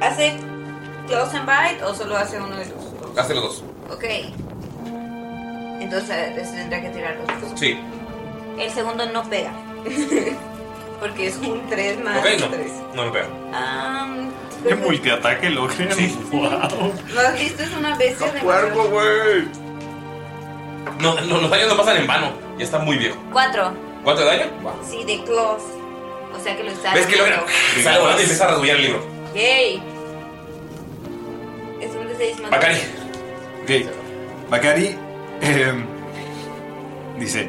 Speaker 6: hace close and bite o solo hace uno de los dos?
Speaker 3: Hace los dos.
Speaker 6: Ok. Entonces eh, se tendrá que tirar los dos.
Speaker 3: Sí.
Speaker 6: El segundo no pega. Porque es un 3 más Um,
Speaker 9: Ok, no.
Speaker 6: 3.
Speaker 3: No lo pega.
Speaker 9: Qué multiataque, lo creo.
Speaker 4: Ah,
Speaker 9: Wow.
Speaker 6: ¿Lo has visto? Es una bestia de
Speaker 3: güey! No, no, los daños no pasan en vano. Ya está muy viejo.
Speaker 6: 4.
Speaker 3: ¿Cuánto de daño? Va.
Speaker 6: Sí, de claws. O sea que lo está.
Speaker 3: ¿Ves que lo
Speaker 6: haciendo.
Speaker 3: Sale volando y empieza a rasguñar el libro.
Speaker 6: Yay. Es un de 6 más
Speaker 3: Bacari.
Speaker 9: Ok. Bacari eh, dice: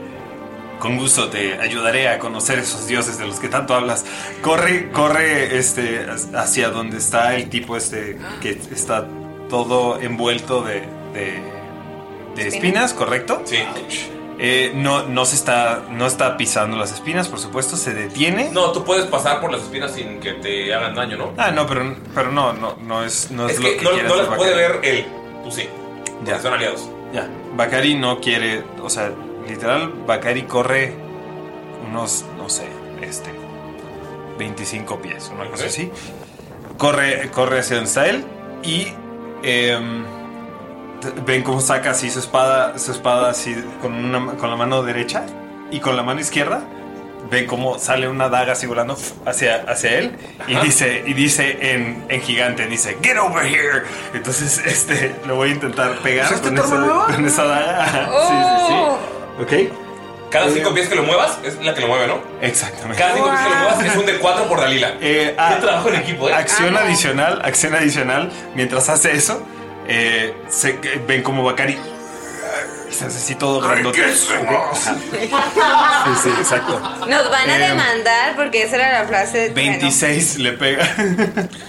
Speaker 9: Con gusto te ayudaré a conocer esos dioses de los que tanto hablas. Corre, corre este, hacia donde está el tipo este que está todo envuelto de, de, de espinas, ¿correcto?
Speaker 3: Sí.
Speaker 9: Eh, no, no se está, no está pisando las espinas, por supuesto, se detiene.
Speaker 3: No, tú puedes pasar por las espinas sin que te hagan daño, ¿no?
Speaker 9: Ah, no, pero, pero no, no, no es, no es,
Speaker 3: es
Speaker 9: lo que,
Speaker 3: que, no,
Speaker 9: quiere
Speaker 3: no
Speaker 9: hacer
Speaker 3: las puede
Speaker 9: Bacari.
Speaker 3: ver él, tú sí.
Speaker 9: Ya.
Speaker 3: Son aliados.
Speaker 9: Ya, Bakari no quiere, o sea, literal, Bakari corre unos, no sé, este, 25 pies, una cosa así. Corre, corre hacia donde está él y em, t- ven cómo saca así su espada, su espada así con, una, ma- con la mano derecha y con la mano izquierda. Ven cómo sale una daga así volando f- hacia, hacia él y
Speaker 3: Ajá.
Speaker 9: dice, y dice en, en gigante, dice, get over here. Entonces, este, lo voy a intentar pegar
Speaker 3: ¿Usaste
Speaker 9: con,
Speaker 3: tu
Speaker 9: esa,
Speaker 3: arma nueva?
Speaker 9: con esa daga.
Speaker 3: ¿Pues este Oh.
Speaker 9: Sí, sí, sí. Ok. Eh,
Speaker 3: Cada cinco pies que lo muevas es la que lo mueve, ¿no?
Speaker 9: Exactamente.
Speaker 3: Cada cinco pies que lo muevas es un de cuatro por Dalila.
Speaker 9: Eh, ah, Acción
Speaker 3: Ah, no.
Speaker 9: adicional, acción adicional. Mientras hace eso, eh, se, que- ven como Bakari se hace así todo grandote. Ajá. Sí, sí, exacto.
Speaker 6: Nos van a
Speaker 9: Em,
Speaker 6: demandar porque esa era la frase.
Speaker 9: 26 le pega.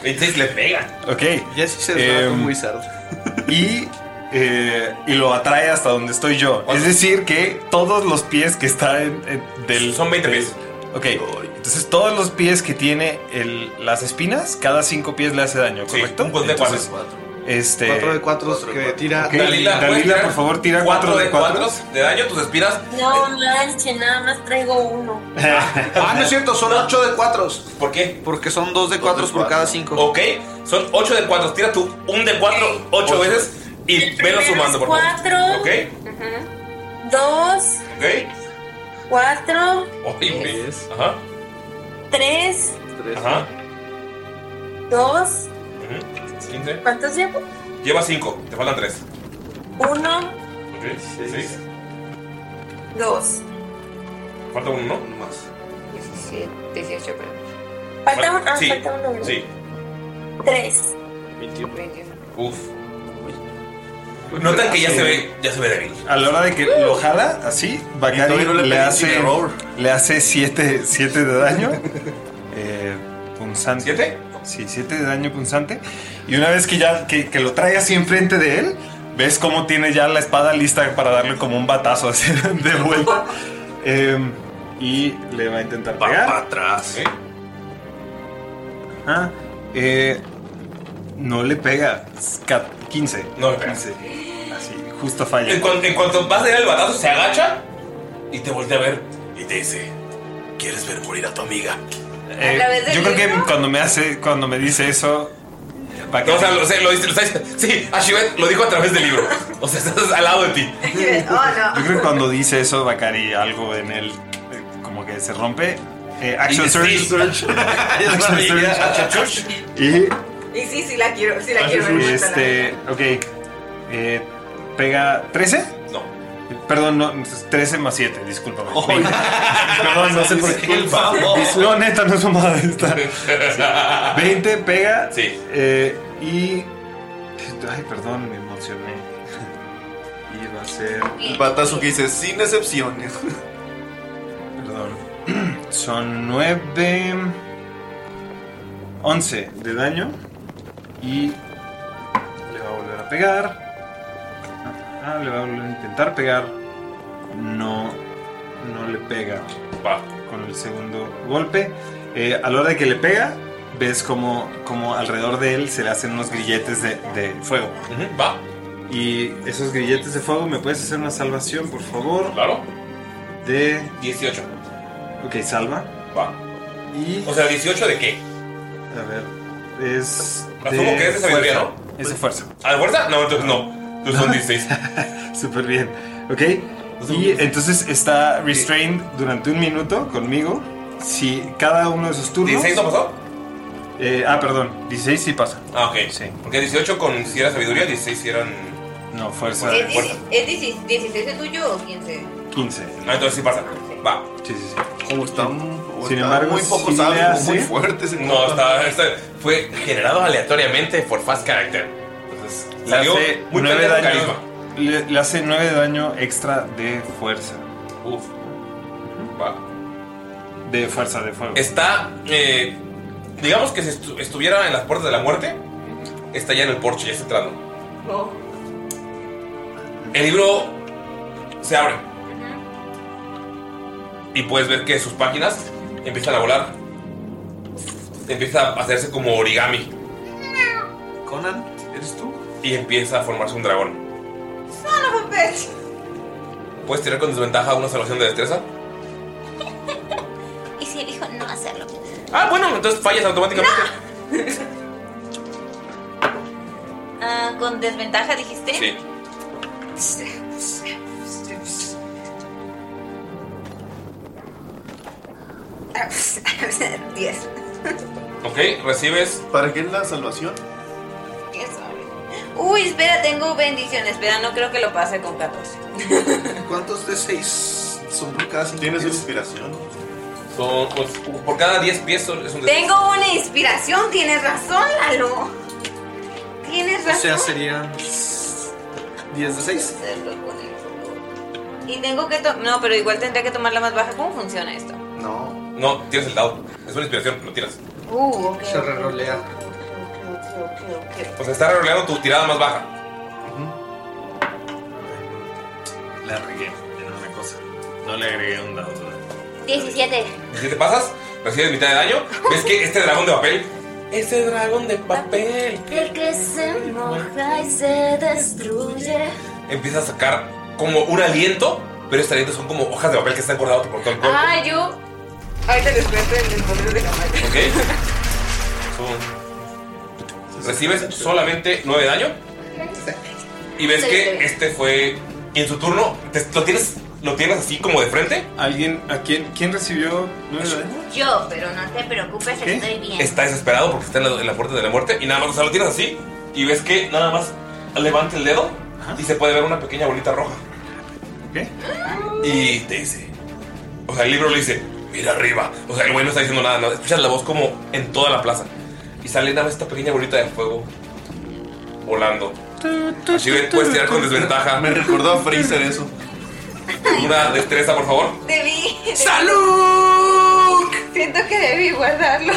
Speaker 3: 26 le pega.
Speaker 9: Ok. Em,
Speaker 4: Ya sí se desbarató muy
Speaker 9: Y, eh, y lo atrae hasta donde estoy yo. Es decir, que todos los pies que está en, en- del. Son 20 pies. Ok. Entonces, todos los pies que tiene el- las espinas, cada 5 pies le hace daño, ¿correcto? un
Speaker 3: de cuatro.
Speaker 9: Este.
Speaker 3: 4
Speaker 9: 4
Speaker 3: de
Speaker 9: 4 que
Speaker 3: Tira.
Speaker 9: tira. Dalila, por favor, tira 4 de 4.
Speaker 3: de daño, tus espinas.
Speaker 8: No, manche, nada más traigo uno.
Speaker 3: Ah, no es cierto, son 8 de 4. ¿Por qué? Porque son 2 de 4 por cada 5. Ok, son 8 de 4. Tira tú un de 4 8 veces y velo sumando, por favor.
Speaker 8: Cuatro,
Speaker 3: Ok,
Speaker 8: ujú, dos,
Speaker 3: ok.
Speaker 8: cuatro,
Speaker 3: Ay, me- Ajá.
Speaker 8: tres,
Speaker 3: Ajá.
Speaker 8: dos,
Speaker 3: ujú, 15.
Speaker 8: ¿cuántos llevo?
Speaker 3: Lleva 5, te faltan 3.
Speaker 8: Uno,
Speaker 3: Ok, 6.
Speaker 8: dos.
Speaker 3: Falta uno, ¿no? Más.
Speaker 6: 18, pero.
Speaker 8: Falta uno, ah,
Speaker 3: Sí,
Speaker 8: falta uno. ¿verdad?
Speaker 3: Sí.
Speaker 8: Tres.
Speaker 3: 21. Uf. Notan que ya se ve, ya se ve débil.
Speaker 9: A la hora de que lo jala, así, Bakari
Speaker 3: todavía no le
Speaker 9: le,
Speaker 3: pedí sin
Speaker 9: hace
Speaker 3: error.
Speaker 9: le hace 7 de daño eh, punzante. ¿Siete? Sí, 7 de daño punzante. Y una vez que ya que, que lo trae así enfrente de él, ves cómo tiene ya la espada lista para darle como un batazo así de vuelta. Eh, y le va a intentar pegar. atrás. Eh, no le pega. Ca- 15. No le pega. Así, justo falla.
Speaker 3: En cuanto, en cuanto vas a dar el batazo, se agacha y te voltea a ver y te dice: ¿Quieres ver morir a tu amiga?
Speaker 9: Eh,
Speaker 3: través del
Speaker 9: yo creo que cuando me hace, cuando me dice eso, va
Speaker 3: No, o sea, lo, sé, lo, dice- lo está- sí, Ashibet lo dijo a través del libro. O sea, estás al lado de ti.
Speaker 9: Yo creo que cuando dice eso, Bakari, algo en él eh, como que se rompe. Eh, action
Speaker 3: Y
Speaker 9: Surge.
Speaker 3: sí.
Speaker 9: Action Surge.
Speaker 3: Action
Speaker 9: Y
Speaker 6: Y sí, sí la quiero, sí la quiero ver. muerta, la verdad.
Speaker 9: este, ok. Eh, pega 13?
Speaker 3: No.
Speaker 9: Perdón, no, 13 más 7, discúlpame. Veinte. Perdón, no sé por qué.
Speaker 3: Disculpa.
Speaker 9: No, neta, no es sumada esta. 20 pega.
Speaker 3: Sí.
Speaker 9: Eh, y. Ay, perdón, me emocioné. Y va a ser.
Speaker 5: Un batazo que dice sin excepciones.
Speaker 9: Perdón. Son 9. 11 de daño. Y. Le va a volver a pegar. Ah, le va a volver a intentar pegar. No. No le pega.
Speaker 3: Va.
Speaker 9: Con el segundo golpe. Eh, a la hora de que le pega, ves como, como alrededor de él se le hacen unos grilletes de, de fuego.
Speaker 3: Va.
Speaker 9: Y esos grilletes de fuego, ¿me puedes hacer una salvación, por favor?
Speaker 3: Claro.
Speaker 9: De.
Speaker 3: 18.
Speaker 9: Ok, salva.
Speaker 3: Va. O sea, ¿18 de qué?
Speaker 9: A ver. Es.
Speaker 3: Asumo que es de sabiduría, ¿no?
Speaker 9: Es de fuerza.
Speaker 3: ¿A la fuerza? No, entonces no. Tú son 16.
Speaker 9: Súper bien. Ok. Y entonces está restrained durante un minuto conmigo. Si cada uno de sus turnos.
Speaker 3: ¿16 no pasó?
Speaker 9: Eh, ah, perdón. 16 sí pasa.
Speaker 3: Ah, ok. Porque 18 con si era sabiduría, 16 si eran. Eh,
Speaker 9: No, fuerza.
Speaker 6: ¿Es, dieci- es dieci- 16 el tuyo o 15?
Speaker 9: 15.
Speaker 3: Ah, entonces sí pasa. Va.
Speaker 9: Sí, sí, sí.
Speaker 3: ¿Cómo están?
Speaker 9: Sin embargo,
Speaker 5: muy poco
Speaker 9: sí le
Speaker 5: sabio,
Speaker 9: hace-
Speaker 5: muy fuerte ese
Speaker 3: No, está, está- fue generado aleatoriamente por Fast Character. Entonces,
Speaker 9: Le
Speaker 3: salió
Speaker 9: hace
Speaker 3: muy
Speaker 9: nueve
Speaker 3: grande
Speaker 9: daño-
Speaker 3: carisma.
Speaker 9: Le, le hace 9 de daño extra de fuerza.
Speaker 3: Uf. Va.
Speaker 9: De fuerza de fuego.
Speaker 3: Está, eh, digamos que si estu- estuviera en las puertas de la muerte, está ya en el porche, ya está entrando. El libro se abre. Y puedes ver que sus páginas empiezan a volar. Empieza a hacerse como origami.
Speaker 4: Conan, ¿eres tú?
Speaker 3: Y empieza a formarse un dragón.
Speaker 6: Son of a bitch.
Speaker 3: ¿Puedes tirar con desventaja una salvación de destreza?
Speaker 11: Y si dijo no hacerlo.
Speaker 3: Ah, bueno, entonces fallas automáticamente.
Speaker 11: Ah, con desventaja dijiste.
Speaker 3: Sí.
Speaker 6: Diez.
Speaker 3: Ok, recibes.
Speaker 5: ¿Para qué es la salvación?
Speaker 6: Qué suave. Uy, espera, tengo bendición. Espera, no creo que lo pase con 14.
Speaker 4: ¿Cuántos de 6 son por cada 5
Speaker 5: ¿Tienes una inspiración?
Speaker 3: Son, pues, por cada 10 pies son- es un de-
Speaker 6: Tengo una inspiración, tienes razón, Lalo. Tienes
Speaker 4: O
Speaker 6: razón.
Speaker 4: sea, serían 10 de 6.
Speaker 6: Y tengo que to- No, pero igual tendría que tomar la más baja. ¿Cómo funciona esto?
Speaker 3: No. No, tienes el dado. Es una inspiración, lo tiras.
Speaker 6: Uh, ok.
Speaker 4: Se rerolea.
Speaker 3: O sea, está roleando tu tirada más baja.
Speaker 9: La regué en una cosa. No le agregué un dado.
Speaker 11: 17.
Speaker 3: Si te pasas, recibes mitad de daño. ¿Ves que este dragón de papel
Speaker 11: Ese dragón de papel. El que se moja y se destruye.
Speaker 3: empieza a sacar como un aliento? Pero este aliento son como hojas de papel que están cortadas por todo el cuerpo.
Speaker 11: Ah, yo.
Speaker 6: Ahorita les cuento el desmadre de Jamaica.
Speaker 3: Ok. Son- Recibes solamente 9 de daño. Y ves que este fue. Y en su turno, te- lo, tienes, lo tienes así como de frente.
Speaker 9: ¿Alguien, a quién, quién recibió 9 de daño?
Speaker 11: Yo, pero no te preocupes,
Speaker 3: ¿Qué?
Speaker 11: estoy bien.
Speaker 3: Está desesperado porque está en la, en la puerta de la muerte. Y nada más, o sea, lo tienes así. Y ves que nada más levanta el dedo y se puede ver una pequeña bolita roja.
Speaker 9: ¿Qué?
Speaker 3: Y te dice. O sea, el libro le dice: Mira arriba. O sea, el güey no está diciendo nada. No, escuchas la voz como en toda la plaza. Y sale nada más esta pequeña bolita de fuego volando. Así ven, puedes tirar con desventaja. Me
Speaker 5: recordó a Freezer eso.
Speaker 3: Una destreza, por favor.
Speaker 6: Debí. debí-
Speaker 4: ¡Salud!
Speaker 6: Siento que debí guardarlo.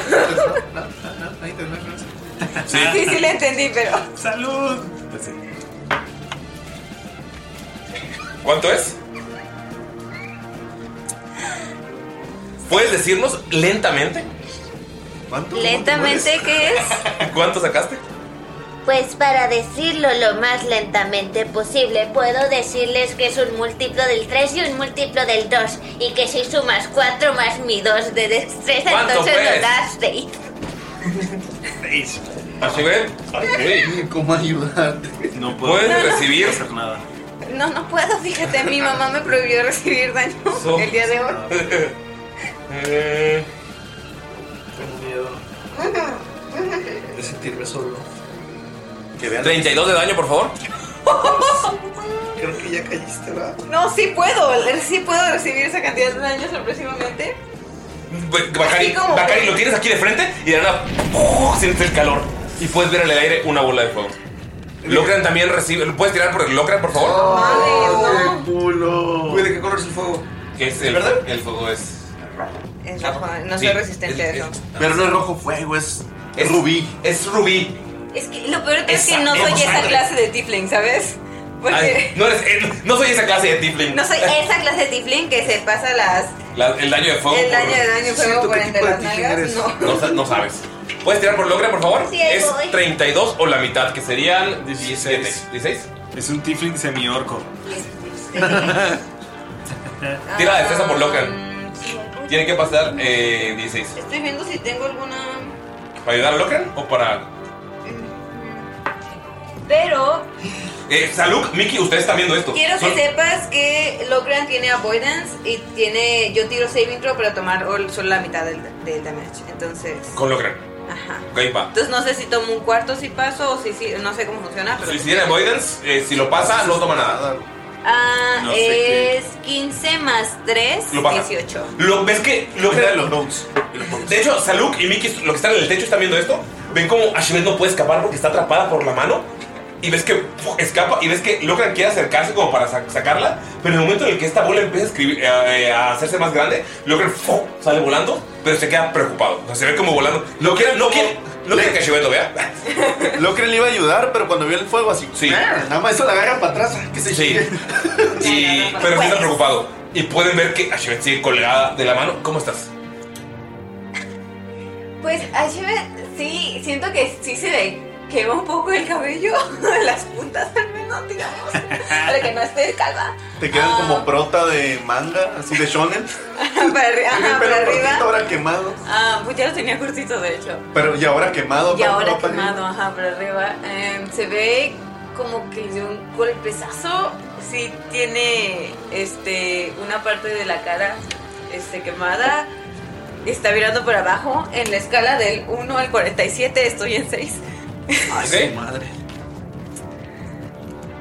Speaker 3: Sí.
Speaker 6: Sí, sí, le entendí, pero.
Speaker 9: ¡Salud!
Speaker 3: ¿Cuánto es? ¿Puedes decirnos lentamente
Speaker 5: ¿Cuánto?
Speaker 11: ¿Lentamente qué es?
Speaker 3: ¿Cuánto sacaste?
Speaker 11: Pues para decirlo lo más lentamente posible, puedo decirles que es un múltiplo del 3 y un múltiplo del 2. Y que si sumas 4 más mi 2 de destreza,
Speaker 3: ¿Cuánto
Speaker 11: entonces
Speaker 3: fue?
Speaker 11: lo das 6.
Speaker 3: ¿Así ven?
Speaker 5: ¿Cómo ayudarte?
Speaker 9: No
Speaker 3: Puedes recibir
Speaker 6: No, no puedo, fíjate, mi mamá me prohibió recibir daño
Speaker 3: So-
Speaker 6: el día de hoy.
Speaker 3: Eh,
Speaker 12: Tengo miedo de sentirme solo.
Speaker 3: 32 de daño, por favor.
Speaker 12: Creo que ya caíste, ¿verdad?
Speaker 6: No, sí puedo, sí puedo recibir esa cantidad de daño sorpresivamente.
Speaker 3: Bacari, Bacari, lo tienes aquí de frente y de nada ¡puf! sientes el calor. Y puedes ver en el aire una bola de fuego. Locran también recibe. ¿Puedes tirar por el Locran, por favor?
Speaker 6: Oh,
Speaker 5: Oh,
Speaker 6: Madre,
Speaker 3: culo!
Speaker 4: Güey, ¿de qué color es el fuego?
Speaker 3: ¿Qué es el,
Speaker 4: ¿Verdad?
Speaker 3: el fuego es rojo.
Speaker 6: Es rojo, no soy
Speaker 3: Sí,
Speaker 6: resistente a eso.
Speaker 5: Pero no es rojo fuego, es, rubí.
Speaker 3: Es rubí.
Speaker 6: Es que lo peor es
Speaker 3: Esa-
Speaker 6: que no soy
Speaker 3: tenemos
Speaker 6: esa
Speaker 3: sangre.
Speaker 6: clase de tiefling, ¿sabes? Porque
Speaker 3: Ay, no, eres- eh, no soy esa clase de tiefling.
Speaker 6: no soy esa clase de tiefling que se pasa las
Speaker 3: La- el daño de fuego.
Speaker 6: el daño
Speaker 3: por-
Speaker 6: de daño fuego por entre las nalgas. No.
Speaker 3: No, sa- no sabes. ¿Puedes tirar por logre, por favor?
Speaker 6: Sí, ahí
Speaker 3: es
Speaker 6: voy.
Speaker 3: 32 o la mitad, que serían 16.
Speaker 9: Es un tiefling semi-orco.
Speaker 3: Tira defensa por Locran. Tiene que pasar eh, 16.
Speaker 6: Estoy viendo si tengo alguna.
Speaker 3: ¿Para ayudar a Locran o para.?
Speaker 6: Pero
Speaker 3: Eh, Saluk, Miki, ustedes están viendo esto.
Speaker 6: quiero que
Speaker 3: Son-
Speaker 6: sepas que Logran tiene avoidance y tiene. Yo tiro saving throw para tomar ol- solo la mitad del, del damage. Entonces.
Speaker 3: Con Locran.
Speaker 6: Ajá.
Speaker 3: Ok, va.
Speaker 6: Entonces no sé si tomo un cuarto si paso o si, si no sé cómo funciona, pero
Speaker 3: Si tiene avoidance, eh, si lo pasa, no toma nada.
Speaker 6: Ah,
Speaker 3: No sé
Speaker 6: es 15 más 3,
Speaker 3: Lo pasa.
Speaker 6: 18.
Speaker 3: Lo, ¿Ves que Locran. De hecho, Saluk y Miki, lo que están en el techo, están viendo esto. Ven como Ashibet no puede escapar porque está atrapada por la mano. Y ves que ¡puf! escapa y ves que Locran quiere acercarse como para sa- sacarla. Pero en el momento en el que esta bola empieza a, escribir- eh, a, eh, a hacerse más grande, Locran ¡fu! sale volando, pero se queda preocupado. O sea, se ve como volando. Locran no quiere, no quiere que Ashibet lo vea.
Speaker 5: Locren le iba a ayudar, pero cuando vio el fuego así.
Speaker 3: Sí.
Speaker 5: Nada más eso la agarra para atrás. Que se
Speaker 3: Sí. Y- pero se está preocupado. Y pueden ver que Ashivet sigue colgada de la mano. ¿Cómo estás?
Speaker 6: Pues Ashibet, sí, siento que sí se le quema un poco el cabello, las puntas al menos, digamos, para que no esté calva.
Speaker 5: Te quedan
Speaker 6: Ah.
Speaker 5: como prota de manga, así de shonen.
Speaker 6: para, arri- ajá,
Speaker 5: Pero
Speaker 6: Ah, para
Speaker 5: cortito,
Speaker 6: arriba.
Speaker 5: ahora quemado.
Speaker 6: Ah, pues ya lo tenía cortito, de hecho.
Speaker 5: Pero y ahora quemado.
Speaker 6: Y
Speaker 5: pa-
Speaker 6: ahora
Speaker 5: pa- pa-
Speaker 6: quemado, ajá, para arriba. Em, se ve como que de un golpezazo. Sí tiene este una parte de la cara este, quemada. Está mirando por abajo. En la escala del 1 al 47 estoy en 6.
Speaker 3: Ay, madre.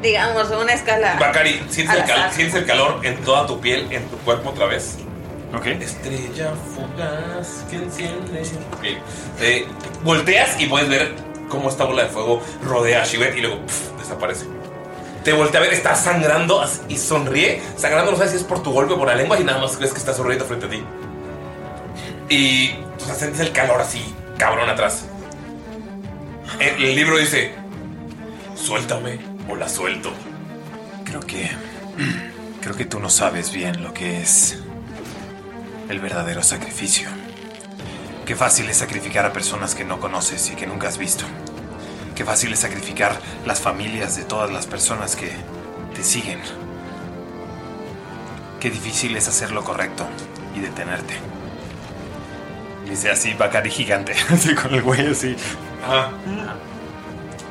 Speaker 6: Digamos, una escala.
Speaker 3: Bacari, ¿sientes
Speaker 6: al
Speaker 3: el, cal-
Speaker 6: azar.
Speaker 3: sientes el calor en toda tu piel, en tu cuerpo otra vez.
Speaker 9: Ok.
Speaker 3: Estrella fugaz que enciende. Ok. Eh, volteas y puedes ver cómo esta bola de fuego rodea a Shivet y luego pf, desaparece. Te voltea a ver, está sangrando as- y sonríe. Sangrando no sabes si es por tu golpe o por la lengua y nada más crees que está sonriendo frente a ti. Y o sea, sientes el calor así, cabrón atrás. Eh, El, el libro dice, suéltame o la suelto.
Speaker 9: Creo que. Creo que tú no sabes bien lo que es el verdadero sacrificio. Qué fácil es sacrificar a personas que no conoces y que nunca has visto. Qué fácil es sacrificar las familias de todas las personas que te siguen. Qué difícil es hacer lo correcto y detenerte. Y dice así, Bacari gigante, así con el güey así.
Speaker 3: Ajá. Ah.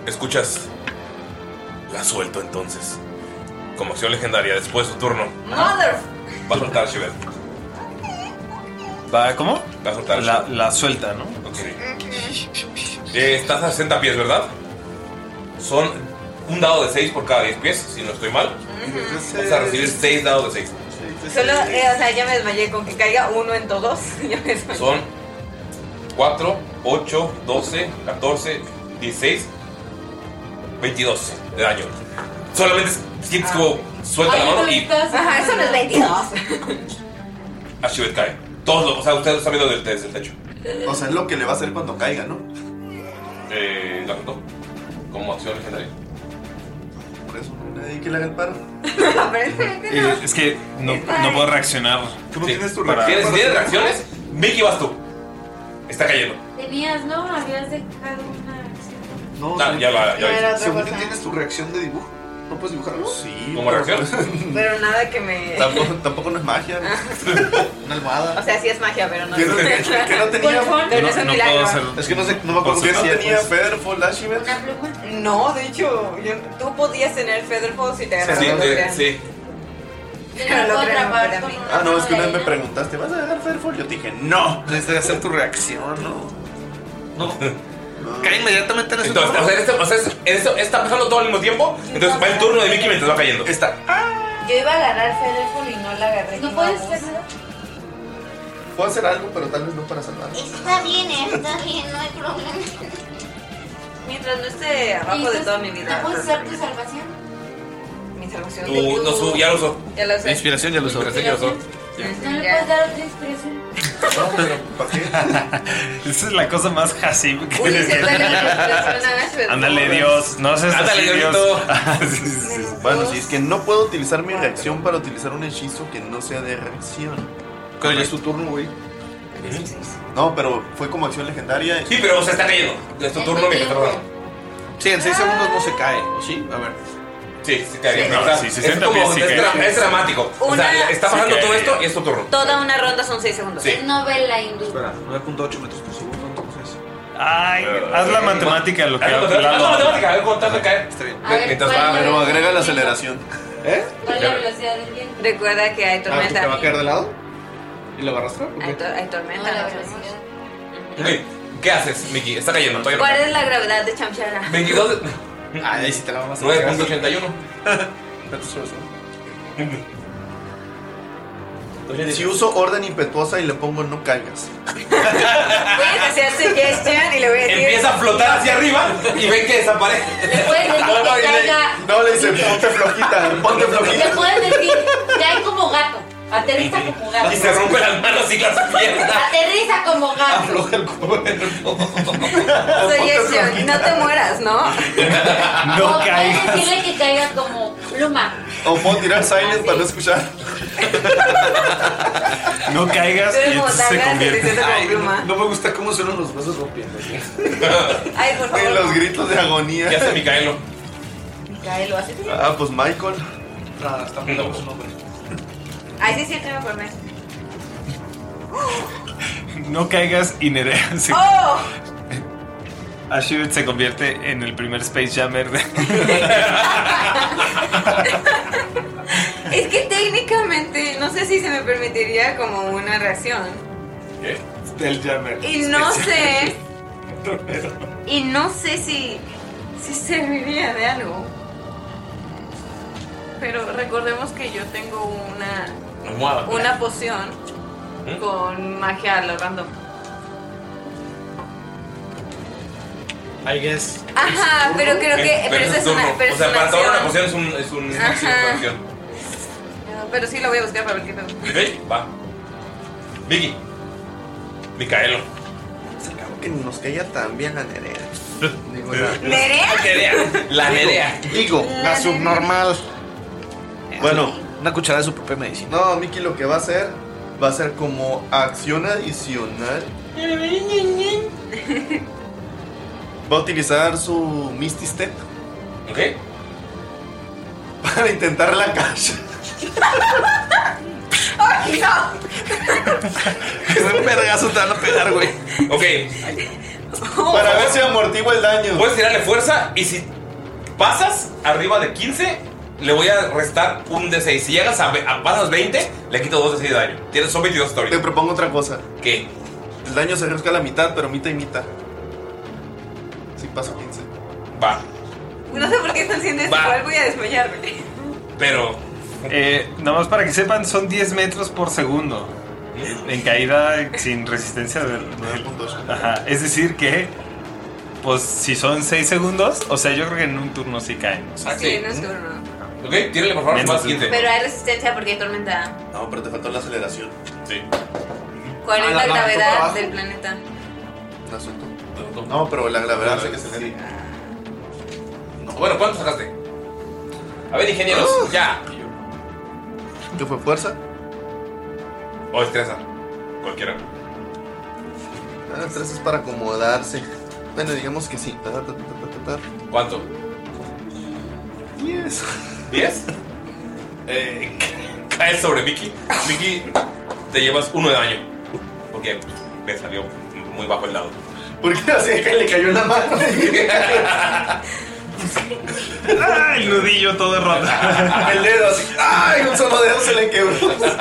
Speaker 3: Escuchas. La suelto entonces. Como acción legendaria, después de su turno,
Speaker 6: Mother.
Speaker 3: va a soltar a Shiver.
Speaker 9: ¿Va cómo?
Speaker 3: Va a soltar
Speaker 9: La, la suelta, ¿no?
Speaker 3: Eh, estás a 60 pies, ¿verdad? Son un dado de 6 por cada 10 pies, si no estoy mal. Vas a recibir 6 dados de 6.
Speaker 6: Solo, eh, o sea, ya me desmayé con que caiga uno en todos. Ya me desmayé.
Speaker 3: Son 4, 8, 12, 14, 16, 22 de daño. Solamente sientes como suelta la mano y
Speaker 6: Ajá, eso no es 22.
Speaker 3: Ashivet cae. Todos los, o sea, ustedes lo están viendo desde el techo.
Speaker 5: O sea, es lo que le va a hacer cuando caiga, ¿no?
Speaker 3: Eh, la cortó. Como acción legendaria.
Speaker 5: Por eso no hay nadie que le haga el paro.
Speaker 9: Eh, es que no, no puedo reaccionar.
Speaker 5: Tú no tienes tu
Speaker 9: para-
Speaker 3: ¿Tienes, tienes reacciones? Mickey, vas tú. Está cayendo.
Speaker 6: Tenías, ¿no? Habías dejado una acción.
Speaker 5: No,
Speaker 3: Ah, ya la- ya
Speaker 6: Era
Speaker 3: la
Speaker 6: otra
Speaker 3: hice.
Speaker 6: cosa.
Speaker 5: ¿Tienes tu reacción de dibujo? ¿No puedes dibujarlo? Sí. pues,
Speaker 3: ¿Cómo reacción?
Speaker 6: Pero nada que me.
Speaker 5: tampoco, tampoco no es magia. Una almohada.
Speaker 6: O sea, sí es magia, pero Ah. no
Speaker 5: Yo no tenía- que no tenía.
Speaker 6: Pero no es un milagro.
Speaker 5: Es que no sé, no me acuerdo que no
Speaker 9: consultar,
Speaker 5: tenía
Speaker 9: pues.
Speaker 5: Featherfall Dash Event.
Speaker 6: No, de hecho, yo- tú podías tener Featherfall si te agarras
Speaker 5: Sí,
Speaker 6: lo
Speaker 5: sí,
Speaker 6: crean.
Speaker 3: sí.
Speaker 6: Pero lo crean, no, para mí.
Speaker 5: Ah, no, es que una vez me preguntaste, ¿vas a dejar Featherfall? Yo te dije, no. Necesitas hacer tu reacción, ¿no?
Speaker 3: No.
Speaker 15: Cae inmediatamente en ese
Speaker 3: Entonces, o sea, este- o sea, es- esto- está pasando todo al mismo tiempo. Entonces va el turno de Mickey mientras va cayendo. Está.
Speaker 6: Yo iba a agarrar Featherfall y no la agarré. No puedes hacer nada.
Speaker 5: Puedo hacer algo, pero tal vez no para salvar.
Speaker 7: Está bien, eh, está bien, no hay problema.
Speaker 6: Mientras no esté abajo de toda mi vida.
Speaker 7: ¿No puedes pues, usar tu
Speaker 6: salvación? Mi salvación.
Speaker 3: Tú, no, su- ya lo usó.
Speaker 6: Ya lo usé.
Speaker 3: Inspiración ya lo usó. Inspiración ya lo usó.
Speaker 7: ¿No le puedes dar otra expresión?
Speaker 9: Esa es la cosa más hasim que
Speaker 7: Uy, se
Speaker 6: Dale una expresión a Ashbeth.
Speaker 9: Ándale, Dios. No seas
Speaker 5: Ándale,
Speaker 9: así, Dios.
Speaker 5: Diosito.
Speaker 9: Ah, sí, sí, sí.
Speaker 5: Bueno, si es que no puedo utilizar mi reacción para utilizar un hechizo que no sea de reacción. ¿Cuál es tu turno, güey? No, pero fue como acción legendaria.
Speaker 3: Sí, pero se está cayendo. Es tu turno mientras va.
Speaker 5: Sí, en 6 segundos no se cae. ¿Sí? A ver.
Speaker 3: Sí, se cae.
Speaker 5: Sí.
Speaker 3: O sea,
Speaker 5: Sí, sí,
Speaker 3: es,
Speaker 5: 60
Speaker 3: como,
Speaker 5: pies, sí
Speaker 3: es,
Speaker 5: que-
Speaker 3: dra- es dramático. O sea,
Speaker 6: Una-
Speaker 3: está
Speaker 6: Sí
Speaker 3: pasando
Speaker 6: que-
Speaker 3: todo esto y es tu turno.
Speaker 6: Toda una ronda son 6 segundos.
Speaker 3: Sí.
Speaker 7: Es novela hindú.
Speaker 5: Espera, 9.8 metros por segundo, entonces.
Speaker 9: Ay, haz la matemática lo que
Speaker 3: eh, Haz la matemática, haz
Speaker 9: hablamos.
Speaker 3: la matemática, a ver cuánto tarda en caer.
Speaker 5: Está bien.
Speaker 6: A ver, Mientras ¿cuál va- es?
Speaker 5: Pero agrega la aceleración. ¿Eh?
Speaker 6: ¿Cuál es la velocidad del viento? Recuerda que hay
Speaker 5: Ah, ¿que
Speaker 6: tormenta.
Speaker 5: ¿Te va a caer de lado? ¿Y lo va a arrastrar?
Speaker 6: Hay, to- hay tormenta. no sabemos.
Speaker 3: Ok, ¿Qué haces, Mickey? Está cayendo. Todavía no
Speaker 6: ¿Cuál
Speaker 3: cae.
Speaker 6: es la gravedad de Chamchara?
Speaker 3: 22.
Speaker 5: Ah, ahí sí te la vamos
Speaker 3: a 9.81.
Speaker 5: Si uso orden impetuosa y le pongo no caigas.
Speaker 6: Voy a hacer suggestion y le voy a decir.
Speaker 3: Empieza a flotar hacia arriba y ven que desaparece.
Speaker 7: puedes decir
Speaker 5: No, no,
Speaker 7: que
Speaker 5: y le-
Speaker 7: caiga-
Speaker 5: no, le dice, ponte flojita, ponte
Speaker 7: Te
Speaker 5: flojita.
Speaker 7: puedes decir, cae como gato. Aterriza como gato.
Speaker 3: Y se rompe las manos y las piernas.
Speaker 7: Aterriza como gato.
Speaker 6: Suggestion, no te mueras, ¿no?
Speaker 9: No
Speaker 7: Puedes
Speaker 9: caigas.
Speaker 7: decirle que caiga como pluma.
Speaker 5: O puedo tirar silent para no escuchar.
Speaker 9: No caigas
Speaker 6: Pero y como entonces se tardas, convierte. te sientes como
Speaker 5: Ay,
Speaker 6: pluma.
Speaker 5: No me gusta cómo suenan los vasos rompiendo.
Speaker 6: Ay, por favor.
Speaker 5: los gritos de agonía. ¿Qué hace Micaelo?
Speaker 6: Micaelo, así.
Speaker 5: Ah, pues Michael. Ah, está muy largo su nombre.
Speaker 6: Ay, sí, sí, tengo por mes.
Speaker 9: No caigas y Nerea se,
Speaker 6: ¡Oh!
Speaker 9: Ashibet se convierte en el primer Space Jammer de...
Speaker 6: Es que técnicamente no sé si se me permitiría como una reacción.
Speaker 9: Del Jammer.
Speaker 6: Y no sé, y no sé si, si serviría de algo. Pero recordemos que yo tengo una,
Speaker 3: Almohada.
Speaker 6: una poción con magia a lo random.
Speaker 4: I guess.
Speaker 6: Ajá, pero creo que. Pero eso es
Speaker 3: Eh, turno.
Speaker 6: una. Pero
Speaker 3: o sea,
Speaker 6: es una
Speaker 3: para tomar una
Speaker 6: acción.
Speaker 3: poción es un. Es un es
Speaker 6: Ajá.
Speaker 3: una acción.
Speaker 6: No, Pero sí la voy a buscar para ver qué tengo.
Speaker 3: Ok, va. Vicky. Micaelo.
Speaker 5: Que nos calla también la Nerea. Digo, la-
Speaker 3: La
Speaker 5: Digo,
Speaker 3: Nerea.
Speaker 5: Digo,
Speaker 3: La
Speaker 5: la
Speaker 3: Nerea.
Speaker 5: subnormal. Bueno, una cucharada de su propia medicina. No, Miki lo que va a hacer va a ser como acción adicional. Va a utilizar su Misty Step.
Speaker 3: Ok.
Speaker 5: Para intentar la caja.
Speaker 6: ¡Ay, no!
Speaker 5: Un vergazo te van a pegar, güey.
Speaker 3: Ok.
Speaker 5: Para ver si amortigua el daño.
Speaker 3: Puedes tirarle fuerza y si pasas arriba de 15, le voy a restar un D6. Si llegas a, ve- a pasas 20, le quito 2 D6 de daño. Tienes, son 22 hasta ahorita.
Speaker 5: Te propongo otra cosa.
Speaker 3: ¿Qué?
Speaker 5: El daño se reduzca a la mitad, pero mitad y mitad. Si paso 15.
Speaker 3: Va.
Speaker 6: No sé por qué están haciendo esto,
Speaker 9: Va.
Speaker 6: igual voy a desmayarme.
Speaker 3: Pero.
Speaker 9: Eh, nada más para que sepan, son 10 metros por segundo. En caída sin resistencia del. Ajá. Es decir que. Pues si son 6 segundos, o sea, yo creo que en un turno Ah, sí caen.
Speaker 6: Sí, no es turno.
Speaker 3: Ok, tírale por favor,
Speaker 9: Menos
Speaker 3: más
Speaker 9: de-
Speaker 3: 15.
Speaker 6: Pero hay resistencia porque hay tormenta.
Speaker 5: No, pero te faltó la aceleración.
Speaker 3: Sí.
Speaker 6: ¿Cuál
Speaker 5: Ah,
Speaker 6: es
Speaker 5: la
Speaker 6: la
Speaker 5: mano, por
Speaker 6: gravedad
Speaker 5: abajo.
Speaker 6: del planeta?
Speaker 5: La suelto. No, pero la gravedad hace que se le
Speaker 3: Bueno, ¿cuánto sacaste? A ver, ingenieros,
Speaker 5: Ah.
Speaker 3: ya.
Speaker 5: ¿Qué fue fuerza?
Speaker 3: O Oh, destreza. Cualquiera.
Speaker 5: Ah, tres es para acomodarse. Bueno, digamos que sí. Ta, ta, ta, ta, ta, ta.
Speaker 3: ¿Cuánto?
Speaker 5: 10.
Speaker 3: 10. Eh, caes sobre Vicky. Vicky, te llevas uno de daño. Porque me salió muy bajo el lado.
Speaker 5: ¿Por qué así que le cayó en la mano?
Speaker 9: ¡Ah, el nudillo todo roto!
Speaker 5: El dedo así. ¡Ay! Un solo dedo se le quebró.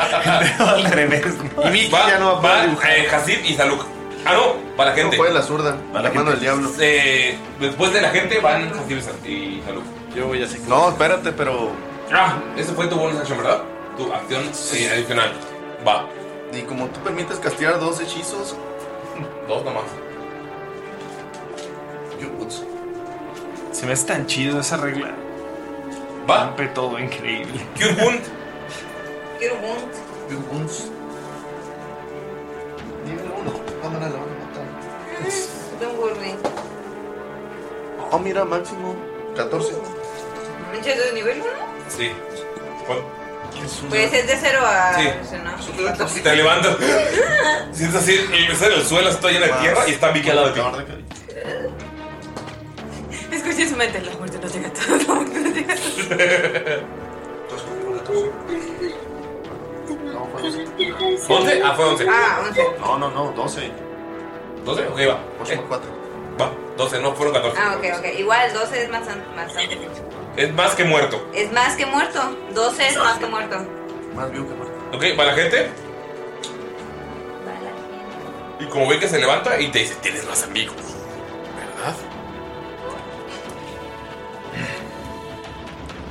Speaker 9: al revés.
Speaker 3: Y Vicky ya no va a poder eh, Hasib y Saluk. Ah, no, para la gente.
Speaker 5: Fue la zurda. La, mano del diablo.
Speaker 3: Eh, después de la gente van Hasib y Sal- y Saluk. Yo voy a seguir.
Speaker 5: No, espérate, pero.
Speaker 3: Ah, ese fue tu bonus action, ¿verdad? Tu acción eh, adicional. Va.
Speaker 5: Y como tú permites castigar dos hechizos.
Speaker 3: Dos nomás.
Speaker 9: Se me hace tan chido esa regla.
Speaker 3: Va.
Speaker 9: Rompe todo, increíble.
Speaker 6: Quiero un.
Speaker 5: Cámara, la van a matar.
Speaker 6: Don't worry.
Speaker 5: Oh, mira, máximo 14.
Speaker 6: ¿Manchas de nivel 1?
Speaker 3: Sí.
Speaker 6: Pues es de 0 a.
Speaker 3: Sí. Te levantas. Sientes así, el empezar del suelo, estoy llena de tierra y está Vicky al lado de ti.
Speaker 6: Escuché su mente. La muerte no llega a todo. La muerte no llega a todo.
Speaker 3: ¿Once? Ah, fue once.
Speaker 6: Ah, once.
Speaker 5: No, no, no, 12.
Speaker 3: ¿12? Ok, va. 8 por
Speaker 5: 4.
Speaker 3: Va, 12, no fueron 14.
Speaker 6: Ah, ok, ok. Igual 12 es más an- más an-
Speaker 3: Es más que muerto.
Speaker 6: Es más que muerto. 12 es más que muerto.
Speaker 5: Más vivo que muerto.
Speaker 3: Ok, va la gente. Y como ve que se levanta y te dice, tienes más amigos. ¿Verdad?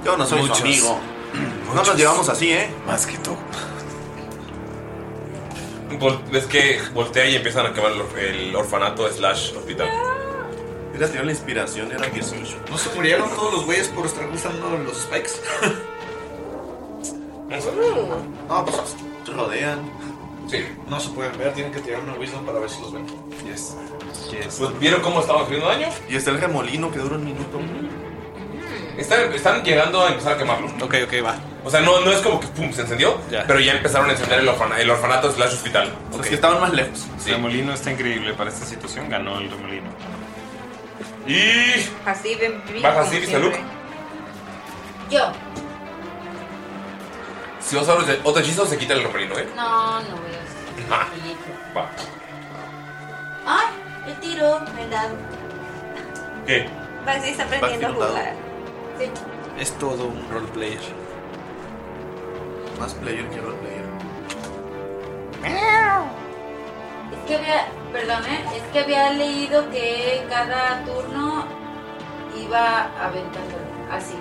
Speaker 5: Yo no soy
Speaker 3: Muchos.
Speaker 5: su amigo. No
Speaker 3: Muchos.
Speaker 5: nos llevamos así, ¿eh?
Speaker 9: Más que tú.
Speaker 3: Vol- Ves que voltea y empiezan a quemar el, or- el orfanato slash hospital.
Speaker 6: Ah.
Speaker 5: Hubiera tenido la inspiración, era 18.
Speaker 12: ¿No se murieron todos los güeyes por estar usando los spikes?
Speaker 5: No, pues te rodean.
Speaker 3: Sí.
Speaker 12: No se pueden ver, tienen que tirar una wisdom para ver si los ven.
Speaker 5: Yes.
Speaker 3: Pues vieron cómo estaba haciendo daño.
Speaker 5: Y está el remolino que dura un minuto.
Speaker 3: Están, están llegando a empezar a quemarlo.
Speaker 4: Ok, ok, va.
Speaker 3: O sea, no, no es como que pum, se encendió, pero ya empezaron a encender el, orfana- el orfanato slash hospital. Los
Speaker 9: Ok.
Speaker 3: que estaban más lejos.
Speaker 9: El remolino está increíble para esta situación. Ganó el remolino.
Speaker 3: Y.
Speaker 6: Así ven. bien,
Speaker 3: Baja
Speaker 6: como
Speaker 3: Siri,
Speaker 6: siempre.
Speaker 3: salud.
Speaker 14: Yo.
Speaker 3: Si vas a usar otro hechizo, se quita el remolino, ¿eh?
Speaker 14: No, no voy a usar.
Speaker 3: Ah, va.
Speaker 14: Ay, el tiro, ¿verdad?
Speaker 3: ¿Qué?
Speaker 6: Así está aprendiendo a
Speaker 4: pilotado.
Speaker 6: jugar.
Speaker 14: Sí.
Speaker 4: Es todo un roleplayer. Más player que roleplayer.
Speaker 14: Es que había, perdón, ¿eh? es que había leído que cada turno iba aventando así.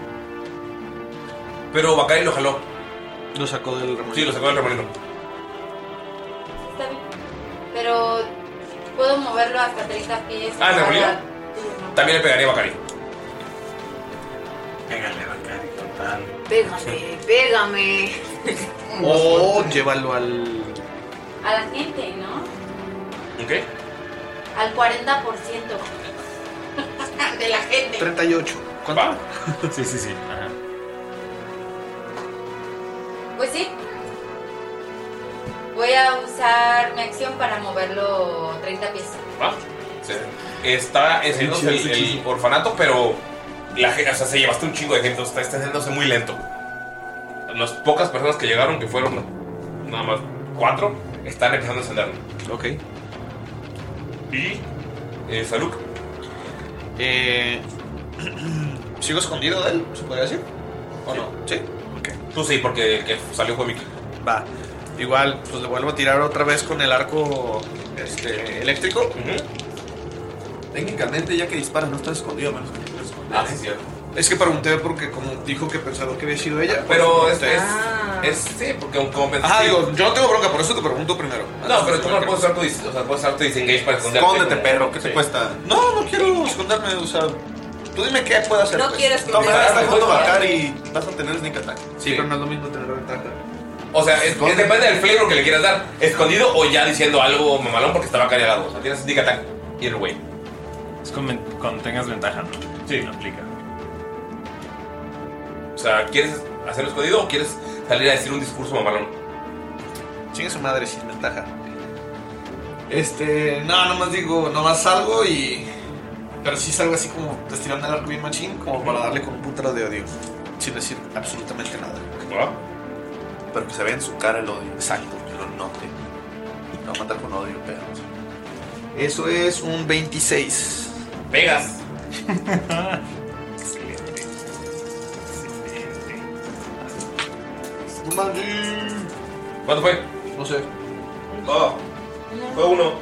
Speaker 3: Pero Bakari lo jaló.
Speaker 4: Lo sacó del remolino.
Speaker 3: Sí, lo sacó del remolino.
Speaker 14: Está bien. Pero puedo moverlo hasta 30 pies.
Speaker 3: Ah, ¿el
Speaker 14: cada
Speaker 3: remolino?
Speaker 14: turno.
Speaker 3: También le pegaría a Bakari.
Speaker 9: Pégale, Bakari, total.
Speaker 14: Pégame, pégame.
Speaker 4: O llévalo al.
Speaker 14: A la gente, ¿no?
Speaker 3: ¿Ok?
Speaker 14: Al 40% de la gente.
Speaker 4: 38. ¿Cuánto?
Speaker 9: sí, sí, sí. Ajá.
Speaker 14: Pues sí. Voy a usar mi acción para moverlo 30 pies.
Speaker 3: ¿Va? Sí. Está encendiéndose el, el orfanato, pero la, ge- o sea, se llevaste un chingo de gente, está está encendiéndose muy lento. Las pocas personas que llegaron, que fueron nada más cuatro, están empezando a encenderlo.
Speaker 4: Ok.
Speaker 3: Y. Eh, Saluk.
Speaker 4: Eh, ¿Sigo escondido de él? ¿Se podría decir? ¿O no? Sí.
Speaker 3: Tú sí, porque el que salió fue Mickey.
Speaker 4: Va. Igual, pues le vuelvo a tirar otra vez con el arco este, eléctrico.
Speaker 5: Técnicamente, ya que dispara, no está escondido, a menos que estés escondido.
Speaker 3: Ah, sí, cierto.
Speaker 4: Es que pregunté porque como dijo que pensaba que había sido ella.
Speaker 3: Pero
Speaker 4: pues,
Speaker 3: es,
Speaker 4: pregunté.
Speaker 3: es, es- Sí, porque un compensa.
Speaker 4: Ajá, digo, yo no tengo bronca, por eso te pregunto primero.
Speaker 3: No, pero tú no puedes usar tu, dis- o sea, puedes usar tu disengage para esconderte.
Speaker 4: Escóndete, perro,
Speaker 3: ¿qué te cuesta?
Speaker 4: No, no quiero esconderme, o sea. Tú dime qué puedo hacer.
Speaker 5: No
Speaker 4: pues.
Speaker 5: quiero esconderme.
Speaker 4: No, pero
Speaker 5: Estás
Speaker 4: estoy
Speaker 5: jugando
Speaker 4: jugando
Speaker 5: Bakari,
Speaker 4: Bakari. vas a tener sneak attack. Sí, pero no es lo mismo tener ventaja.
Speaker 3: O sea, es, es depende del flavor que le quieras dar. Escondido o ya diciendo algo mamalón porque estaba cargado. O sea, tienes sneak attack. Y el güey.
Speaker 9: Es con ven- cuando tengas ventaja, ¿no? Sí. No aplica.
Speaker 3: O sea, ¿quieres hacerlo escondido o quieres salir a decir un discurso mamalón?
Speaker 4: Chingue su madre sin ventaja. Este, no, nomás digo, nomás salgo y. Pero sí salgo así como estirando el arco bien machín, como para darle con un putero de odio. Sin decir absolutamente nada.
Speaker 5: Pero que se vea en su cara el odio. Exacto. Que lo note. Lo va a matar con odio, pero.
Speaker 4: Eso es un 26.
Speaker 3: Vegas. ¿Cuánto fue?
Speaker 4: No sé.
Speaker 3: Ah, fue uno.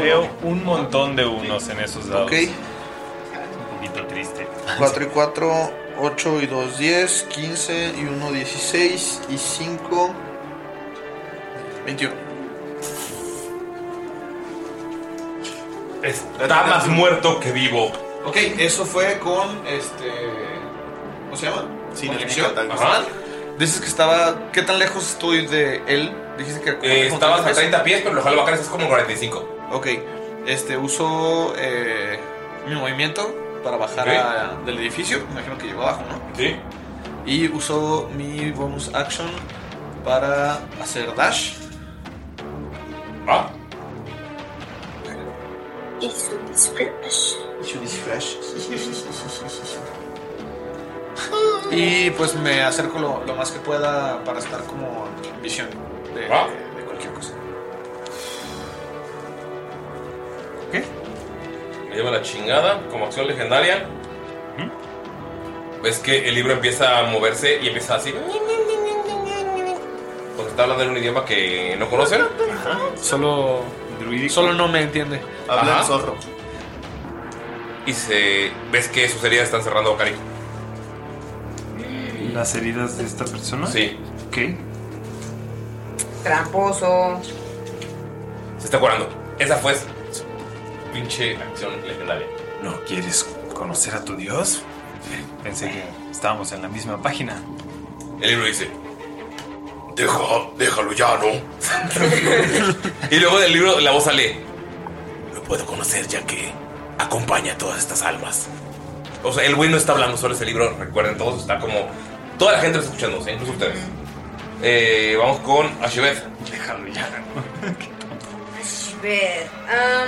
Speaker 9: Veo un montón de unos en esos dados.
Speaker 4: Ok.
Speaker 9: Un poquito triste.
Speaker 4: 4 y 4, 8 y 2, 10, 15 y 1, 16 y 5, 21.
Speaker 3: Está más muerto que vivo.
Speaker 4: Ok, eso fue con este. ¿Cómo se llama?
Speaker 5: Sin
Speaker 4: Con
Speaker 5: el
Speaker 4: acción.
Speaker 5: Nicatan.
Speaker 4: Ajá. Dices que estaba. ¿Qué tan lejos estoy de él? Dijiste que.
Speaker 3: Eh, estabas a 30 pies, pero lo jalo bajar es como 45.
Speaker 4: Ok, este uso eh, mi movimiento para bajar
Speaker 3: Ok.
Speaker 4: a- del edificio. Me imagino que llegó abajo, ¿no?
Speaker 3: Sí.
Speaker 4: Y uso mi bonus action para hacer dash.
Speaker 3: Ah.
Speaker 8: Y su disfraz.
Speaker 4: Y pues me acerco lo, lo más que pueda para estar como en visión de,
Speaker 3: Va.
Speaker 4: de cualquier cosa.
Speaker 3: Me lleva la chingada como acción legendaria. Ves que el libro empieza a moverse y empieza así. Porque está hablando en un idioma que no conocen.
Speaker 4: Solo. Solo no me entiende.
Speaker 3: Habla
Speaker 4: Habla
Speaker 3: en
Speaker 4: zorro.
Speaker 3: Y se ves que sus heridas están cerrando Bakari.
Speaker 9: ¿Las heridas de esta persona?
Speaker 3: Sí.
Speaker 9: ¿Qué?
Speaker 6: Tramposo.
Speaker 3: Se está curando. Esa fue su pinche acción legendaria.
Speaker 9: ¿No quieres conocer a tu dios? Pensé que estábamos en la misma página.
Speaker 3: El libro dice:
Speaker 10: Deja, déjalo ya, ¿no?
Speaker 3: y luego del libro la voz sale.
Speaker 10: Lo puedo conocer ya que acompaña a todas estas almas.
Speaker 3: O sea, el güey no está hablando, solo ese libro, recuerden todos, está como... Toda la gente lo está escuchando, ¿sí? incluso ustedes. Eh, vamos con Ashibet. Déjalo ya.
Speaker 7: Ver.
Speaker 6: um,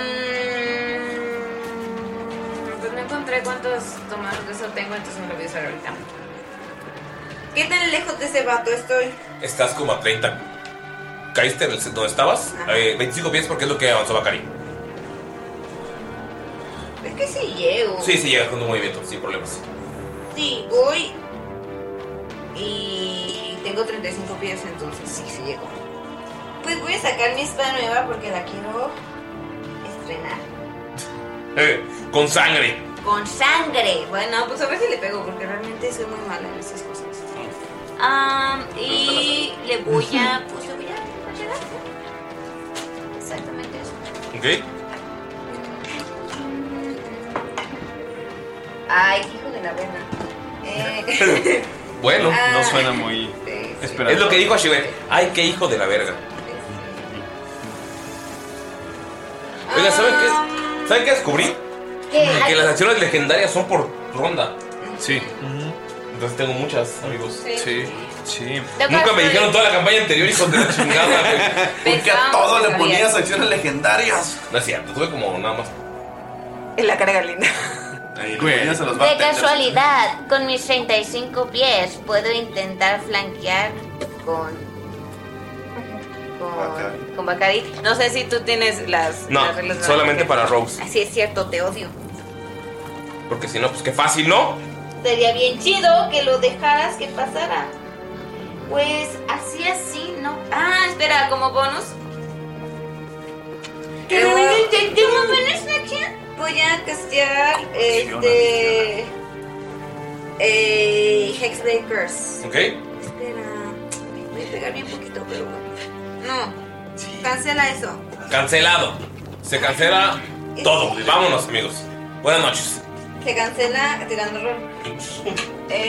Speaker 7: am, pues no encontré cuántos tomados de eso tengo, entonces me lo voy a usar ahorita.
Speaker 6: ¿Qué tan lejos de ese vato estoy?
Speaker 3: Estás como a 30. ¿Caíste en el, donde estabas? Eh, 25 pies porque es lo que avanzó Bakari.
Speaker 6: Es que sí llego.
Speaker 3: Sí, sí, llegas con un movimiento, sin problemas.
Speaker 6: Sí, voy. Y tengo 35 pies, entonces sí, sí llego. Pues voy a sacar mi espada nueva porque la quiero estrenar.
Speaker 3: Eh, con sangre.
Speaker 6: Con sangre. Bueno, pues a ver si le pego porque realmente soy muy mala en esas cosas.
Speaker 11: Am, y le voy a. Pues le voy a. Exactamente eso.
Speaker 3: ¿Ok?
Speaker 6: Ay, qué hijo de la buena. Eh,
Speaker 3: Bueno.
Speaker 6: Ah.
Speaker 9: muy
Speaker 3: esperado. Es lo que dijo Ashibet. Ay, qué hijo de la verga. Oiga, ¿saben
Speaker 2: Ah.
Speaker 3: qué? ¿Saben qué descubrí? Que las acciones legendarias son por ronda. Sí. Entonces tengo muchas, amigos.
Speaker 9: Sí.
Speaker 3: Sí.
Speaker 9: Lo que
Speaker 3: Nunca me
Speaker 9: hace-
Speaker 3: dijeron toda la campaña anterior, hijos de la chingada. güey.
Speaker 5: Porque a todo le ponías acciones legendarias.
Speaker 3: No es cierto, tuve como nada más.
Speaker 11: En la cara linda.
Speaker 3: Ahí
Speaker 5: le ponías a los
Speaker 11: De
Speaker 5: bartenders.
Speaker 11: casualidad, con mis 35 pies puedo intentar flanquear con. con. con Bacari.
Speaker 6: no sé si tú tienes las.
Speaker 3: No,
Speaker 6: las reglas
Speaker 3: solamente
Speaker 6: nuevas.
Speaker 3: para Rose.
Speaker 6: Sí, es cierto, te odio.
Speaker 3: Porque si no, pues qué fácil, ¿no?
Speaker 6: Sería bien chido que lo dejaras que pasara. Pues así, así, ¿no? Ah, espera, como bonus.
Speaker 7: ¿Qué
Speaker 6: Luego-
Speaker 7: bonus de- de
Speaker 6: ¿Cómo bonus de acción? Voy a castear este. Eh, Hexblade Curse.
Speaker 3: ¿Ok?
Speaker 6: Voy a pegar bien poquito, pero bueno. No, cancela eso.
Speaker 3: Cancelado. Se cancela todo. Vámonos, amigos. Buenas noches.
Speaker 6: Se cancela tirando rol.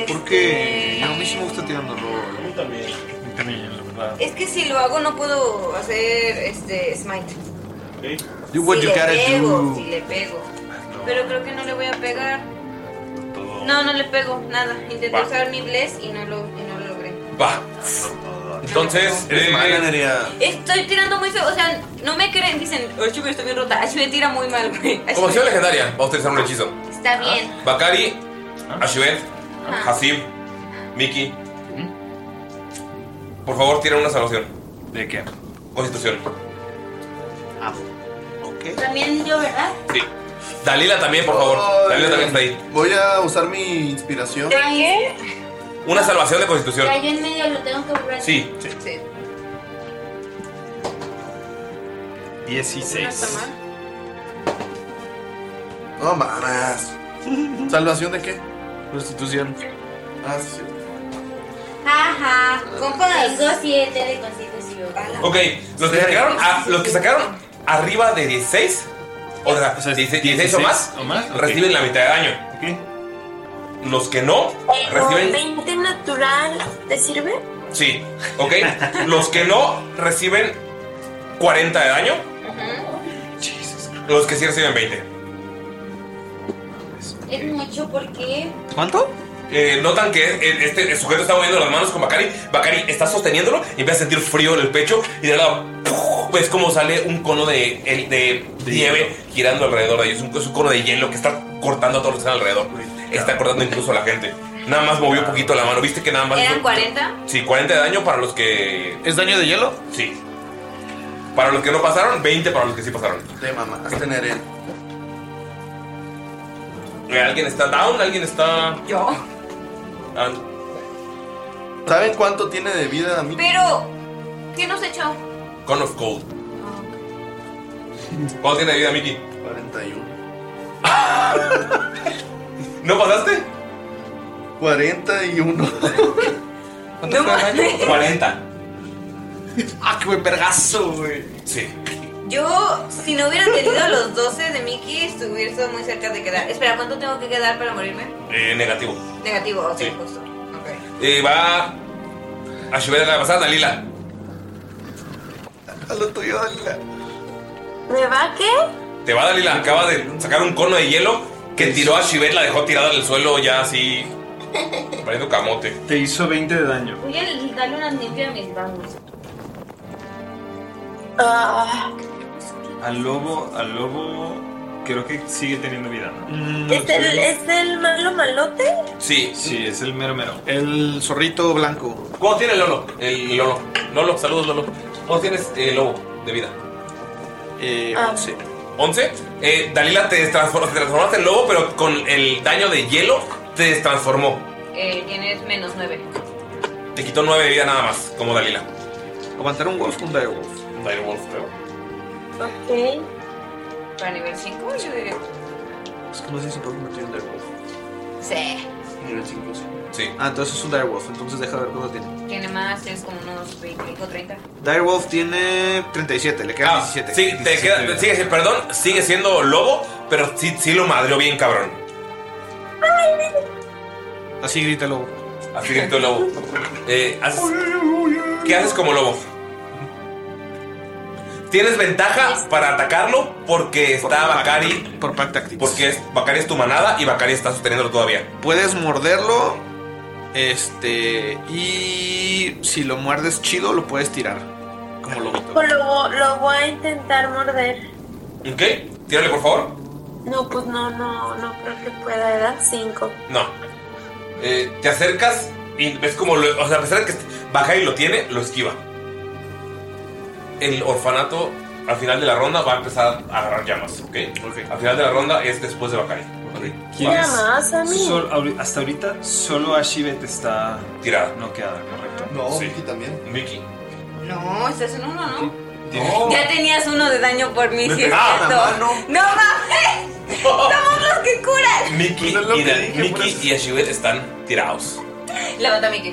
Speaker 4: ¿Por qué? A mí sí me gusta tirando rol. A mí también.
Speaker 9: también, la verdad.
Speaker 6: Es que si lo hago no puedo hacer este smite.
Speaker 4: Do what
Speaker 6: si
Speaker 4: you
Speaker 6: le
Speaker 4: gotta
Speaker 6: pego,
Speaker 4: do.
Speaker 6: si le pego. Pero creo que no le voy a pegar. No, no le pego, nada. Intenté
Speaker 3: Va.
Speaker 6: usar mi bless y no lo, y no lo logré.
Speaker 3: Va. Entonces, eh,
Speaker 6: Estoy tirando muy feo, o sea, no me creen, dicen, ocho pero estoy bien rota. Ash me tira muy mal, güey. Ash
Speaker 3: como
Speaker 6: me-
Speaker 3: acción legendaria, va a utilizar un hechizo.
Speaker 6: Está bien.
Speaker 3: Bakari, Ashibet,
Speaker 6: Ajá.
Speaker 3: Hasib, Miki. Por favor, tira una salvación. ¿De qué? Constitución.
Speaker 7: También yo, ¿verdad?
Speaker 3: Sí. Dalila también, por favor. Dalila también está ahí.
Speaker 5: Voy a usar mi inspiración.
Speaker 7: qué?
Speaker 3: Una salvación de constitución.
Speaker 7: Ya yo en medio lo tengo que borrar.
Speaker 3: Sí.
Speaker 6: Sí.
Speaker 9: 16.
Speaker 5: No mames. ¿Salvación de qué? Constitución. Ah, sí.
Speaker 7: Ajá.
Speaker 6: Compas.
Speaker 7: Tengo siete de constitución.
Speaker 3: Ok, los que sacaron, a- los que sacaron arriba de 16, o sea, 16, 16 o más,
Speaker 9: o más, ok.
Speaker 3: reciben la mitad de daño. Los que no,
Speaker 8: Con
Speaker 3: reciben.
Speaker 8: 20 natural, ¿te sirve?
Speaker 3: Sí, ok. Los que no, reciben 40 de daño. Los que sí reciben 20.
Speaker 7: Es mucho porque.
Speaker 3: ¿Cuánto? notan Eh, que el- este el sujeto está moviendo las manos con Bakari. Bakari está sosteniéndolo y empieza a sentir frío en el pecho. Y de lado, ves como sale un cono de, el- de nieve girando alrededor de ellos. Un- Es un cono de hielo que está cortando a todos los que están alrededor. Está cortando incluso a la gente. Nada más movió un poquito la mano. ¿Viste que nada más.
Speaker 6: ¿Eran 40?
Speaker 3: Sí, 40 de daño para los que. ¿Es daño de hielo? Sí. Para los que no pasaron, 20 para los que sí pasaron.
Speaker 5: De mamá. Tener
Speaker 3: ¿Alguien está down? ¿Alguien está.?
Speaker 6: Yo.
Speaker 3: Ah,
Speaker 5: ¿Saben cuánto tiene de vida a mí?
Speaker 6: Pero, ¿qué nos echó?
Speaker 3: Con of Cold. ¿Cuánto tiene de vida, Mickey? 41. ¿No pasaste?
Speaker 5: 41.
Speaker 6: No mames.
Speaker 3: 40.
Speaker 4: Ah, qué buen vergazo, güey.
Speaker 3: Sí.
Speaker 6: Yo, si no hubiera tenido los 12 de Mickey, estuviera estado muy cerca de quedar. Espera, ¿cuánto tengo que quedar para morirme?
Speaker 3: Eh, negativo.
Speaker 6: Negativo, ok,
Speaker 3: Sí.
Speaker 6: justo. Ok.
Speaker 3: Eh, va a llover a la pasada, Dalila.
Speaker 4: A lo tuyo, Dalila.
Speaker 8: ¿Me va qué?
Speaker 3: Te va, Dalila. Acaba de sacar un cono de hielo que tiró a Shivet, la dejó tirada en el suelo ya así. Pareciendo camote.
Speaker 9: Te hizo 20 de daño.
Speaker 7: Voy a darle una limpia a mis manos. Ah.
Speaker 9: Al lobo, al lobo. Creo que sigue teniendo vida, ¿no?
Speaker 3: Este
Speaker 8: ¿Es el, ¿Es el malo malote?
Speaker 3: Sí.
Speaker 9: Sí, es el mero mero.
Speaker 4: El zorrito blanco.
Speaker 3: ¿Cuánto tiene Lolo? El Lolo. Lolo, saludos, Lolo. ¿Cuánto tienes eh, lobo de vida?
Speaker 4: Eh,
Speaker 8: Ah.
Speaker 4: 11.
Speaker 3: ¿11? Eh, Dalila, te, transfor- te transformaste en lobo, pero con el daño de hielo te destransformó.
Speaker 6: Eh, tienes menos nueve.
Speaker 3: Te quitó 9 de vida nada más, como Dalila.
Speaker 4: ¿Aguantar un wolf un direwolf?
Speaker 3: Direwolf, creo.
Speaker 6: Ok. Para nivel 5, yo diría.
Speaker 4: Es que no sé si puedo convertir en direwolf.
Speaker 6: Sí.
Speaker 4: Nivel 5, sí.
Speaker 3: Sí.
Speaker 4: Ah, entonces es un direwolf, entonces deja ver cuánto tiene.
Speaker 6: Tiene más, es como unos 25 o 30.
Speaker 4: Direwolf tiene 37, le quedan 17.
Speaker 3: Ah, Sí, te queda, sigue, sí, perdón, sigue siendo lobo, pero sí, sí lo madrió bien, cabrón.
Speaker 4: Así grita el lobo.
Speaker 3: Así grita el lobo. Eh, haces- ¿Qué haces como lobo? Tienes ventaja para atacarlo porque está Bakari.
Speaker 4: Por Pack Tactics.
Speaker 3: Porque es, Bakari es tu manada y Bakari está sosteniéndolo todavía.
Speaker 4: Puedes morderlo. Este. Y si lo muerdes chido, lo puedes tirar. Como lobito.
Speaker 8: Pues lo, lo voy a intentar morder.
Speaker 3: ¿Ok? Tírale, por favor.
Speaker 8: No, pues no, no, no creo que pueda, ¿verdad? Cinco.
Speaker 3: No. Eh, te acercas y ves como. lo- o sea, a pesar de que Bakari lo tiene, lo esquiva. El orfanato al final de la ronda va a empezar a agarrar llamas, ¿ok? Al final de la ronda es después de Bakari.
Speaker 9: ¿Quién
Speaker 8: Nada
Speaker 9: es?
Speaker 8: más a mí.
Speaker 9: Sol- ahori- hasta ahorita solo Ashibet está
Speaker 3: tirada,
Speaker 9: noqueada, correcto.
Speaker 5: No,
Speaker 9: Vicky
Speaker 5: también.
Speaker 3: Vicky.
Speaker 6: No, estás en uno, ¿no?
Speaker 9: No.
Speaker 6: Ya tenías uno de daño por mí,
Speaker 9: Me
Speaker 6: si es
Speaker 9: pegaba la
Speaker 6: cierto.
Speaker 9: mano.
Speaker 6: ¡No mames! ¡Somos los que curan!
Speaker 3: Mickey y, Dan- Mickey y Ashibet están tirados.
Speaker 6: Levanta, Miki.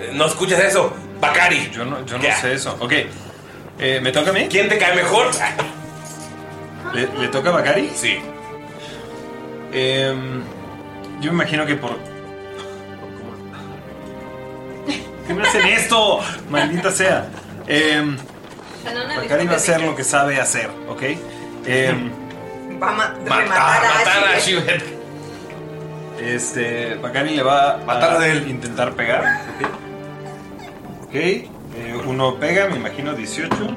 Speaker 3: Eh, No escuchas eso, Bakari.
Speaker 9: Yo no, yo no sé eso. Ok. Eh, ¿Me toca a mí?
Speaker 3: ¿Quién te cae mejor?
Speaker 9: ¿Le, le toca a Bakari? Em,
Speaker 3: Sí.
Speaker 9: yo me imagino que por. ¿Qué me hacen esto? Maldita sea. Em, Bakari va a hacer lo que sabe hacer, ¿ok? Em,
Speaker 6: Va a ma-
Speaker 9: matar,
Speaker 6: rematar a Ashibet.
Speaker 3: Shivet.
Speaker 9: Este, Bakari le va a matar de él. intentar pegar. Ok. Ok, eh, uno pega, me imagino 18.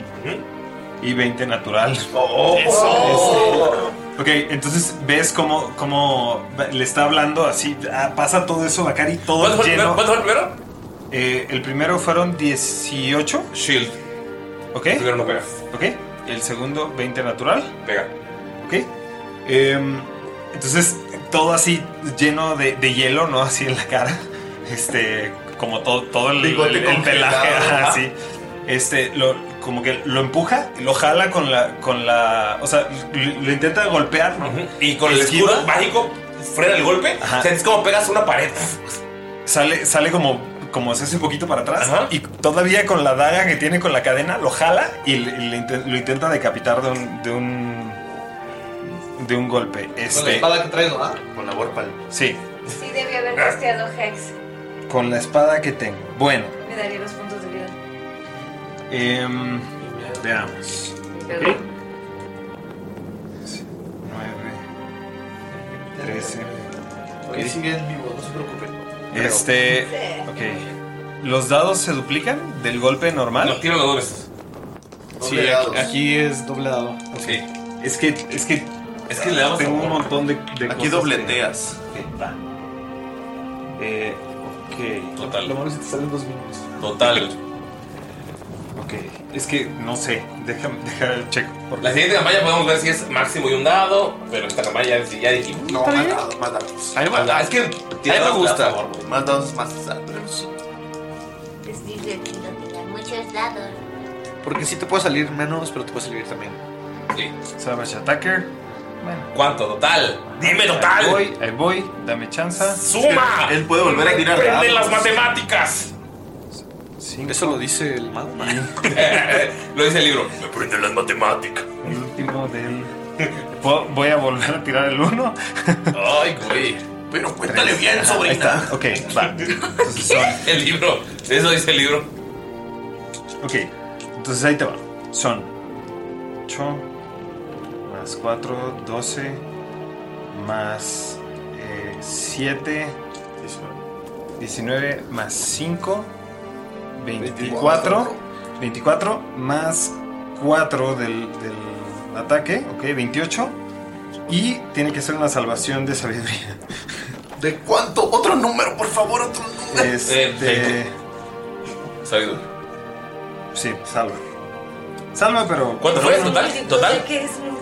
Speaker 9: Y 20 natural.
Speaker 3: Oh.
Speaker 9: Este, ok, entonces ves cómo, cómo va- le está hablando así. ah, Pasa todo eso, Bakari, todo
Speaker 3: ¿Cuánto fue el primero?
Speaker 9: lleno.
Speaker 3: ¿Cuánto fue el primero?
Speaker 9: Eh, el primero fueron 18.
Speaker 3: Shield.
Speaker 9: Ok.
Speaker 3: El primero no pega.
Speaker 9: Ok. El segundo, 20 natural.
Speaker 3: Pega.
Speaker 9: Ok. Em, entonces, todo así lleno de, de hielo, ¿no? Así en la cara. Este, como todo, todo el,
Speaker 4: Bigote
Speaker 9: el- el
Speaker 4: congelado,
Speaker 9: pelaje, ajá,
Speaker 4: ajá.
Speaker 9: así. Este, lo, como que lo empuja, lo jala con la, con la, o sea, lo, lo intenta golpear, ¿no?
Speaker 3: Y con el escudo mágico, frena el golpe. Sientes como pegas una pared.
Speaker 9: Sale, sale como, como se hace un poquito para atrás y todavía con la daga que tiene con la cadena, lo jala y le- le inte- lo intenta decapitar de un, de un, de un golpe. Este,
Speaker 4: Con la espada que traes, ¿verdad? Con la warpal.
Speaker 9: Sí,
Speaker 6: Sí, debí haber casteado Hex.
Speaker 9: con la espada que tengo. Bueno,
Speaker 6: Me daría los puntos de vida.
Speaker 9: em, veamos.
Speaker 6: Perdón.
Speaker 9: 13.
Speaker 5: Oye, siguen vivos, no se preocupen.
Speaker 9: Este. Ok. ¿Los dados se duplican del golpe normal?
Speaker 3: No, tiro los dobles.
Speaker 9: Sí,
Speaker 3: Doble
Speaker 9: aquí,
Speaker 3: dados.
Speaker 9: aquí es doble dado.
Speaker 3: Sí.
Speaker 9: Es que. Es que.
Speaker 3: Es que le damos
Speaker 9: Tengo
Speaker 3: a-
Speaker 9: un montón de. de
Speaker 3: Aquí
Speaker 9: cosas que-
Speaker 3: dobleteas.
Speaker 9: que va. Eh, ok.
Speaker 3: Total.
Speaker 9: Lo malo es que te salen dos minutos.
Speaker 3: Total.
Speaker 9: Ok. Es que no sé. Déjame, déjame el checo. porque-
Speaker 3: La siguiente campaña podemos ver si es máximo y un dado, pero esta campaña ya, ya dijimos.
Speaker 5: No, más dados, más dados.
Speaker 3: Ahí va. Es que
Speaker 5: A mí me
Speaker 3: dados te da
Speaker 5: gusta.
Speaker 3: favor,
Speaker 5: Más dados, más dados.
Speaker 11: Es divertido tirar muchos dados.
Speaker 4: Porque sí te puede salir menos, pero te puede salir también.
Speaker 3: Sí.
Speaker 9: Savage Attacker.
Speaker 3: ¿Cuánto total? Dime
Speaker 9: Ahí
Speaker 3: total.
Speaker 9: voy, ahí voy. Dame chanza.
Speaker 3: ¡Suma!
Speaker 5: Él puede volver a tirar
Speaker 3: Aprende
Speaker 5: dados.
Speaker 3: las matemáticas!
Speaker 4: Eso lo dice el mago.
Speaker 3: lo dice el libro.
Speaker 10: Aprende las matemáticas.
Speaker 9: El último del. ¿Puedo- Voy a volver a tirar el 1.
Speaker 3: Ay, güey. Pero cuéntale bien,
Speaker 9: Ahí
Speaker 3: sobrina.
Speaker 9: está. Ok, va. Entonces, son-
Speaker 3: El libro. Eso dice el libro.
Speaker 9: ok, entonces ahí te va. Son 8 más Más 4, 12. Más eh, 7. 19. Más 5. 24. 24. Más 4 del, del ataque. Ok, 28. Y tiene que ser una salvación de sabiduría.
Speaker 5: ¿De cuánto? Otro número, por favor, otro número.
Speaker 3: Eh,
Speaker 9: Este.
Speaker 3: Sabiduría.
Speaker 9: Sí, salva. Salva, pero.
Speaker 3: ¿Cuánto
Speaker 9: pero
Speaker 3: fue?
Speaker 9: bueno.
Speaker 3: ¿Total? ¿Total?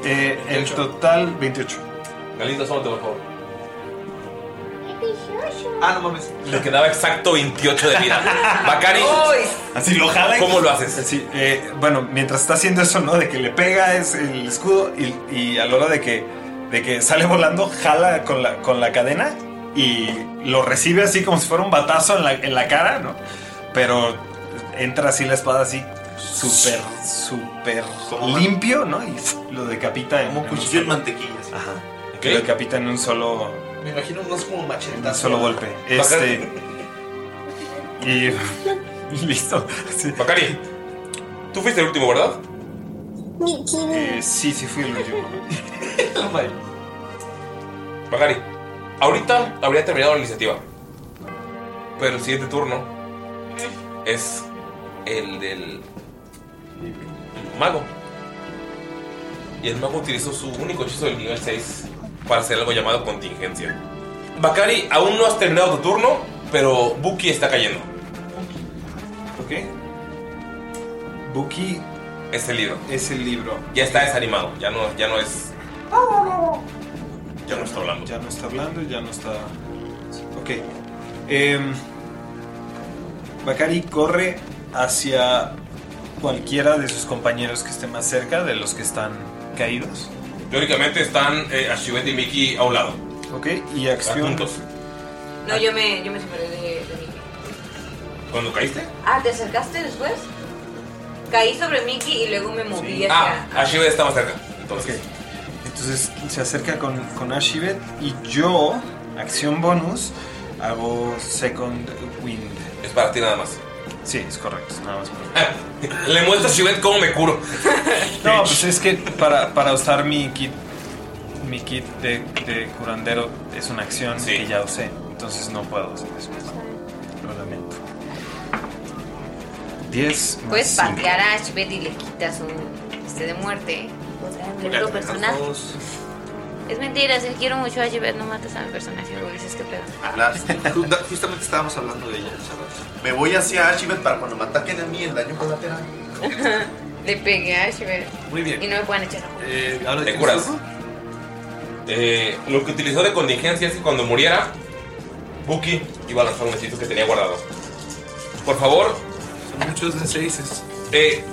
Speaker 9: Eh, en total, 28.
Speaker 3: Galindo, asómate, por favor.
Speaker 4: Ah, no mames.
Speaker 3: Le quedaba exacto 28 de vida. Bacari.
Speaker 9: Así lo jala. y-
Speaker 3: ¿Cómo lo haces?
Speaker 9: Así, eh, bueno, mientras está haciendo eso, ¿no? De que le pega es el escudo y, y a la hora de que, de que sale volando, jala con la, con la cadena y lo recibe así como si fuera un batazo en la, en la cara, ¿no? Pero entra así la espada así súper, súper limpio, ¿no? Y lo decapita en Como cuchillo en
Speaker 5: mantequillas.
Speaker 9: Ajá. Que Lo decapita en un solo,
Speaker 4: Me imagino unos como
Speaker 9: en un
Speaker 4: machetazos.
Speaker 9: solo golpe. Este... Y... Listo.
Speaker 3: Bacari, tú fuiste el último, ¿verdad?
Speaker 9: Eh, sí, sí fui el último.
Speaker 3: Bacari, ahorita habría terminado la iniciativa. Pero el siguiente turno es el del mago. Y el mago utilizó su único hechizo del nivel 6 para hacer algo llamado contingencia. Bakari, aún no has terminado tu turno, pero Buki está cayendo.
Speaker 9: ¿Ok? Buki
Speaker 3: es el Este libro.
Speaker 9: Es el libro.
Speaker 3: Ya está desanimado, ya no, ya no es. Ya no está hablando.
Speaker 9: Ya no está hablando, ya no está. Ok. Em, Bakari corre hacia cualquiera de sus compañeros que esté más cerca, de los que están caídos.
Speaker 3: Teóricamente están eh, Ashibet y Miki a un lado.
Speaker 9: Ok, y acción.
Speaker 3: Juntos.
Speaker 6: No, yo me, yo me separé de, de Mickey.
Speaker 3: ¿Cuándo caíste?
Speaker 6: Ah, ¿te acercaste después? Caí sobre Mickey y luego me moví hacia.
Speaker 3: Ah, Ashibet está más cerca. Entonces.
Speaker 9: Entonces se acerca con, con Ashibet y yo, acción bonus, hago Second Wind.
Speaker 3: Es para ti nada más.
Speaker 9: Sí, es correcto, es nada más para
Speaker 3: Ah, Le muestro a Ashibet cómo me curo.
Speaker 9: No, pues es que para, para usar mi kit mi kit de, de curandero es una acción que ya usé, entonces no puedo hacer eso. Lo lamento. 10 más
Speaker 6: Puedes
Speaker 9: cinco.
Speaker 6: patear a Ashbet y le quitas un este de muerte. Otra
Speaker 9: Claro,
Speaker 6: otro personaje. Es mentira, si quiero mucho a Ashbet, no matas a mi personaje, luego dices que pedo.
Speaker 5: Justamente estábamos hablando de ella. hace rato. Me voy hacia Archibald para cuando me ataquen a mí el daño colateral.
Speaker 6: le pegué a Ashbet.
Speaker 5: Muy bien.
Speaker 6: Y no me pueden echar la culpa.
Speaker 3: ¿Te curas? Eh, lo que utilizó de contingencia es que cuando muriera, Buki iba a lanzar un hechizo que tenía guardado. Por favor. Son muchos de seis. Eh,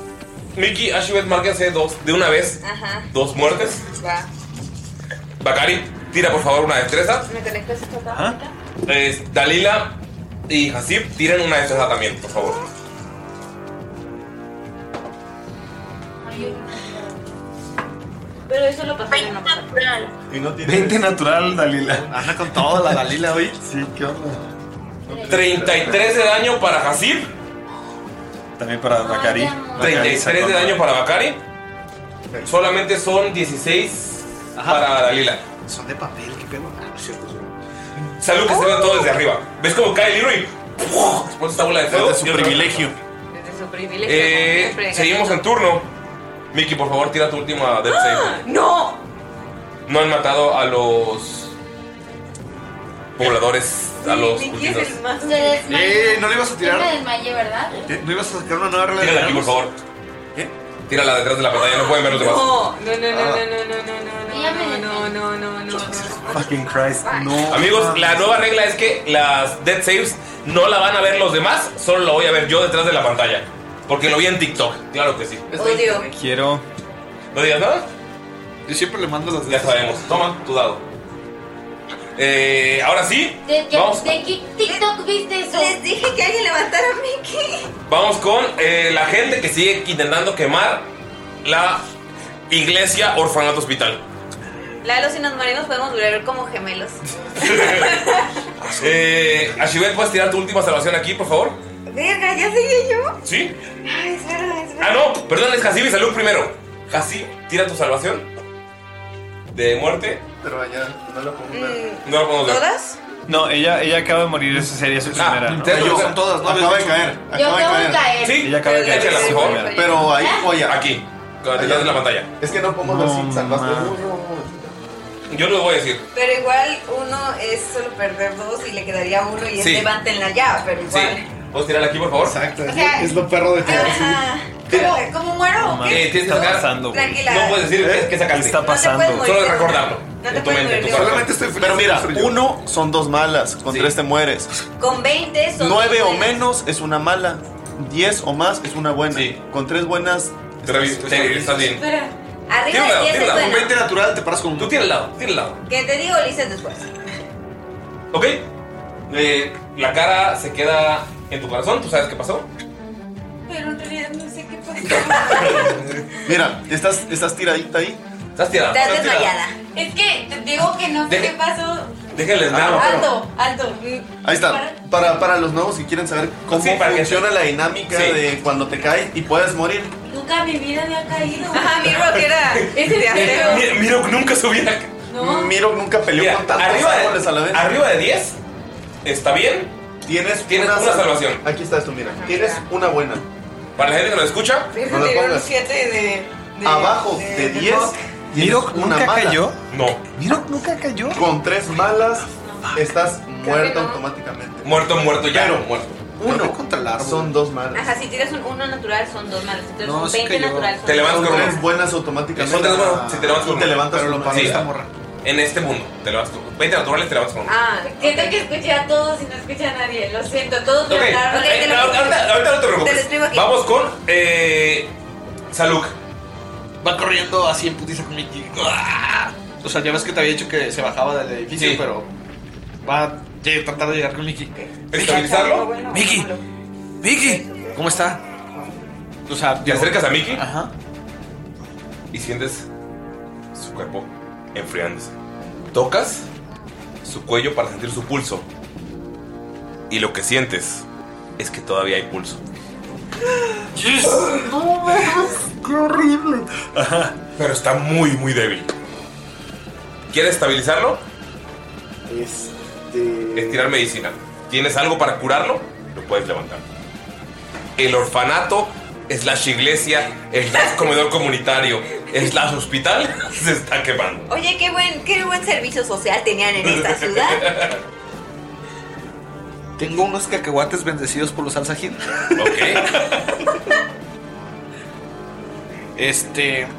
Speaker 3: Miki, Ashibet, márquense dos de una vez.
Speaker 6: Ajá.
Speaker 3: Dos muertes.
Speaker 6: Va.
Speaker 3: Bakari, tira por favor una destreza.
Speaker 6: ¿Me conectas esta
Speaker 9: Ajá.
Speaker 3: Eh, Dalila y Hasib tiren una destreza también, por favor.
Speaker 7: Pero eso lo pasó en natural.
Speaker 5: Y no tiene
Speaker 9: 20 natural, Dalila.
Speaker 5: Anda con toda la Dalila hoy.
Speaker 9: Sí, qué onda.
Speaker 3: 33 de daño para Hasib.
Speaker 9: También para Bakari.
Speaker 3: 33 de daño para Bakari. Solamente son 16 para Dalila. Ah,
Speaker 5: Son de papel, qué pedo.
Speaker 3: Salud que se ve todo desde arriba. ¿Ves cómo cae el libro y ¡puf! explota esta bola de fuego?
Speaker 5: Desde su
Speaker 3: Y otra vez.
Speaker 5: privilegio.
Speaker 6: Desde su privilegio. como
Speaker 3: Eh,
Speaker 6: siempre,
Speaker 3: seguimos en
Speaker 6: ganando.
Speaker 3: turno. Miki, por favor, tira tu última death save.
Speaker 6: ¡No!
Speaker 3: No han matado a los pobladores, a los cultistas.
Speaker 7: Se desmayó.
Speaker 5: Eh, ¿no le ibas a tirar?
Speaker 7: Yo me desmayé, ¿verdad?
Speaker 5: ¿No ibas a sacar una nueva regla
Speaker 3: Tírala aquí, por favor. Tírala detrás de la pantalla, no pueden ver los demás.
Speaker 6: No, no, no,
Speaker 3: Ah.
Speaker 6: no, no, no, no, no, no, no, no, no, no, no.
Speaker 9: Fucking Christ, no.
Speaker 3: Amigos, la nueva regla es que las death saves no la van a ver los demás, solo la voy a ver yo detrás de la pantalla. Porque lo vi en TikTok, claro que sí.
Speaker 6: Odio.
Speaker 9: Quiero.
Speaker 3: ¿No digas nada?
Speaker 4: Yo siempre le mando las
Speaker 3: Ya sabemos. Toma tu dado. Eh, ahora sí,
Speaker 7: ¿De, qué-
Speaker 3: vamos,
Speaker 7: de qué TikTok viste eso? Les dije que alguien levantara a Mickey.
Speaker 3: vamos con eh, la gente que sigue intentando quemar la iglesia orfanato hospital.
Speaker 6: Lalo, si nos morimos podemos durar como gemelos.
Speaker 3: Eh, Ashibet, ¿puedes tirar tu última salvación aquí, por favor?
Speaker 6: Verga, ¿ya seguí yo?
Speaker 3: ¿Sí?
Speaker 6: Ay, es verdad, es verdad.
Speaker 3: Ah, no, perdón, es Hasib y Salud primero. Hasib, tira tu salvación. de muerte.
Speaker 5: Pero allá no la podemos ver.
Speaker 3: No la podemos ver.
Speaker 6: Mm.
Speaker 3: Ah,
Speaker 6: ¿Todas?
Speaker 9: No, ella, ella acaba de morir, esa sería su primera. ¿no?
Speaker 5: Te tocan todas, ¿no? Acaba de caer. Acaba de caer.
Speaker 3: Sí,
Speaker 9: Ella acaba de caer.
Speaker 3: Échala,
Speaker 9: su
Speaker 3: por favor.
Speaker 9: primera.
Speaker 5: Pero ahí o allá.
Speaker 3: Aquí, detrás de la pantalla.
Speaker 5: Es que no podemos ver si salvaste uno.
Speaker 3: Yo no lo voy a decir.
Speaker 6: Pero igual uno es solo perder dos y le quedaría uno y es
Speaker 3: Sí.
Speaker 6: levántenla ya, pero
Speaker 3: Sí.
Speaker 6: igual.
Speaker 3: ¿Puedes tirarla aquí, por favor? Exacto.
Speaker 6: sea, es
Speaker 5: lo perro de
Speaker 6: Ajá. ¿Cómo, cómo muero? o qué?
Speaker 3: Eh, tienes que sacar.
Speaker 6: Tranquila.
Speaker 3: No puedes decir que qué sacaste.
Speaker 9: está
Speaker 6: pasando?
Speaker 3: Solo de recordarlo.
Speaker 6: No te
Speaker 3: en tu
Speaker 6: puedes
Speaker 3: mente. en tu
Speaker 6: morir.
Speaker 3: corazón.
Speaker 6: Solamente
Speaker 5: estoy Pero mira, uno son dos malas, con tres te mueres.
Speaker 6: Con 20 son.
Speaker 5: Nueve o
Speaker 6: buenas.
Speaker 5: menos es una mala. Diez o más es una buena. Con tres buenas.
Speaker 3: Estás bien.
Speaker 6: Espera. Arriba de 10 es buena.
Speaker 5: natural te paras con un.
Speaker 3: Tú tienes el lado, tienes el lado.
Speaker 6: Que te digo, Ulises, después.
Speaker 3: ¿Ok? Eh, la cara se queda en tu corazón. ¿Tú sabes qué pasó?
Speaker 6: Pero en realidad no sé qué pasa.
Speaker 5: Mira, estás, estás tiradita ahí.
Speaker 3: Estás tirada.
Speaker 7: Estás desmayada. Es que te digo que no sé
Speaker 5: Deja-
Speaker 7: qué pasó.
Speaker 3: Déjenles
Speaker 5: nada.
Speaker 7: Alto, alto.
Speaker 5: Ahí está. Para, para los nuevos que quieren saber cómo funciona la dinámica de cuando te caes y puedes morir.
Speaker 7: Nunca en mi vida había caído.
Speaker 6: Ajá, mi rock era este,
Speaker 7: Ese
Speaker 3: Mira, Miro nunca subiera.
Speaker 5: Miro nunca peleó con tantos
Speaker 3: arriba de-
Speaker 5: árboles a la vez.
Speaker 3: Arriba de 10 está bien.
Speaker 5: Tienes,
Speaker 3: una,
Speaker 5: sal-
Speaker 3: salvación.
Speaker 5: Aquí está esto, mira. Tienes una buena.
Speaker 3: Para la gente que lo escucha,
Speaker 5: No la pongas.
Speaker 6: 7 de.
Speaker 5: Abajo de 10. Miro una
Speaker 9: nunca
Speaker 5: mala.
Speaker 9: cayó?
Speaker 3: No.
Speaker 5: Miro nunca cayó. Con tres malas estás muerto automáticamente.
Speaker 3: Muerto, muerto ya.
Speaker 5: Pero
Speaker 3: muerto.
Speaker 5: Uno contra el árbol. Son dos malas.
Speaker 6: Ajá, si tiras un 1 natural Ah, son dos malas. Entonces
Speaker 5: No,
Speaker 6: un
Speaker 5: sí
Speaker 6: 20
Speaker 5: cayó.
Speaker 6: natural son
Speaker 3: Te levantas
Speaker 5: Son
Speaker 3: con
Speaker 5: tres
Speaker 3: uno.
Speaker 5: buenas automáticamente.
Speaker 3: Son tres buenas, si te levantas
Speaker 5: Y
Speaker 3: con
Speaker 5: te
Speaker 3: uno.
Speaker 5: levantas
Speaker 3: Pero lo
Speaker 5: con
Speaker 3: pagas.
Speaker 5: esta
Speaker 3: Sí.
Speaker 5: morra.
Speaker 3: En este mundo te levantas tú. 20 naturales te levantas con uno.
Speaker 7: Ah, siento que escuché a todos y no escuché a nadie. Lo siento, todos
Speaker 3: Ok,
Speaker 7: me hablaron.
Speaker 3: eh, no, ahorita, ahorita no te preocupes. Vamos con eh, Saluk.
Speaker 4: Va corriendo así en putiza con Mickey. ¡Ah! O sea, ya ves que te había dicho que se bajaba del edificio, pero va a lle- tratar de llegar con Mickey.
Speaker 3: ¿Estabilizarlo?
Speaker 4: Mickey, Mickey, ¿cómo está? O sea,
Speaker 3: ¿Te acercas a Mickey?
Speaker 4: Ajá.
Speaker 3: y sientes su cuerpo enfriándose. Tocas su cuello para sentir su pulso. Y lo que sientes es que todavía hay pulso.
Speaker 12: No, qué horrible.
Speaker 3: Pero está muy, muy débil. ¿Quieres estabilizarlo? Este... Estirar medicina. ¿Tienes algo para curarlo? Lo puedes levantar. El orfanato, slash iglesia, slash comedor comunitario, slash hospital, se está quemando.
Speaker 6: Oye, qué buen, qué buen servicio social tenían en esta ciudad.
Speaker 4: Tengo unos cacahuates bendecidos por los alzajín. Este.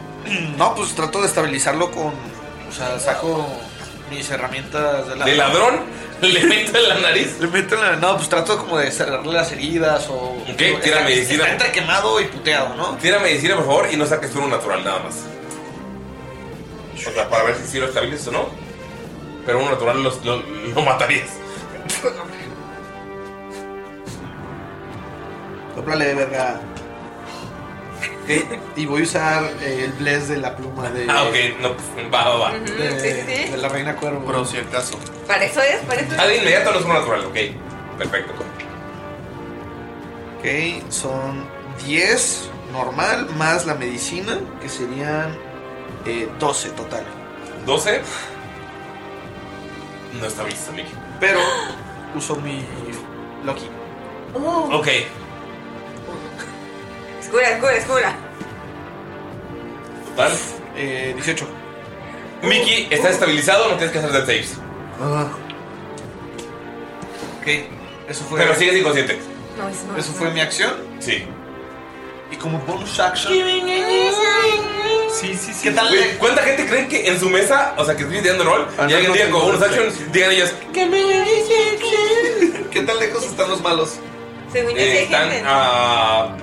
Speaker 4: No, pues trato de estabilizarlo con. O sea, saco mis herramientas de
Speaker 3: ¿De ladrón? ¿Le meto en la nariz?
Speaker 4: Le meto en la No, pues trato como de cerrarle las heridas o.
Speaker 3: ¿Qué?
Speaker 4: o-
Speaker 3: Tira
Speaker 4: está-
Speaker 3: medicina.
Speaker 4: está entre quemado y puteado, ¿no?
Speaker 3: Tira medicina, por favor, y no saques uno natural nada más. O sea, para ver si sí lo estabilizas o no. Pero uno natural los- lo, lo matarías.
Speaker 4: Sóplale de verga. Y voy a usar eh, el bless de la pluma de.
Speaker 3: Ah, ok, no, pues, va, va, va.
Speaker 4: De, de la reina cuervo.
Speaker 5: Pero si acaso.
Speaker 6: Para eso es, para eso es.
Speaker 3: Ah, de inmediato no es uno natural, ok. Perfecto.
Speaker 4: Ok, son 10 normal más la medicina, que serían eh, 12 total.
Speaker 3: 12. No estabilizas a Mickey.
Speaker 4: Pero uso mi Loki.
Speaker 6: Oh,
Speaker 3: Ok,
Speaker 6: Escura, escura, escura.
Speaker 3: total.
Speaker 4: Eh, Uh. 18.
Speaker 3: Mickey está estabilizado, no tienes que hacer dead saves. Ah,
Speaker 4: Ok, eso fue.
Speaker 3: Pero sigues inconsciente.
Speaker 6: No, es no.
Speaker 4: Eso fue mi acción.
Speaker 3: Sí.
Speaker 4: Y como bonus action.
Speaker 9: Sí, sí,
Speaker 3: sí. ¿Cuánta gente cree que en su mesa, o sea, que estoy tirando rol,
Speaker 4: Ah,
Speaker 3: y alguien diga con bonus action, digan ellas,
Speaker 4: ¿Qué tan lejos están los malos?
Speaker 6: Según yo, sí
Speaker 3: Eh,
Speaker 6: hay
Speaker 3: están
Speaker 6: gente.
Speaker 3: a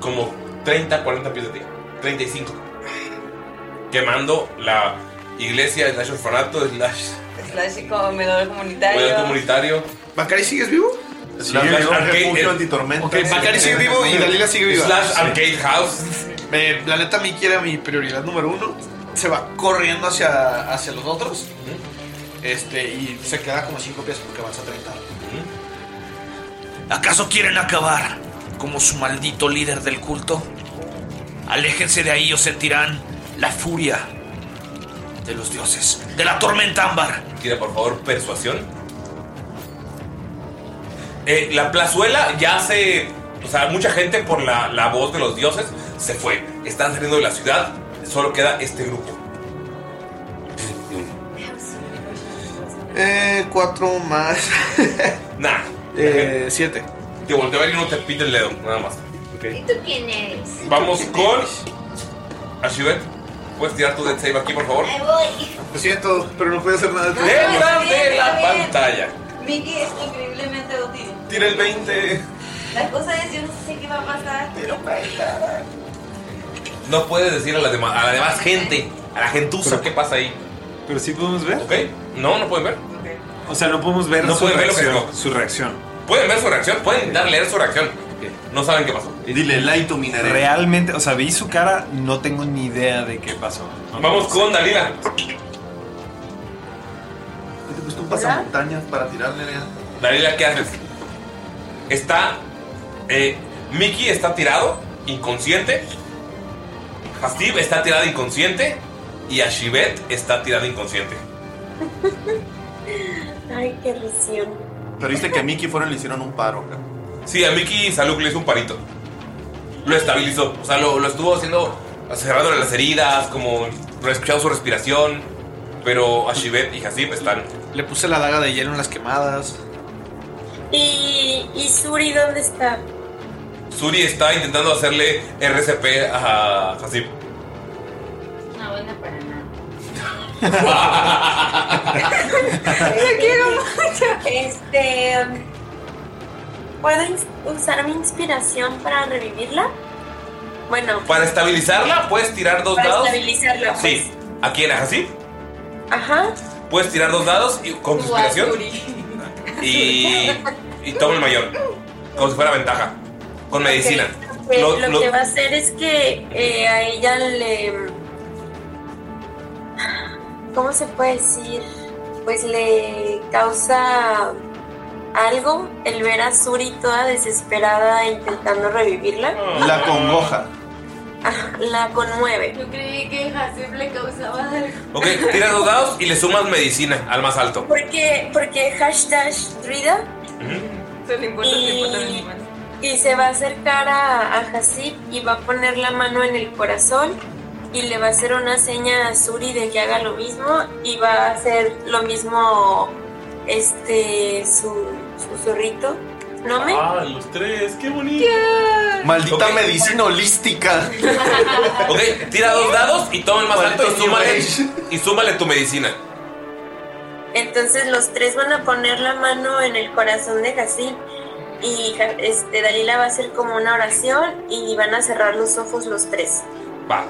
Speaker 3: como 30, 40 pies de ti. 35. Quemando la iglesia, slash orfanato, slash
Speaker 6: Slash comedor
Speaker 3: poder
Speaker 6: comunitario.
Speaker 3: comunitario.
Speaker 4: ¿Bacari sigues vivo?
Speaker 5: Slash refugio antitormenta.
Speaker 4: Ok, Bacari sigue vivo y Dalila sigue viva.
Speaker 3: Slash arcade house.
Speaker 4: Eh, la neta Miki era mi prioridad número uno. Se va corriendo hacia, hacia los otros. Este, y se queda como 5 pies porque avanza 30. ¿Acaso quieren acabar como su maldito líder del culto? Aléjense de ahí o sentirán la furia de los dioses, de la tormenta ámbar.
Speaker 3: Tira por favor persuasión. Eh, la plazuela ya se... O sea, mucha gente por la, la voz de los dioses se fue. Están saliendo de la ciudad. Solo queda este grupo.
Speaker 4: Eh, cuatro más.
Speaker 3: Nah.
Speaker 4: Eh, siete.
Speaker 3: Te volteo a ver y no te pite el dedo, nada más.
Speaker 7: ¿Y tú quién eres?
Speaker 3: Vamos con. Ashibet. ¿Puedes tirar tu dead save aquí, por favor?
Speaker 7: Ahí voy.
Speaker 4: Lo siento, pero no puedo hacer nada.
Speaker 7: No, está bien,
Speaker 3: de la
Speaker 7: está bien.
Speaker 3: pantalla.
Speaker 7: Miki es increíblemente útil.
Speaker 3: Tira el 20.
Speaker 7: La cosa es, yo no sé qué va a pasar. Pero
Speaker 3: No puedes decir a la, demás, a la demás gente, a la gentuza, qué pasa ahí.
Speaker 9: Pero sí podemos ver.
Speaker 3: Ok. No, no pueden ver.
Speaker 9: O sea, no podemos ver,
Speaker 3: No
Speaker 9: su,
Speaker 3: pueden ver lo que
Speaker 9: reacción,
Speaker 3: no.
Speaker 9: su reacción.
Speaker 3: Pueden ver su reacción, pueden dar leer su reacción. No saben qué pasó.
Speaker 5: Dile, la iluminaré.
Speaker 9: Realmente, o sea, vi su cara, no tengo ni idea de qué pasó.
Speaker 3: Vamos con Dalila.
Speaker 5: Te costó un pasamontañas para tirarle.
Speaker 3: Dalila, ¿qué haces? Está. Eh, Mickey está tirado, inconsciente. Hastib está tirado inconsciente. Y Ashibet está tirado inconsciente.
Speaker 8: Ay, qué risión.
Speaker 5: Pero viste que a Mickey fueron y le hicieron un paro. acá.
Speaker 3: Sí, a Mickey Saluk le hizo un parito. Lo estabilizó. O sea, lo, lo estuvo haciendo. Cerrándole las heridas, como. Escuchando su respiración. Pero Ashibet y Hasib están.
Speaker 4: Le puse la daga de hielo en las quemadas.
Speaker 8: ¿Y, y Suri dónde está?
Speaker 3: Suri está intentando hacerle RCP a Hasib.
Speaker 7: No, bueno, para nada.
Speaker 8: Lo quiero mucho. Este. ¿Puedo ins- usar mi inspiración para revivirla? Bueno,
Speaker 3: Para estabilizarla, puedes tirar dos
Speaker 8: para
Speaker 3: dados.
Speaker 8: estabilizarla. pues.
Speaker 3: Sí. ¿A quién? ¿A Hasib?
Speaker 8: Ajá.
Speaker 3: Puedes tirar dos dados y, con tu inspiración. Y, y toma el mayor. Como si fuera ventaja. Con medicina.
Speaker 8: Eh,
Speaker 3: Lo-
Speaker 8: Lo,
Speaker 3: lo-
Speaker 8: que va a hacer es que eh, a ella le. ¿Cómo se puede decir? Pues le causa algo el ver a Suri toda desesperada intentando revivirla.
Speaker 5: La congoja.
Speaker 8: Ah, La conmueve.
Speaker 7: Yo creí que Hasib le causaba algo.
Speaker 3: Ok, tiras dos dados y le sumas medicina al más alto.
Speaker 8: Porque, porque hashtag Drida y, y se va a acercar a, a Hasib y va a poner la mano en el corazón y le va a hacer una seña a Suri de que haga lo mismo y va a hacer lo mismo este su, su zorrito. ¿No me?
Speaker 5: Ah,
Speaker 3: los tres, qué bonito.
Speaker 5: Maldita medicina holística.
Speaker 3: Ok, tira dos dados y toma el más alto y súmale, y súmale tu medicina.
Speaker 8: Entonces los tres van a poner la mano en el corazón de Hasib y Ja- este Dalila va a hacer como una oración y van a cerrar los ojos los tres.
Speaker 3: Va.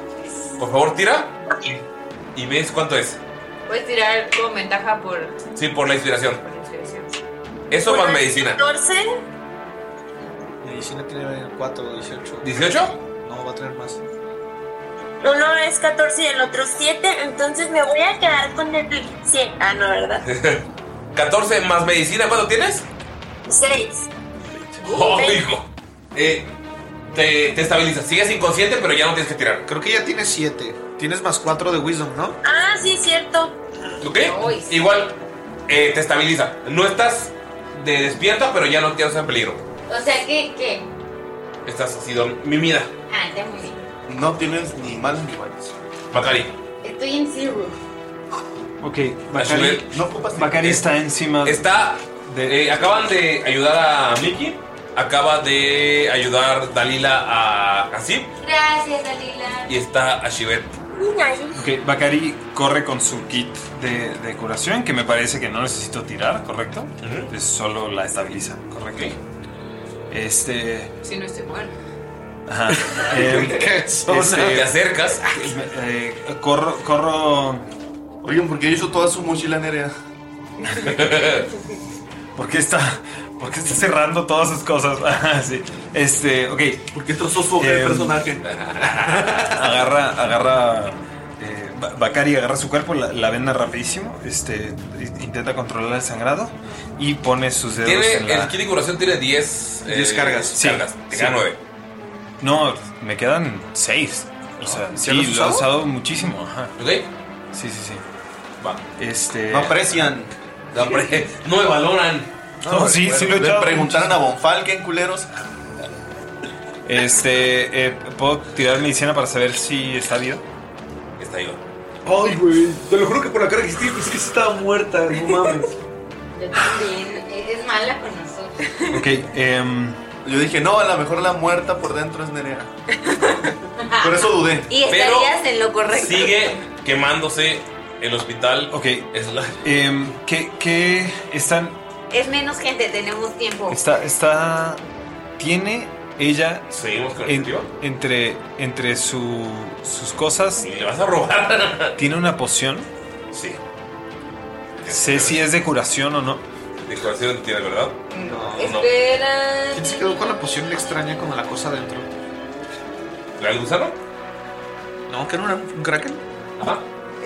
Speaker 3: Por favor, tira. Y ves cuánto es.
Speaker 7: Puedes tirar con ventaja por
Speaker 3: Sí, por la inspiración.
Speaker 7: inspiración.
Speaker 3: Eso más medicina.
Speaker 8: 14
Speaker 4: Medicina tiene 4, 18.
Speaker 3: ¿18?
Speaker 4: No, va a tener más.
Speaker 8: Uno es 14 y el otro 7, entonces me voy a quedar con el 100. Ah, no, ¿verdad?
Speaker 3: 14 más medicina, ¿cuánto tienes?
Speaker 8: 6.
Speaker 3: ¡Oh, hijo! Eh, te, te estabilizas. Sigues inconsciente, pero ya no tienes que tirar.
Speaker 4: Creo que ya tienes 7. Tienes más 4 de Wisdom, ¿no?
Speaker 8: Ah, sí, cierto.
Speaker 3: ¿Ok? Igual eh, te estabiliza. No estás de despierta, pero ya no tienes en peligro.
Speaker 7: O sea, ¿qué? ¿Qué?
Speaker 3: Estás así, don- mimida.
Speaker 7: Ah, ya muy bien.
Speaker 5: No tienes ni malos ni buenos.
Speaker 3: Bacari.
Speaker 7: Estoy en zero.
Speaker 9: Ok,
Speaker 3: Ashibet.
Speaker 9: Bacari, Bacari está encima de...
Speaker 3: Está. eh, acaban de ayudar a Mickey. Acaba de ayudar Dalila a Hasib.
Speaker 7: Gracias, Dalila.
Speaker 3: Y está Ashibet.
Speaker 9: Ok, Bakari corre con su kit de, de curación, que me parece que no necesito tirar, ¿correcto? Es solo la estabiliza, ¿correcto? Este...
Speaker 7: Si no estoy bueno.
Speaker 9: Ajá. Em,
Speaker 3: este, Te acercas.
Speaker 9: eh, corro, corro...
Speaker 5: Oigan, ¿por qué hizo toda su mochila nerea?
Speaker 9: ¿Por qué está, por qué está cerrando todas sus cosas? Ajá, sí. Este, ok.
Speaker 5: ¿Por qué trozó su hoja de
Speaker 9: Em,
Speaker 5: personaje?
Speaker 9: agarra, agarra. eh, Ba- Bakari agarra su cuerpo, la, la venda rapidísimo, este, i- intenta controlar el sangrado y pone sus dedos
Speaker 3: Tiene,
Speaker 9: en la...
Speaker 3: El kit de curación tiene 10
Speaker 9: 10 cargas. Sí,
Speaker 3: Eh, cargas. Te
Speaker 9: sí.
Speaker 3: quedan 9.
Speaker 9: No, me quedan seis. O sea,
Speaker 3: ¿Ya lo Ah,
Speaker 9: sí,
Speaker 3: has
Speaker 9: lo he
Speaker 3: usado?
Speaker 9: usado muchísimo. Ajá.
Speaker 3: ¿Ok?
Speaker 9: Sí, sí, sí.
Speaker 3: Va.
Speaker 9: Este.
Speaker 5: No aprecian.
Speaker 3: No, apre- no me valoran.
Speaker 9: No, sí, sí lo he
Speaker 5: Le
Speaker 9: echado
Speaker 5: preguntaron a
Speaker 9: muchísimo.
Speaker 5: Bonfalken, culeros.
Speaker 9: Este. eh, ¿Puedo tirar medicina para saber si está vivo?
Speaker 3: Está vivo.
Speaker 12: Ay, güey. Te lo juro que por la cara que hiciste pensé que sí estaba muerta. No mames.
Speaker 7: Yo también. Eres mala con nosotros.
Speaker 9: Ok,
Speaker 4: em,
Speaker 5: Yo dije, no, a lo mejor la muerta por dentro es Nerea. Por eso dudé.
Speaker 6: Y
Speaker 3: Pero
Speaker 6: estarías en lo correcto.
Speaker 3: Sigue quemándose el hospital.
Speaker 9: Ok.
Speaker 3: Es la-
Speaker 9: Em, ¿qué, ¿Qué están
Speaker 6: Es menos gente, tenemos tiempo.
Speaker 9: Está, está. Tiene ella.
Speaker 3: ¿Seguimos con el
Speaker 9: en-
Speaker 3: objetivo?
Speaker 9: Entre, entre su, sus cosas.
Speaker 3: ¿Le vas a robar?
Speaker 9: Tiene una poción.
Speaker 3: Sí.
Speaker 9: Sé si es de curación o no.
Speaker 3: De curación tiene, ¿verdad?
Speaker 9: no.
Speaker 6: Espera.
Speaker 4: ¿Quién se quedó con la poción extraña con la cosa dentro?
Speaker 3: ¿La del gusano?
Speaker 4: No, que no era un kraken.
Speaker 3: Ajá.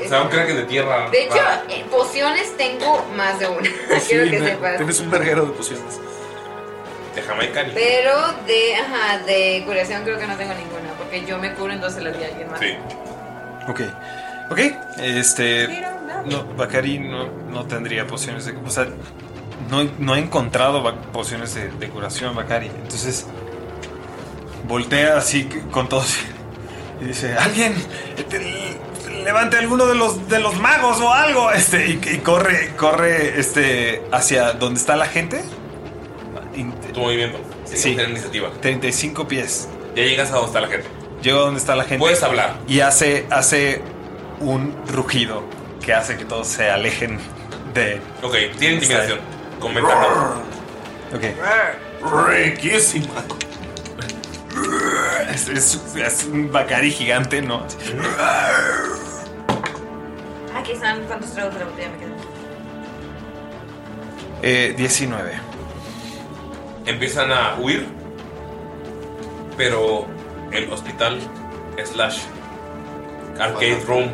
Speaker 3: O sea, un kraken de tierra.
Speaker 7: De hecho,
Speaker 3: rara.
Speaker 7: eh, pociones tengo más de una. Quiero que sepas.
Speaker 4: un verguero de pociones.
Speaker 3: De Jamaica ni.
Speaker 7: Pero de, ajá, de curación creo que no tengo ninguna, porque yo me curo, entonces las di a alguien más.
Speaker 3: Sí.
Speaker 9: Ok. Ok. Este. No, Bakari no, no tendría pociones de. O sea, no, no he encontrado va- pociones de, de curación, Bakari. Entonces. Voltea así con todos. Y dice: ¿Alguien? este, levante alguno de los de los magos o algo este y, y corre corre este hacia donde está la gente
Speaker 3: Tu movimiento. Sí. tiene iniciativa.
Speaker 9: 35 pies
Speaker 3: Ya llegas a donde está la gente.
Speaker 9: llego a donde está la gente
Speaker 3: Puedes hablar.
Speaker 9: y hace hace un rugido que hace que todos se alejen de
Speaker 3: Ok, tiene intimidación. Con ventaja.
Speaker 9: ok
Speaker 5: Riquísima.
Speaker 9: es, es- es un bacari gigante no
Speaker 7: Ah,
Speaker 6: Aquí están cuántos tragos de la botella me quedan.
Speaker 9: eh, 19
Speaker 3: Empiezan a huir. Pero el hospital slash arcade
Speaker 9: Ajá.
Speaker 3: room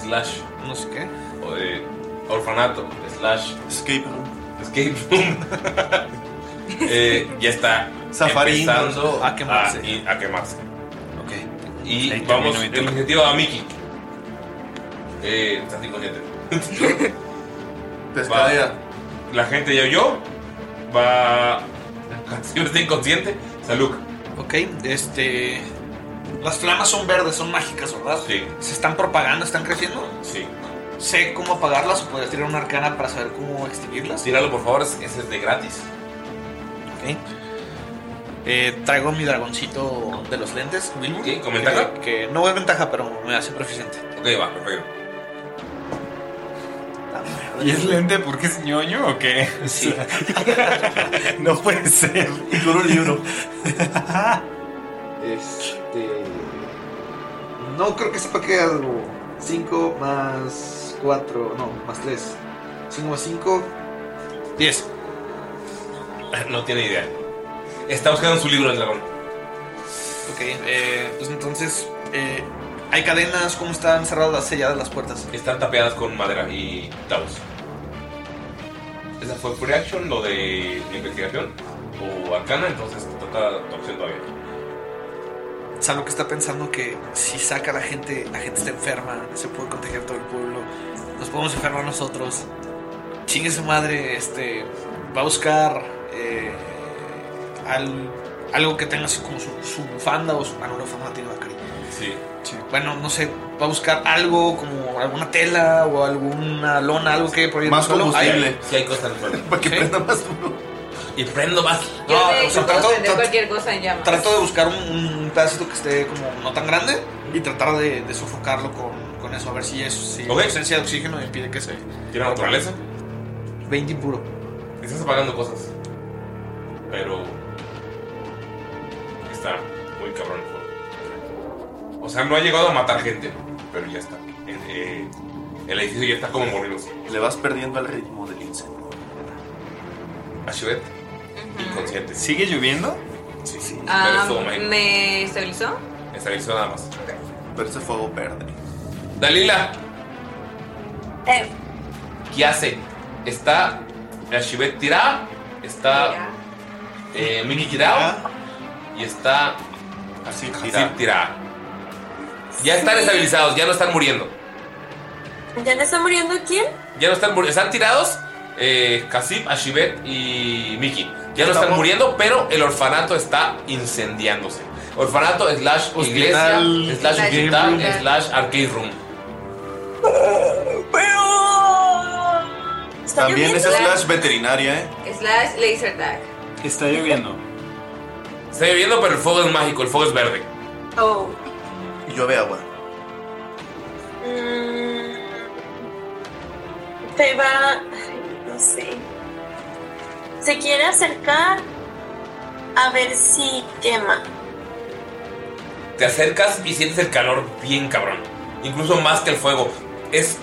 Speaker 3: slash
Speaker 4: no sé qué
Speaker 3: o, eh, orfanato slash
Speaker 5: escape room
Speaker 3: escape room eh, ya está
Speaker 5: Safari
Speaker 3: empezando
Speaker 5: a quemarse.
Speaker 3: a, y- a quemarse.
Speaker 9: Ok.
Speaker 3: Y
Speaker 9: Ahí
Speaker 3: vamos
Speaker 9: termino mi
Speaker 3: en
Speaker 9: turno.
Speaker 3: iniciativa a Mickey. Eh, estás inconsciente.
Speaker 5: Testadea.
Speaker 3: Va- La gente ya oyó. Va. Si está inconsciente, salud.
Speaker 4: Ok, este. Las flamas son verdes, son mágicas, ¿verdad?
Speaker 3: Sí.
Speaker 4: ¿Se están propagando, están creciendo?
Speaker 3: Sí.
Speaker 4: ¿Sé cómo apagarlas o podría tirar una arcana para saber cómo extinguirlas?
Speaker 3: Tíralo, por favor, ese es de gratis.
Speaker 4: Ok. Eh, traigo mi dragoncito de los lentes, Wilbur.
Speaker 3: Ok, ¿con ventaja?
Speaker 4: Que, que no es ventaja, pero me hace proficiente.
Speaker 3: Ok, va, perfecto.
Speaker 9: y es lente porque es ñoño o qué sí no puede ser
Speaker 5: y con un libro
Speaker 12: Este. No creo que sepa qué algo. 5 más 4, no, más 3. 5 más 5.
Speaker 4: 10.
Speaker 3: No tiene idea. Está buscando su libro el dragón.
Speaker 4: Ok, eh, pues entonces. eh, ¿Hay cadenas? ¿Cómo están cerradas, selladas las puertas?
Speaker 3: Están tapeadas con madera y tabos. Esa fue free action, lo de investigación o arcana, entonces te toca tu opción todavía.
Speaker 4: Salvo que está pensando que si saca a la gente, la gente está enferma, se puede contagiar todo el pueblo, nos podemos enfermar nosotros. Chingue su madre, este va a buscar eh, al- algo que tenga así como su, su bufanda o su ah, no, la bufanda tiene Bacari.
Speaker 3: Sí.
Speaker 4: Bueno, no sé, va a buscar algo como alguna tela o alguna lona, algo que por ahí
Speaker 3: Más
Speaker 4: no solo-
Speaker 3: combustible.
Speaker 4: Ay,
Speaker 3: Sí, hay cosas
Speaker 4: Para que prenda
Speaker 5: más
Speaker 3: Y prendo más.
Speaker 7: Yo
Speaker 4: No,
Speaker 7: de
Speaker 4: o
Speaker 7: hecho
Speaker 4: sea,
Speaker 7: puedo
Speaker 4: trato-
Speaker 7: prender
Speaker 4: trato-
Speaker 7: cualquier cosa en llamas.
Speaker 4: Trato de buscar un, un pedacito que esté como no tan grande y tratar de, de sofocarlo con, con eso, a ver si es si
Speaker 3: Ok.
Speaker 4: la ausencia de oxígeno impide que se.
Speaker 3: ¿Tiene naturaleza?
Speaker 4: 20 impuro.
Speaker 3: Estás apagando cosas. Pero. Está muy cabrón el fuego. O sea, no ha llegado a matar gente, pero ya está. El, eh, el edificio ya está como moriroso.
Speaker 5: Le vas perdiendo el ritmo del incendio.
Speaker 3: A Shivet, inconsciente.
Speaker 9: ¿Sigue lloviendo?
Speaker 3: Sí, sí. pero
Speaker 6: Ah,
Speaker 3: estuvo mágico.
Speaker 6: ¿Me estabilizó?
Speaker 3: Estabilizó nada más.
Speaker 5: Pero ese fuego verde.
Speaker 3: Dalila,
Speaker 8: Eh,
Speaker 3: ¿qué hace? Está la Shivet tirada, está eh, Miki tirada y está Hasib tirada. Ya están estabilizados, ya no están muriendo.
Speaker 8: ¿Ya no está muriendo quién?
Speaker 3: Ya no están muriendo. Están tirados eh, Kasib, Ashibet y Miki. Ya no están muriendo, pero el orfanato está incendiándose. Orfanato slash iglesia,
Speaker 10: Hospital.
Speaker 3: slash
Speaker 10: Slash
Speaker 3: hospital,
Speaker 10: room.
Speaker 3: slash arcade room.
Speaker 5: También es
Speaker 6: lloviendo.
Speaker 5: slash veterinaria, ¿eh?
Speaker 6: Slash laser tag.
Speaker 3: Está lloviendo. Está lloviendo, pero el fuego es mágico, el fuego es verde.
Speaker 8: Oh.
Speaker 5: Y llueve agua.
Speaker 8: mm, te va. ay, No sé. Se quiere acercar a ver si quema.
Speaker 3: Te acercas y sientes el calor bien cabrón. Incluso más que el fuego. Es.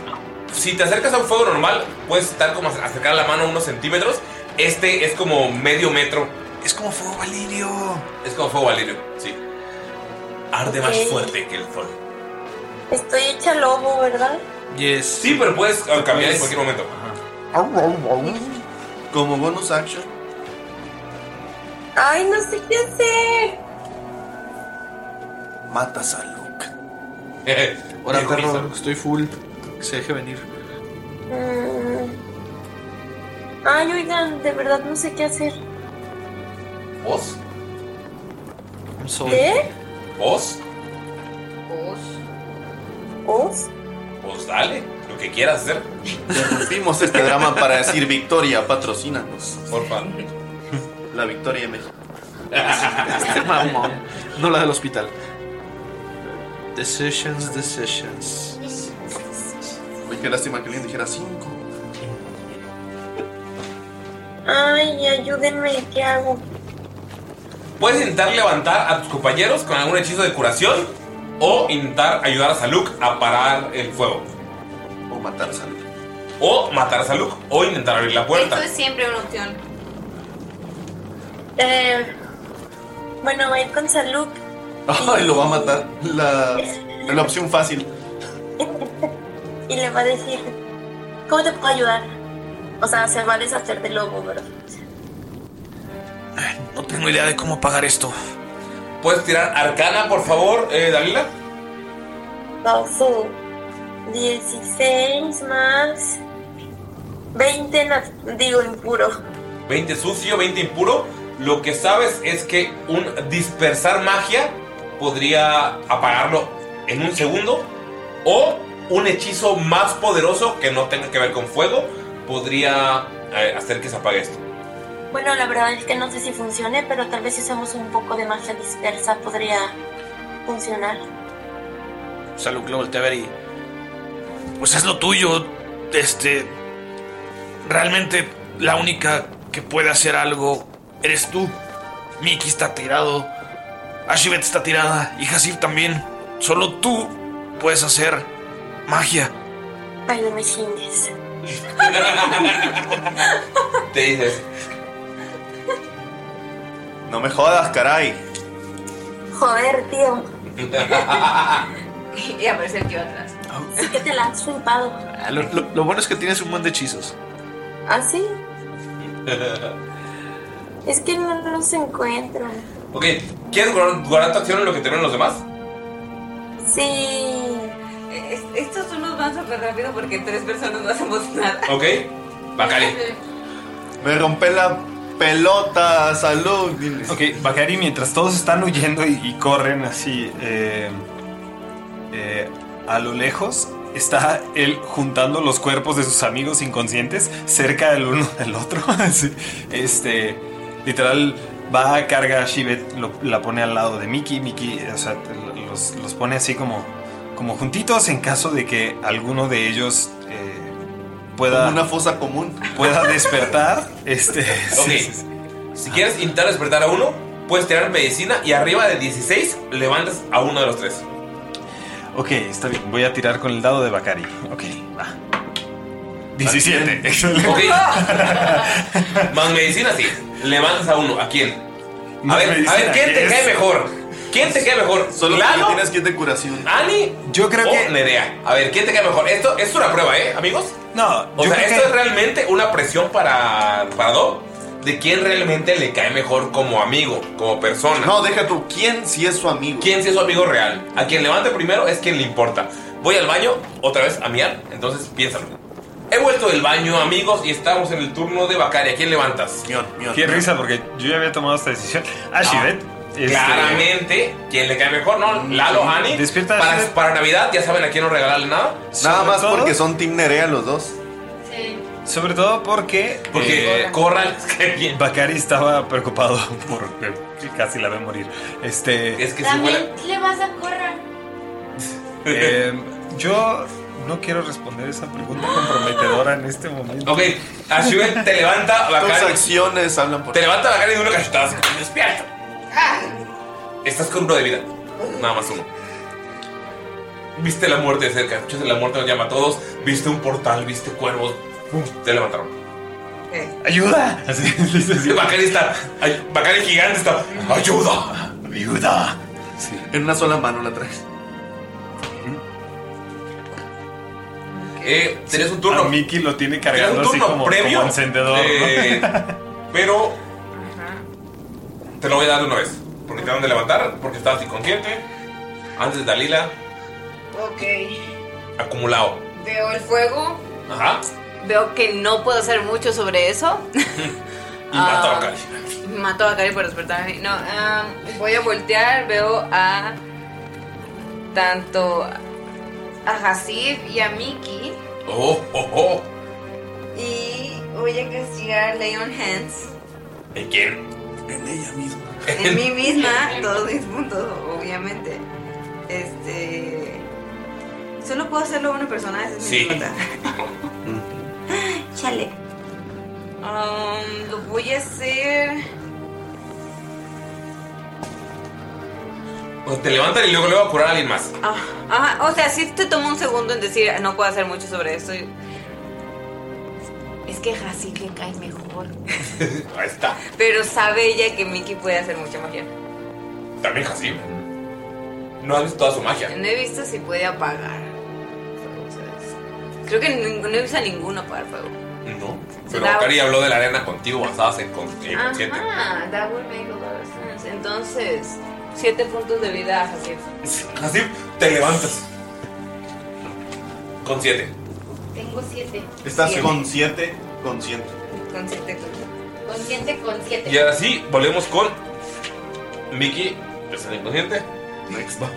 Speaker 3: Si te acercas a un fuego normal, puedes estar como acercar la mano unos centímetros. Este es como medio metro. Es como fuego valirio. Es como fuego valirio, sí. Arde más
Speaker 8: Ok.
Speaker 3: fuerte que el fuego.
Speaker 8: Estoy hecha lobo, ¿verdad?
Speaker 3: Sí, pero puedes ah, cambiar en cualquier momento.
Speaker 5: Como bonus action.
Speaker 8: Ay, no sé qué hacer.
Speaker 5: Matas a Luke.
Speaker 4: Ahora,
Speaker 5: Dijo
Speaker 4: perro,
Speaker 5: Lizard.
Speaker 4: estoy full. Que se deje venir.
Speaker 8: Mm. Ay, oigan, de verdad no sé qué hacer.
Speaker 3: ¿Vos?
Speaker 8: ¿Qué?
Speaker 3: ¿Vos?
Speaker 8: ¿Os?
Speaker 3: Pues dale, lo que quieras hacer.
Speaker 5: Interrumpimos este drama para decir Victoria, patrocínanos.
Speaker 3: Porfa.
Speaker 5: La victoria de México.
Speaker 4: Este mamón. No la del hospital. Decisions, decisions.
Speaker 5: Oye, qué lástima que alguien dijera 5.
Speaker 8: Ay, ayúdenme, ¿qué hago?
Speaker 3: Puedes intentar levantar a tus compañeros con algún hechizo de curación o intentar ayudar a Saluk a parar el fuego.
Speaker 5: O matar a Saluk.
Speaker 3: O matar a Saluk o intentar abrir la puerta.
Speaker 6: Esto es siempre una opción.
Speaker 8: Eh, bueno, voy a ir con Saluk.
Speaker 5: Ay, lo va a matar. La, la opción fácil.
Speaker 8: y le va a decir, ¿cómo te puedo ayudar? O sea, se va a deshacer del lobo, ¿verdad?
Speaker 3: No tengo idea de cómo pagar esto. ¿Puedes tirar arcana, por favor, eh, Dalila?
Speaker 8: Paso 16 más 20, na- digo, impuro.
Speaker 3: 20 sucio, 20 impuro. Lo que sabes es que un dispersar magia podría apagarlo en un segundo. O un hechizo más poderoso que no tenga que ver con fuego podría eh, hacer que se apague esto.
Speaker 8: Bueno, la verdad es que no sé si funcione, pero tal vez si usamos un poco de magia dispersa podría funcionar.
Speaker 4: Salud, lo voltea a ver y. Pues es lo tuyo. Este. Realmente la única que puede hacer algo eres tú. Miki está tirado. Ashibet está tirada. Y Hasib también. Solo tú puedes hacer magia.
Speaker 8: Ay, no me chingues.
Speaker 3: Te dices.
Speaker 5: No me jodas, caray.
Speaker 8: Joder, tío.
Speaker 4: Ah,
Speaker 6: Y aparece el tío atrás.
Speaker 8: Sí que te la has flipado.
Speaker 4: Lo, lo- lo bueno es que tienes un buen de hechizos.
Speaker 8: ¿Ah, sí? Es que no los encuentro.
Speaker 3: ok, ¿quieres guardar, guardar tu acción en lo que tienen los demás?
Speaker 8: Sí.
Speaker 6: Eh, Es- Estos son los más súper rápido porque tres personas no hacemos nada.
Speaker 3: Ok, Bacari.
Speaker 5: Me rompe la pelota, salud.
Speaker 9: Ok, Bakari, mientras todos están huyendo y, y corren así eh, eh, a lo lejos, está él juntando los cuerpos de sus amigos inconscientes cerca del uno del otro. así. este, literal, va a carga a Shibet, lo- la pone al lado de Mickey. Mickey, o sea, te- los, los pone así como, como juntitos en caso de que alguno de ellos eh, pueda.
Speaker 5: una fosa común.
Speaker 9: Pueda despertar. este,
Speaker 3: Ok.
Speaker 9: sí,
Speaker 3: Si quieres intentar despertar a uno, puedes tirar medicina y arriba de 16 levantas a uno de los tres.
Speaker 9: Ok, está bien. Voy a tirar con el dado de Bakari. Ok, va. 17. Excelente.
Speaker 3: Ok. Más medicina, sí. Levantas a uno. ¿A quién? A ver, a ver,
Speaker 9: medicina,
Speaker 3: ¿quién te
Speaker 9: yes.
Speaker 3: cae mejor? ¿Quién te cae mejor?
Speaker 5: Solo
Speaker 3: ¿Lalo?
Speaker 5: que tienes que ir de curación.
Speaker 3: ¿Ani?
Speaker 9: Yo creo
Speaker 3: o
Speaker 9: que-
Speaker 3: Nerea. A ver, ¿quién te cae mejor? Esto, esto es una prueba, ¿eh, amigos?
Speaker 9: No,
Speaker 3: O
Speaker 9: yo
Speaker 3: sea,
Speaker 9: creo
Speaker 3: esto es
Speaker 9: que-
Speaker 3: realmente una presión para, para Do de quién realmente le cae mejor como amigo, como persona.
Speaker 5: No, deja tú. ¿Quién si es su amigo?
Speaker 3: ¿Quién si es su amigo real? A quien levante primero es quien le importa. Voy al baño otra vez a miar, entonces piénsalo. He vuelto del baño, amigos, y estamos en el turno de Bacari. ¿A quién levantas? Mion, Mion.
Speaker 9: Qué risa, porque yo ya había tomado esta decisión. Ah, Shivet. este,
Speaker 3: Claramente, ¿quién le cae mejor? No, Lalo, Ani.
Speaker 9: Despierta a
Speaker 3: Para,
Speaker 9: Shivet.
Speaker 3: para Navidad, ya saben a quién no regalarle nada.
Speaker 5: Nada más porque son Team Nerea los dos.
Speaker 9: Sobre todo porque. eh,
Speaker 3: Porque Corral.
Speaker 9: Bakari estaba preocupado porque casi la ve morir. Este.
Speaker 3: Es que
Speaker 7: También le vas a correr.
Speaker 9: eh, yo no quiero responder esa pregunta comprometedora en este momento.
Speaker 3: Ok, a Shivet te levanta Bacari.
Speaker 9: Tus
Speaker 3: acciones hablan por Te levanta Bacari de una cachetada. Despierta. Estás con uno de vida. Nada más uno. Viste la muerte de cerca. Escuchaste la muerte nos llama a todos. Viste un portal, viste cuervos. ¡Pum! Te levantaron.
Speaker 9: ¡Ayuda!
Speaker 3: Bacari está. ay, Bacari gigante está. ¡Ayuda!
Speaker 9: ¡Ayuda!
Speaker 5: En una sola mano la traes.
Speaker 3: Eh, Tenías un turno.
Speaker 9: A Mickey lo tiene cargando
Speaker 3: Tenías
Speaker 9: así como, como encendedor. ¿no?
Speaker 3: eh, pero te lo voy a dar de una vez. Porque te van de levantar, porque estabas inconsciente. Antes de Dalila,
Speaker 6: Ok.
Speaker 3: acumulado.
Speaker 6: Veo el fuego.
Speaker 3: Ajá.
Speaker 6: Veo que no puedo hacer mucho sobre eso.
Speaker 3: Y
Speaker 6: Ah.
Speaker 3: mató a Kali.
Speaker 6: Mato a Cari por despertarme. No, ah, voy a voltear. Veo a. Tanto a Hasib y a Mickey.
Speaker 3: Oh, oh, oh.
Speaker 6: Y voy a castigar Leon Hands.
Speaker 3: ¿En quién?
Speaker 5: En ella misma.
Speaker 6: En mí misma, todos mis puntos, obviamente. Este. Solo puedo hacerlo a una persona, ese es mi ¡Ah!
Speaker 3: Sí.
Speaker 6: Chale. Um, lo voy a hacer.
Speaker 3: O sea, te levantan y luego le va a curar a alguien más.
Speaker 6: Ah, ajá, o sea, sí te tomo un segundo en decir, no puedo hacer mucho sobre esto. Es que así le cae mejor.
Speaker 3: Ahí está.
Speaker 6: Pero sabe ella que Mickey puede hacer mucha magia.
Speaker 3: También así. No has visto toda su magia.
Speaker 6: No he visto si puede apagar. Creo que ning- no he visto a ninguno apagar fuego.
Speaker 3: No. Pero Bacari habló de la arena contigo, estabas incon- inconsciente.
Speaker 6: Ajá, that would make a lot of sense. Entonces, siete puntos de vida a Hasif.
Speaker 3: Así te levantas. Con siete.
Speaker 7: Tengo siete.
Speaker 5: Estás
Speaker 7: Siete.
Speaker 5: con 7, con 100.
Speaker 6: Con siete.
Speaker 7: Con siete, con siete.
Speaker 3: Y ahora sí, volvemos con Mickey, persona inconsciente.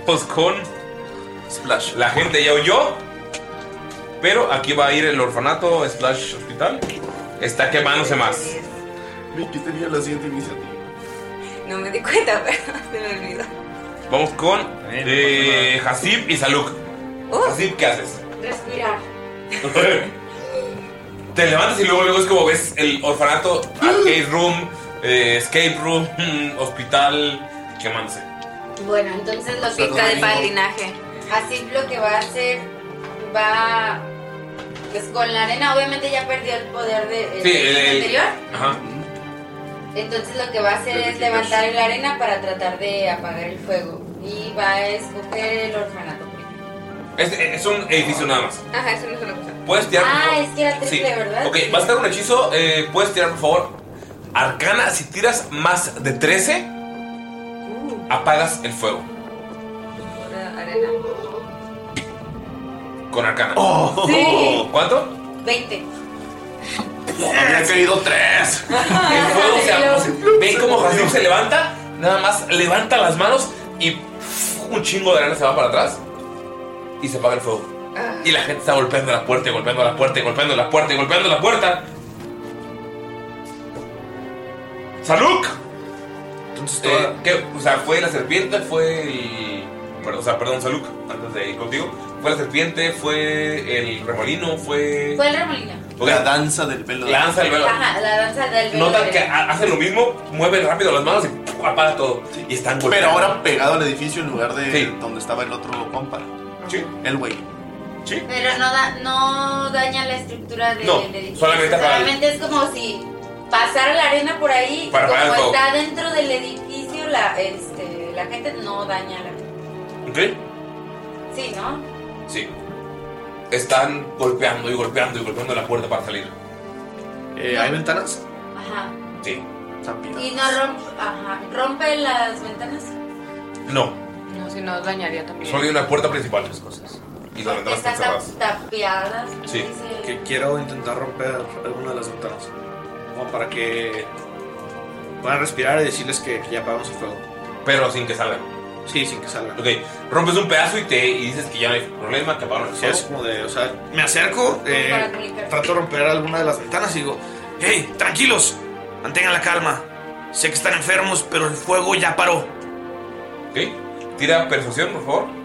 Speaker 3: Vamos con Splash. La gente ya huyó. Pero aquí va a ir el orfanato Splash Hospital. Está quemándose más.
Speaker 5: Mickey tenía la siguiente iniciativa.
Speaker 6: No me di cuenta, pero se me olvidó.
Speaker 3: Vamos con eh, Hasib y Saluk. Hasib, ¿qué haces?
Speaker 7: Respirar.
Speaker 3: Te levantas y luego, luego es como ves el orfanato, arcade room, eh, escape room, hospital, quemándose.
Speaker 7: Bueno, entonces lo que
Speaker 6: Pica de palinaje.
Speaker 7: Así lo que va a hacer va pues con la arena obviamente ya perdió el poder de el
Speaker 3: Sí,
Speaker 7: del
Speaker 3: el-
Speaker 7: anterior.
Speaker 3: Ajá.
Speaker 7: Entonces lo que va a hacer es levantar la arena para tratar de apagar el fuego y va a escoger el orfanato.
Speaker 3: Es, es un edificio nada más.
Speaker 7: Ajá, eso no es una cosa.
Speaker 3: Puedes tirar. por
Speaker 7: Ah,
Speaker 3: favor?
Speaker 7: es que era triple,
Speaker 3: Sí.
Speaker 7: ¿verdad?
Speaker 3: Ok, vas a tirar un hechizo. eh, puedes tirar, por favor, arcana. Si tiras más de 13,
Speaker 7: Uh.
Speaker 3: apagas el fuego
Speaker 6: Arena.
Speaker 3: con arcana.
Speaker 7: Sí.
Speaker 3: ¿Cuánto?
Speaker 7: 20.
Speaker 3: Había caído 3.
Speaker 7: Ah,
Speaker 3: El fuego se Ven cómo Hasib se levanta. Nada más levanta las manos y un chingo de arena se va para atrás y se apaga el fuego. Y la gente está golpeando la puerta, y golpeando la puerta, y golpeando la puerta, y golpeando la puerta. ¡Saluk! Entonces, eh, ¿qué? O sea, fue la serpiente, fue el. bueno, o sea, perdón, Saluk, antes de ir contigo. Fue la serpiente, fue el remolino, fue.
Speaker 7: Fue el remolino.
Speaker 3: la danza del pelo. La danza del pelo.
Speaker 7: Ajá, la danza del velo
Speaker 3: Notan
Speaker 7: de-
Speaker 3: que ha- hacen lo mismo, mueven rápido las manos y ¡pum! apaga todo. Y están
Speaker 5: Pero
Speaker 3: golpeando.
Speaker 5: ahora pegado al edificio en lugar de donde estaba el otro pámpara.
Speaker 3: Sí.
Speaker 5: El güey.
Speaker 3: Sí.
Speaker 7: Pero no, da- no daña la estructura del
Speaker 5: No,
Speaker 7: edificio.
Speaker 5: solamente apaga el-
Speaker 7: Solamente es como si pasara la arena por ahí.
Speaker 3: Para apagar el
Speaker 7: como
Speaker 3: fuego.
Speaker 7: está dentro del edificio, la, este, la gente no daña la.
Speaker 3: ¿Ok?
Speaker 7: Sí, ¿no?
Speaker 3: Sí. Están golpeando y golpeando y golpeando la puerta para salir.
Speaker 5: ¿Hay ventanas?
Speaker 7: Ajá.
Speaker 3: Sí.
Speaker 7: Y no rompe, ajá, rompe las ventanas.
Speaker 3: No,
Speaker 6: No, si no, dañaría también.
Speaker 3: solo hay una puerta principal. cosas. y las ventanas están
Speaker 7: Están
Speaker 3: cerradas.
Speaker 7: tap- tapiadas.
Speaker 3: Sí.
Speaker 4: Que quiero intentar romper alguna de las ventanas. Como para que puedan respirar y decirles que ya apagamos el fuego.
Speaker 3: Pero sin que salgan.
Speaker 4: Sí, sin que salgan.
Speaker 3: Ok, rompes un pedazo y te y dices que ya no hay problema, que apagaron el
Speaker 4: Sí,
Speaker 3: fuego.
Speaker 4: es como de, o sea, me acerco, eh, trato de romper alguna de las ventanas y digo, hey, tranquilos, mantengan la calma. Sé que están enfermos, pero el fuego ya paró.
Speaker 3: Ok, tira persuasión, por favor.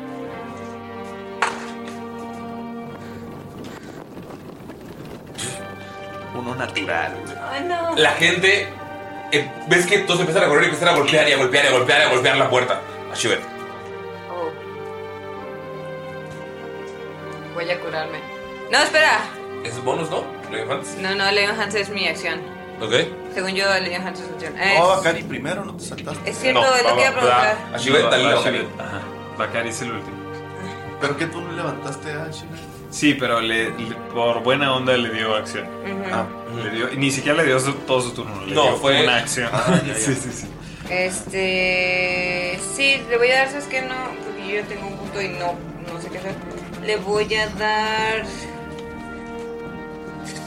Speaker 4: Uno natural.
Speaker 8: Ay, no.
Speaker 3: La gente. eh, ves que todos empiezan a correr y empiezan a golpear y a golpear y a golpear y a golpear la puerta. A Shiver.
Speaker 6: Voy a curarme.
Speaker 8: No, espera.
Speaker 3: ¿Es bonus, no? ¿Lo infantes?
Speaker 6: No, no, Leon Hans es mi acción.
Speaker 3: Ok.
Speaker 6: Según yo, Leon Hans es mi acción. Eh,
Speaker 5: No, Bacari primero, no te saltaste.
Speaker 6: Es cierto, No, es lo que iba a vamos, preguntar.
Speaker 3: A Shivet, dale
Speaker 9: a
Speaker 3: la
Speaker 9: Shivet. Ajá. Bacari es el último.
Speaker 5: ¿Pero que tú no levantaste a Shiver?
Speaker 9: Sí, pero le, le- por buena onda le dio acción.
Speaker 6: Ujú.
Speaker 9: Ah, le dio, ni siquiera le dio su- todo su turno. Le
Speaker 3: No,
Speaker 9: dio
Speaker 3: fue-
Speaker 9: una acción.
Speaker 3: Ah, ya, ya.
Speaker 9: Sí, sí, sí.
Speaker 6: Este. Sí, le voy a dar, ¿sabes qué? No, porque yo ya tengo un punto y no, no sé qué hacer. Le voy a dar. pues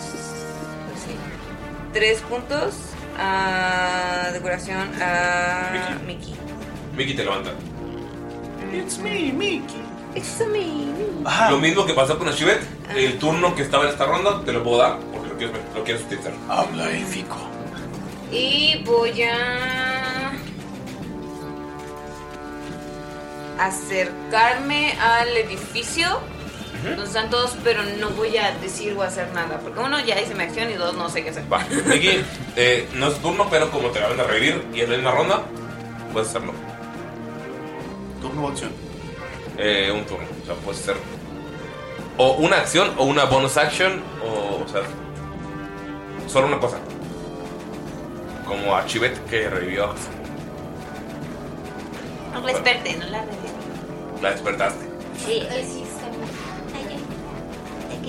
Speaker 6: sí, Tres puntos a decoración a Mickey.
Speaker 3: Mickey te levanta.
Speaker 6: It's me, Mickey. It's me,
Speaker 3: Lo mismo que pasó con Ashivet,
Speaker 6: Ah.
Speaker 3: el turno que estaba en esta ronda te lo puedo dar porque lo quieres, lo quieres utilizar. Habla éfico.
Speaker 6: Y voy a acercarme al edificio donde están todos, pero no voy a decir o hacer nada. Porque uno ya hice mi acción y dos no sé qué hacer.
Speaker 3: Va, Mickey, eh, no es tu turno, pero como te acaban de revivir y es la misma ronda, puedes hacerlo.
Speaker 5: ¿Turno o acción?
Speaker 3: Eh, un turno, o sea, puedes hacer o una acción o una bonus action o, o sea, solo una cosa. Como a Chivet que revivió a Hafu.
Speaker 11: No la desperté, no la reviví.
Speaker 3: La despertaste.
Speaker 11: Sí, sí, está muy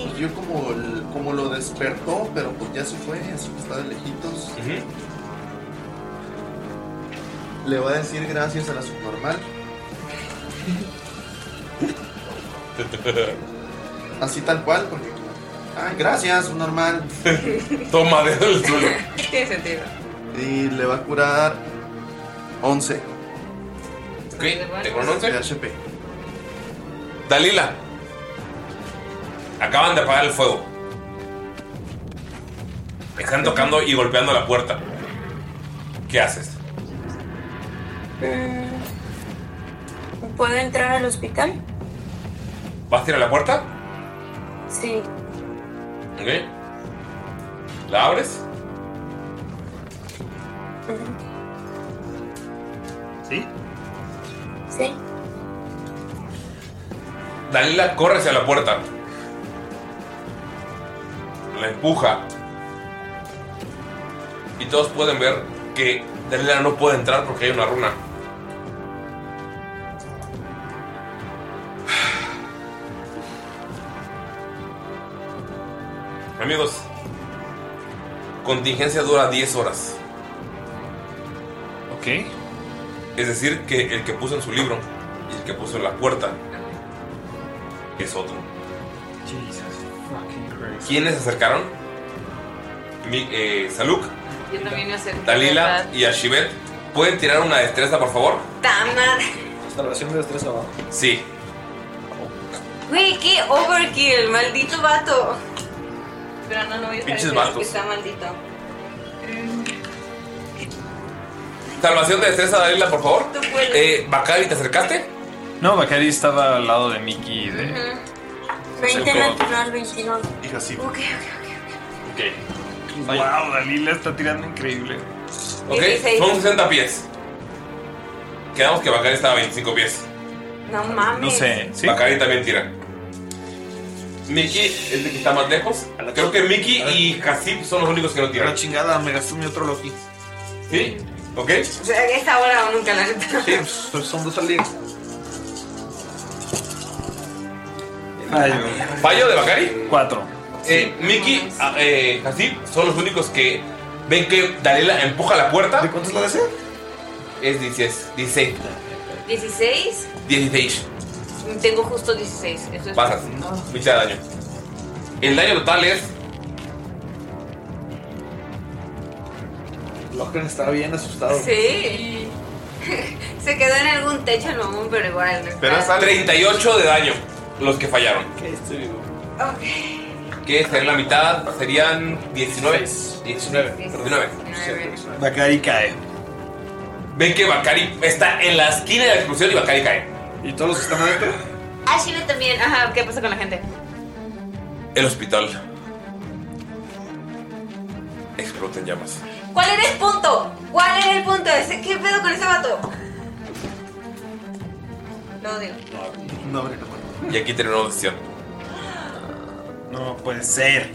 Speaker 5: Pues yo como, el- como lo despertó, pero pues ya se fue, así que está de lejitos. Le voy a decir gracias a la subnormal. Así tal cual, porque... Ah, gracias, subnormal.
Speaker 3: Toma dedo del suelo.
Speaker 6: Tiene sentido.
Speaker 5: Y le va a curar 11.
Speaker 3: Ok, tengo un 11.
Speaker 5: De HP.
Speaker 3: Dalila. Acaban de apagar el fuego. Están tocando y golpeando la puerta. ¿Qué haces?
Speaker 11: Mm. ¿Puedo entrar al hospital?
Speaker 3: ¿Vas a ir a la puerta?
Speaker 11: Sí.
Speaker 3: Ok. ¿La abres?
Speaker 9: ¿Sí?
Speaker 11: Sí.
Speaker 3: Dalila corre hacia la puerta. La empuja. Y todos pueden ver que Dalila no puede entrar porque hay una runa. Amigos, contingencia dura 10 horas.
Speaker 9: Ok.
Speaker 3: Es decir, que el que puso en su libro y el que puso en la puerta es otro.
Speaker 9: Jesus fucking Christ.
Speaker 3: ¿Quiénes se acercaron? Mi, eh, Saluk,
Speaker 6: Yo también me acerco.
Speaker 3: Dalila y Ashivet. ¿Pueden tirar una destreza, por favor?
Speaker 6: Tamar.
Speaker 4: Salvación de destreza abajo.
Speaker 3: Sí.
Speaker 6: Güey, qué overkill, maldito vato. Pero no lo voy a dejar
Speaker 3: Pinches
Speaker 6: hacer
Speaker 3: vatos.
Speaker 6: porque está maldito.
Speaker 3: Salvación de destreza, Dalila, por favor.
Speaker 6: Tú puedes.
Speaker 3: Eh, Bacari, ¿te acercaste?
Speaker 9: No, Bacari estaba al lado de Mickey y de.
Speaker 11: 20
Speaker 9: Acerco.
Speaker 11: natural, 21.
Speaker 9: Hija, sí.
Speaker 11: Ok, ok,
Speaker 9: Ok. Wow, Dalila está tirando increíble.
Speaker 3: Ok, son 60 pies. Quedamos que Bacari estaba a 25 pies.
Speaker 6: No mames.
Speaker 3: Bacari también tira. Mickey es de que está más lejos. Creo que Mickey y Hasib son los únicos que no tiran.
Speaker 4: chingada, me gastó mi otro Loki.
Speaker 3: ¿Sí? ¿Ok?
Speaker 6: O sea, que esta hora o nunca la neta.
Speaker 4: Sí, pues, son dos al día.
Speaker 3: ¿Fallo de Bacari?
Speaker 9: Cuatro.
Speaker 3: Eh, Mickey, a- eh, Hasib son los únicos que ven que Dalila empuja la puerta. ¿De cuánto es la DC? Es 16. 16.
Speaker 6: 16.
Speaker 3: 16.
Speaker 8: Tengo justo 16. Eso es.
Speaker 3: Pasas. Mitad de daño. El daño total es.
Speaker 4: Logan está bien asustado.
Speaker 8: Sí. Se quedó en algún techo el mamón, pero igual. no está.
Speaker 3: Ah, 38 de daño. Los que fallaron.
Speaker 8: Ok.
Speaker 3: Que serían la mitad. Serían 19. 19. 19.
Speaker 9: Bakari cae.
Speaker 3: Ven que Bakari está en la esquina de la explosión y Bakari cae.
Speaker 4: ¿Y todos los que están adentro?
Speaker 8: Ah, Shiva también. Ajá, ¿qué pasa con la gente?
Speaker 3: El hospital. Explota en llamas.
Speaker 6: ¿Cuál era el punto? ¿Cuál era el punto? Ese- ¿Qué pedo con ese vato?
Speaker 8: Lo digo.
Speaker 3: No abre Y aquí terminó la sesión.
Speaker 9: No puede ser.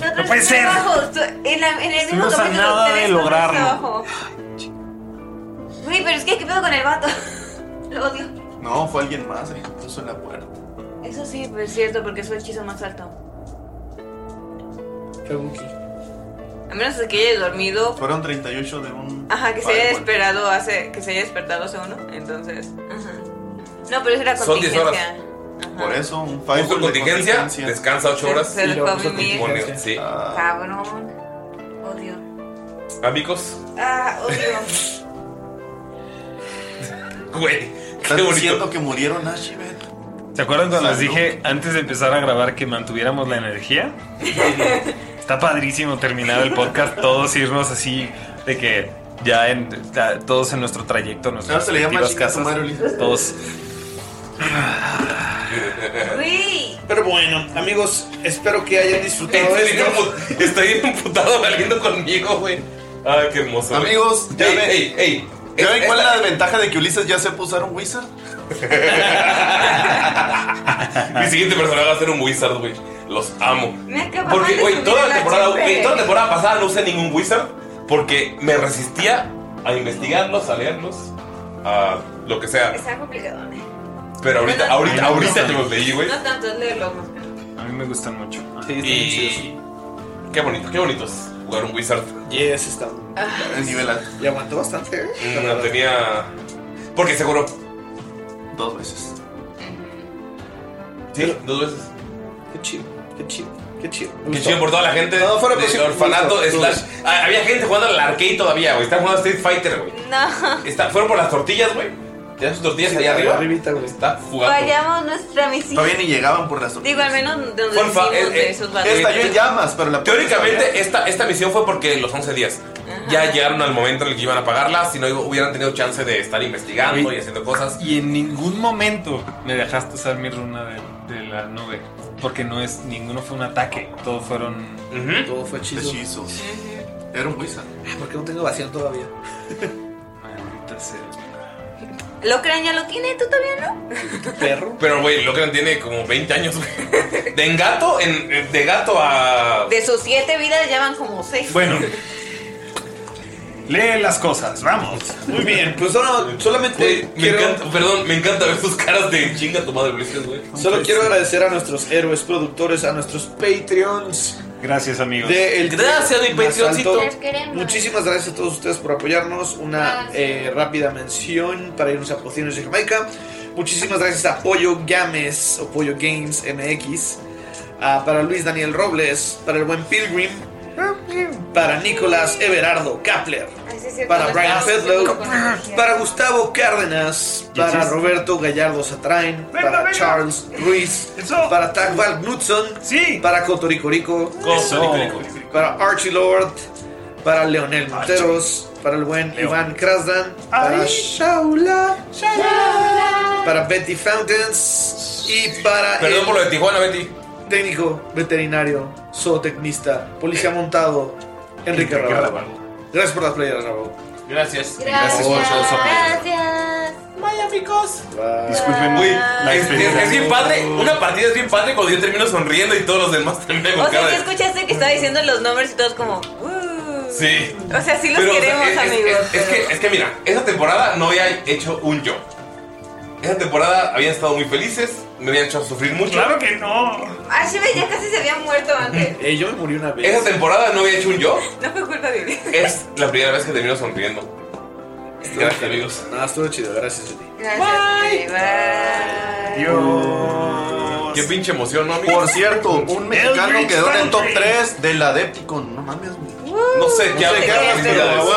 Speaker 6: Nosotros
Speaker 9: puede ser.
Speaker 6: abajo, tú- en, la- en el mismo
Speaker 9: Estuvimos a
Speaker 6: capítulo
Speaker 9: nada
Speaker 6: ustedes
Speaker 9: de
Speaker 6: están
Speaker 9: lograrlo.
Speaker 6: más abajo. Güey, pero es que ¿qué pedo con el vato? Lo odio.
Speaker 5: No, fue alguien más, eh, puso en la puerta.
Speaker 8: Eso sí,
Speaker 6: pues,
Speaker 8: pero es cierto, porque es su hechizo más alto. A menos de que haya dormido.
Speaker 5: Fueron 38 de un.
Speaker 8: Ajá, que se haya esperado hace. que se haya despertado hace uno. Entonces. Ajá. No, pero eso era
Speaker 3: Son 10 horas.
Speaker 8: contingencia.
Speaker 5: Por eso, un
Speaker 3: Justo contingencia, descansa 8
Speaker 8: Se-
Speaker 3: horas.
Speaker 8: se lo come mil.
Speaker 3: Bueno, sí.
Speaker 6: Ah.
Speaker 8: Cabrón. Odio.
Speaker 3: Amigos,
Speaker 8: Ah, odio.
Speaker 3: güey.
Speaker 5: Estás diciendo que murieron Ashibet.
Speaker 9: ¿Se acuerdan cuando les
Speaker 5: Salud.
Speaker 9: dije antes de empezar a grabar que mantuviéramos la energía? Está padrísimo terminar el podcast, todos irnos así de que ya en ta- todos en nuestro trayecto, en nuestras
Speaker 5: Ahora se le llama
Speaker 9: respectivas
Speaker 5: chinga tu
Speaker 9: casas,
Speaker 5: madre, Ulises.
Speaker 9: todos.
Speaker 16: Pero bueno, amigos, espero que hayan disfrutado
Speaker 3: Estoy bien
Speaker 16: esto.
Speaker 3: empu- Estoy bien emputado valiendo conmigo, güey. Ay, Ah, qué hermoso. güey.
Speaker 5: Amigos, ya
Speaker 3: Ey,
Speaker 5: ven.
Speaker 3: ey, ey.
Speaker 5: ¿Ya ven
Speaker 3: Es-
Speaker 5: cuál es
Speaker 3: esta-
Speaker 5: la desventaja de que Ulises ya sepa usar un wizard?
Speaker 3: Mi siguiente personaje va a ser un wizard, güey. Los amo.
Speaker 8: Me acaba
Speaker 3: Porque,
Speaker 8: de
Speaker 3: güey,
Speaker 8: subir
Speaker 3: toda la
Speaker 8: la
Speaker 3: temporada,
Speaker 8: HP.
Speaker 3: güey, toda la temporada pasada no usé ningún wizard porque me resistía a investigarlos, a leerlos, a lo que sea.
Speaker 8: Está complicado. ¿eh?
Speaker 3: Pero ahorita, ahorita, ahorita yo los leí, güey.
Speaker 8: No tanto es leerlo. más bien.
Speaker 9: A mí me gustan mucho.
Speaker 3: Y qué bonito, qué bonito es jugar un wizard.
Speaker 4: Yes, está.
Speaker 3: El nivel alto.
Speaker 4: Y aguantó bastante, ¿eh?
Speaker 3: No tenía. Porque seguro.
Speaker 5: Dos veces.
Speaker 3: Sí, dos veces.
Speaker 4: Qué chido, qué chido, qué chido.
Speaker 3: Qué chido por toda la gente. No, fuera del orfanato, slash. Ah, había gente jugando al arcade todavía, güey. Están jugando a Street Fighter, güey.
Speaker 6: No.
Speaker 3: Está- fueron por las tortillas, güey. Tenían sus tortillas allá arriba. Está jugando.
Speaker 6: Vayamos nuestra misión.
Speaker 3: llegaban por las
Speaker 6: Digo, al menos donde
Speaker 3: Porfa,
Speaker 6: decimos
Speaker 3: eh, eh,
Speaker 6: de esos vatos.
Speaker 3: llamas, pero la Teóricamente, esta, esta misión fue porque en los 11 días ya llegaron al momento en el que iban a pagarla. Si no, hubieran tenido chance de estar investigando
Speaker 9: Güey.
Speaker 3: y haciendo cosas.
Speaker 9: Y en ningún momento me dejaste usar mi runa de, de la nube. Porque no es, ninguno fue un ataque. Todos fueron.
Speaker 4: Todo fue hechizo.
Speaker 5: Era un wizard.
Speaker 4: ¿Por qué Ah, no tengo vacío todavía?
Speaker 9: Maldita sea.
Speaker 6: Lo crean, ya lo tiene, tú todavía no.
Speaker 3: Perro. Pero, güey, lo que tiene como 20 años, güey. De engato, en, de gato a.
Speaker 6: De sus siete vidas ya van como seis.
Speaker 9: Bueno. Lee las cosas, vamos.
Speaker 16: Muy bien, pues solo, solamente
Speaker 3: Me encanta, perdón, me encanta ver sus caras de chinga tu madre, Ulises, güey. Pues,
Speaker 4: Solo quiero agradecer a nuestros héroes productores, a nuestros Patreons.
Speaker 9: Gracias, amigos.
Speaker 4: de El
Speaker 3: Gracias, mi
Speaker 4: Tren Más
Speaker 3: Patreoncito.
Speaker 4: Alto.
Speaker 3: Los queremos.
Speaker 4: Muchísimas gracias a todos ustedes por apoyarnos. Una eh, rápida mención para irnos a Pociones de Jamaica. Muchísimas gracias a Pollo Games o Pollo Games MX. ah, para Luis Daniel Robles, para el buen Pilgrim, para Nicolás Everardo Kapler, para Brian Fedlow, para Gustavo Cárdenas, para
Speaker 9: Yes, yes.
Speaker 4: Roberto Gallardo Satrain, para Charles Ruiz, para Takval Knudson, para Cotoricorico,
Speaker 9: Cotoricorico.
Speaker 4: para Archie Lord, para Leonel Monteros, para el buen Iván Krasdan, para,
Speaker 2: Shaula, Shaula.
Speaker 4: para Betty Fountains y para.
Speaker 3: Perdón
Speaker 4: el
Speaker 3: por lo de Tijuana, Betty.
Speaker 4: Técnico, veterinario, zootecnista, policía montado, Enrique
Speaker 3: Enrique
Speaker 4: Rábago. Gracias por las playeras, Rábago.
Speaker 3: Gracias.
Speaker 4: Gracias por su apoyo.
Speaker 2: Gracias. Vaya, amigos.
Speaker 3: Disculpen, güey. Es, es- es bien padre. Una partida es bien padre cuando yo termino sonriendo y todos los demás terminan con
Speaker 6: O sea,
Speaker 3: cara
Speaker 6: ¿sí
Speaker 3: de.
Speaker 6: escuchaste que estaba diciendo los nombres y todos como.
Speaker 8: "Uh,
Speaker 3: Sí.
Speaker 6: O sea, sí los
Speaker 3: Pero, o sea,
Speaker 6: queremos,
Speaker 3: es- es-
Speaker 6: amigos.
Speaker 3: Es, es que, es que mira, esa temporada no había hecho un yo. Esa temporada habían estado muy felices, me habían hecho sufrir mucho.
Speaker 9: Claro que no.
Speaker 6: Ah, Shive ya casi se había muerto antes.
Speaker 4: Eh, yo me morí una
Speaker 3: Esa temporada no había hecho un yo.
Speaker 6: No fue culpa de mí.
Speaker 3: Es la primera vez que termino sonriendo. Gracias, amigos.
Speaker 4: Nada, estuvo chido, gracias.
Speaker 6: Gracias. Bye. Bye.
Speaker 9: Dios.
Speaker 3: Qué pinche emoción, ¿no, amigos?
Speaker 5: Por cierto, un mexicano
Speaker 3: Eldritch
Speaker 5: quedó en el top
Speaker 3: Country.
Speaker 5: 3 del Adepticon. No mames.
Speaker 3: No sé, ¿qué hablan?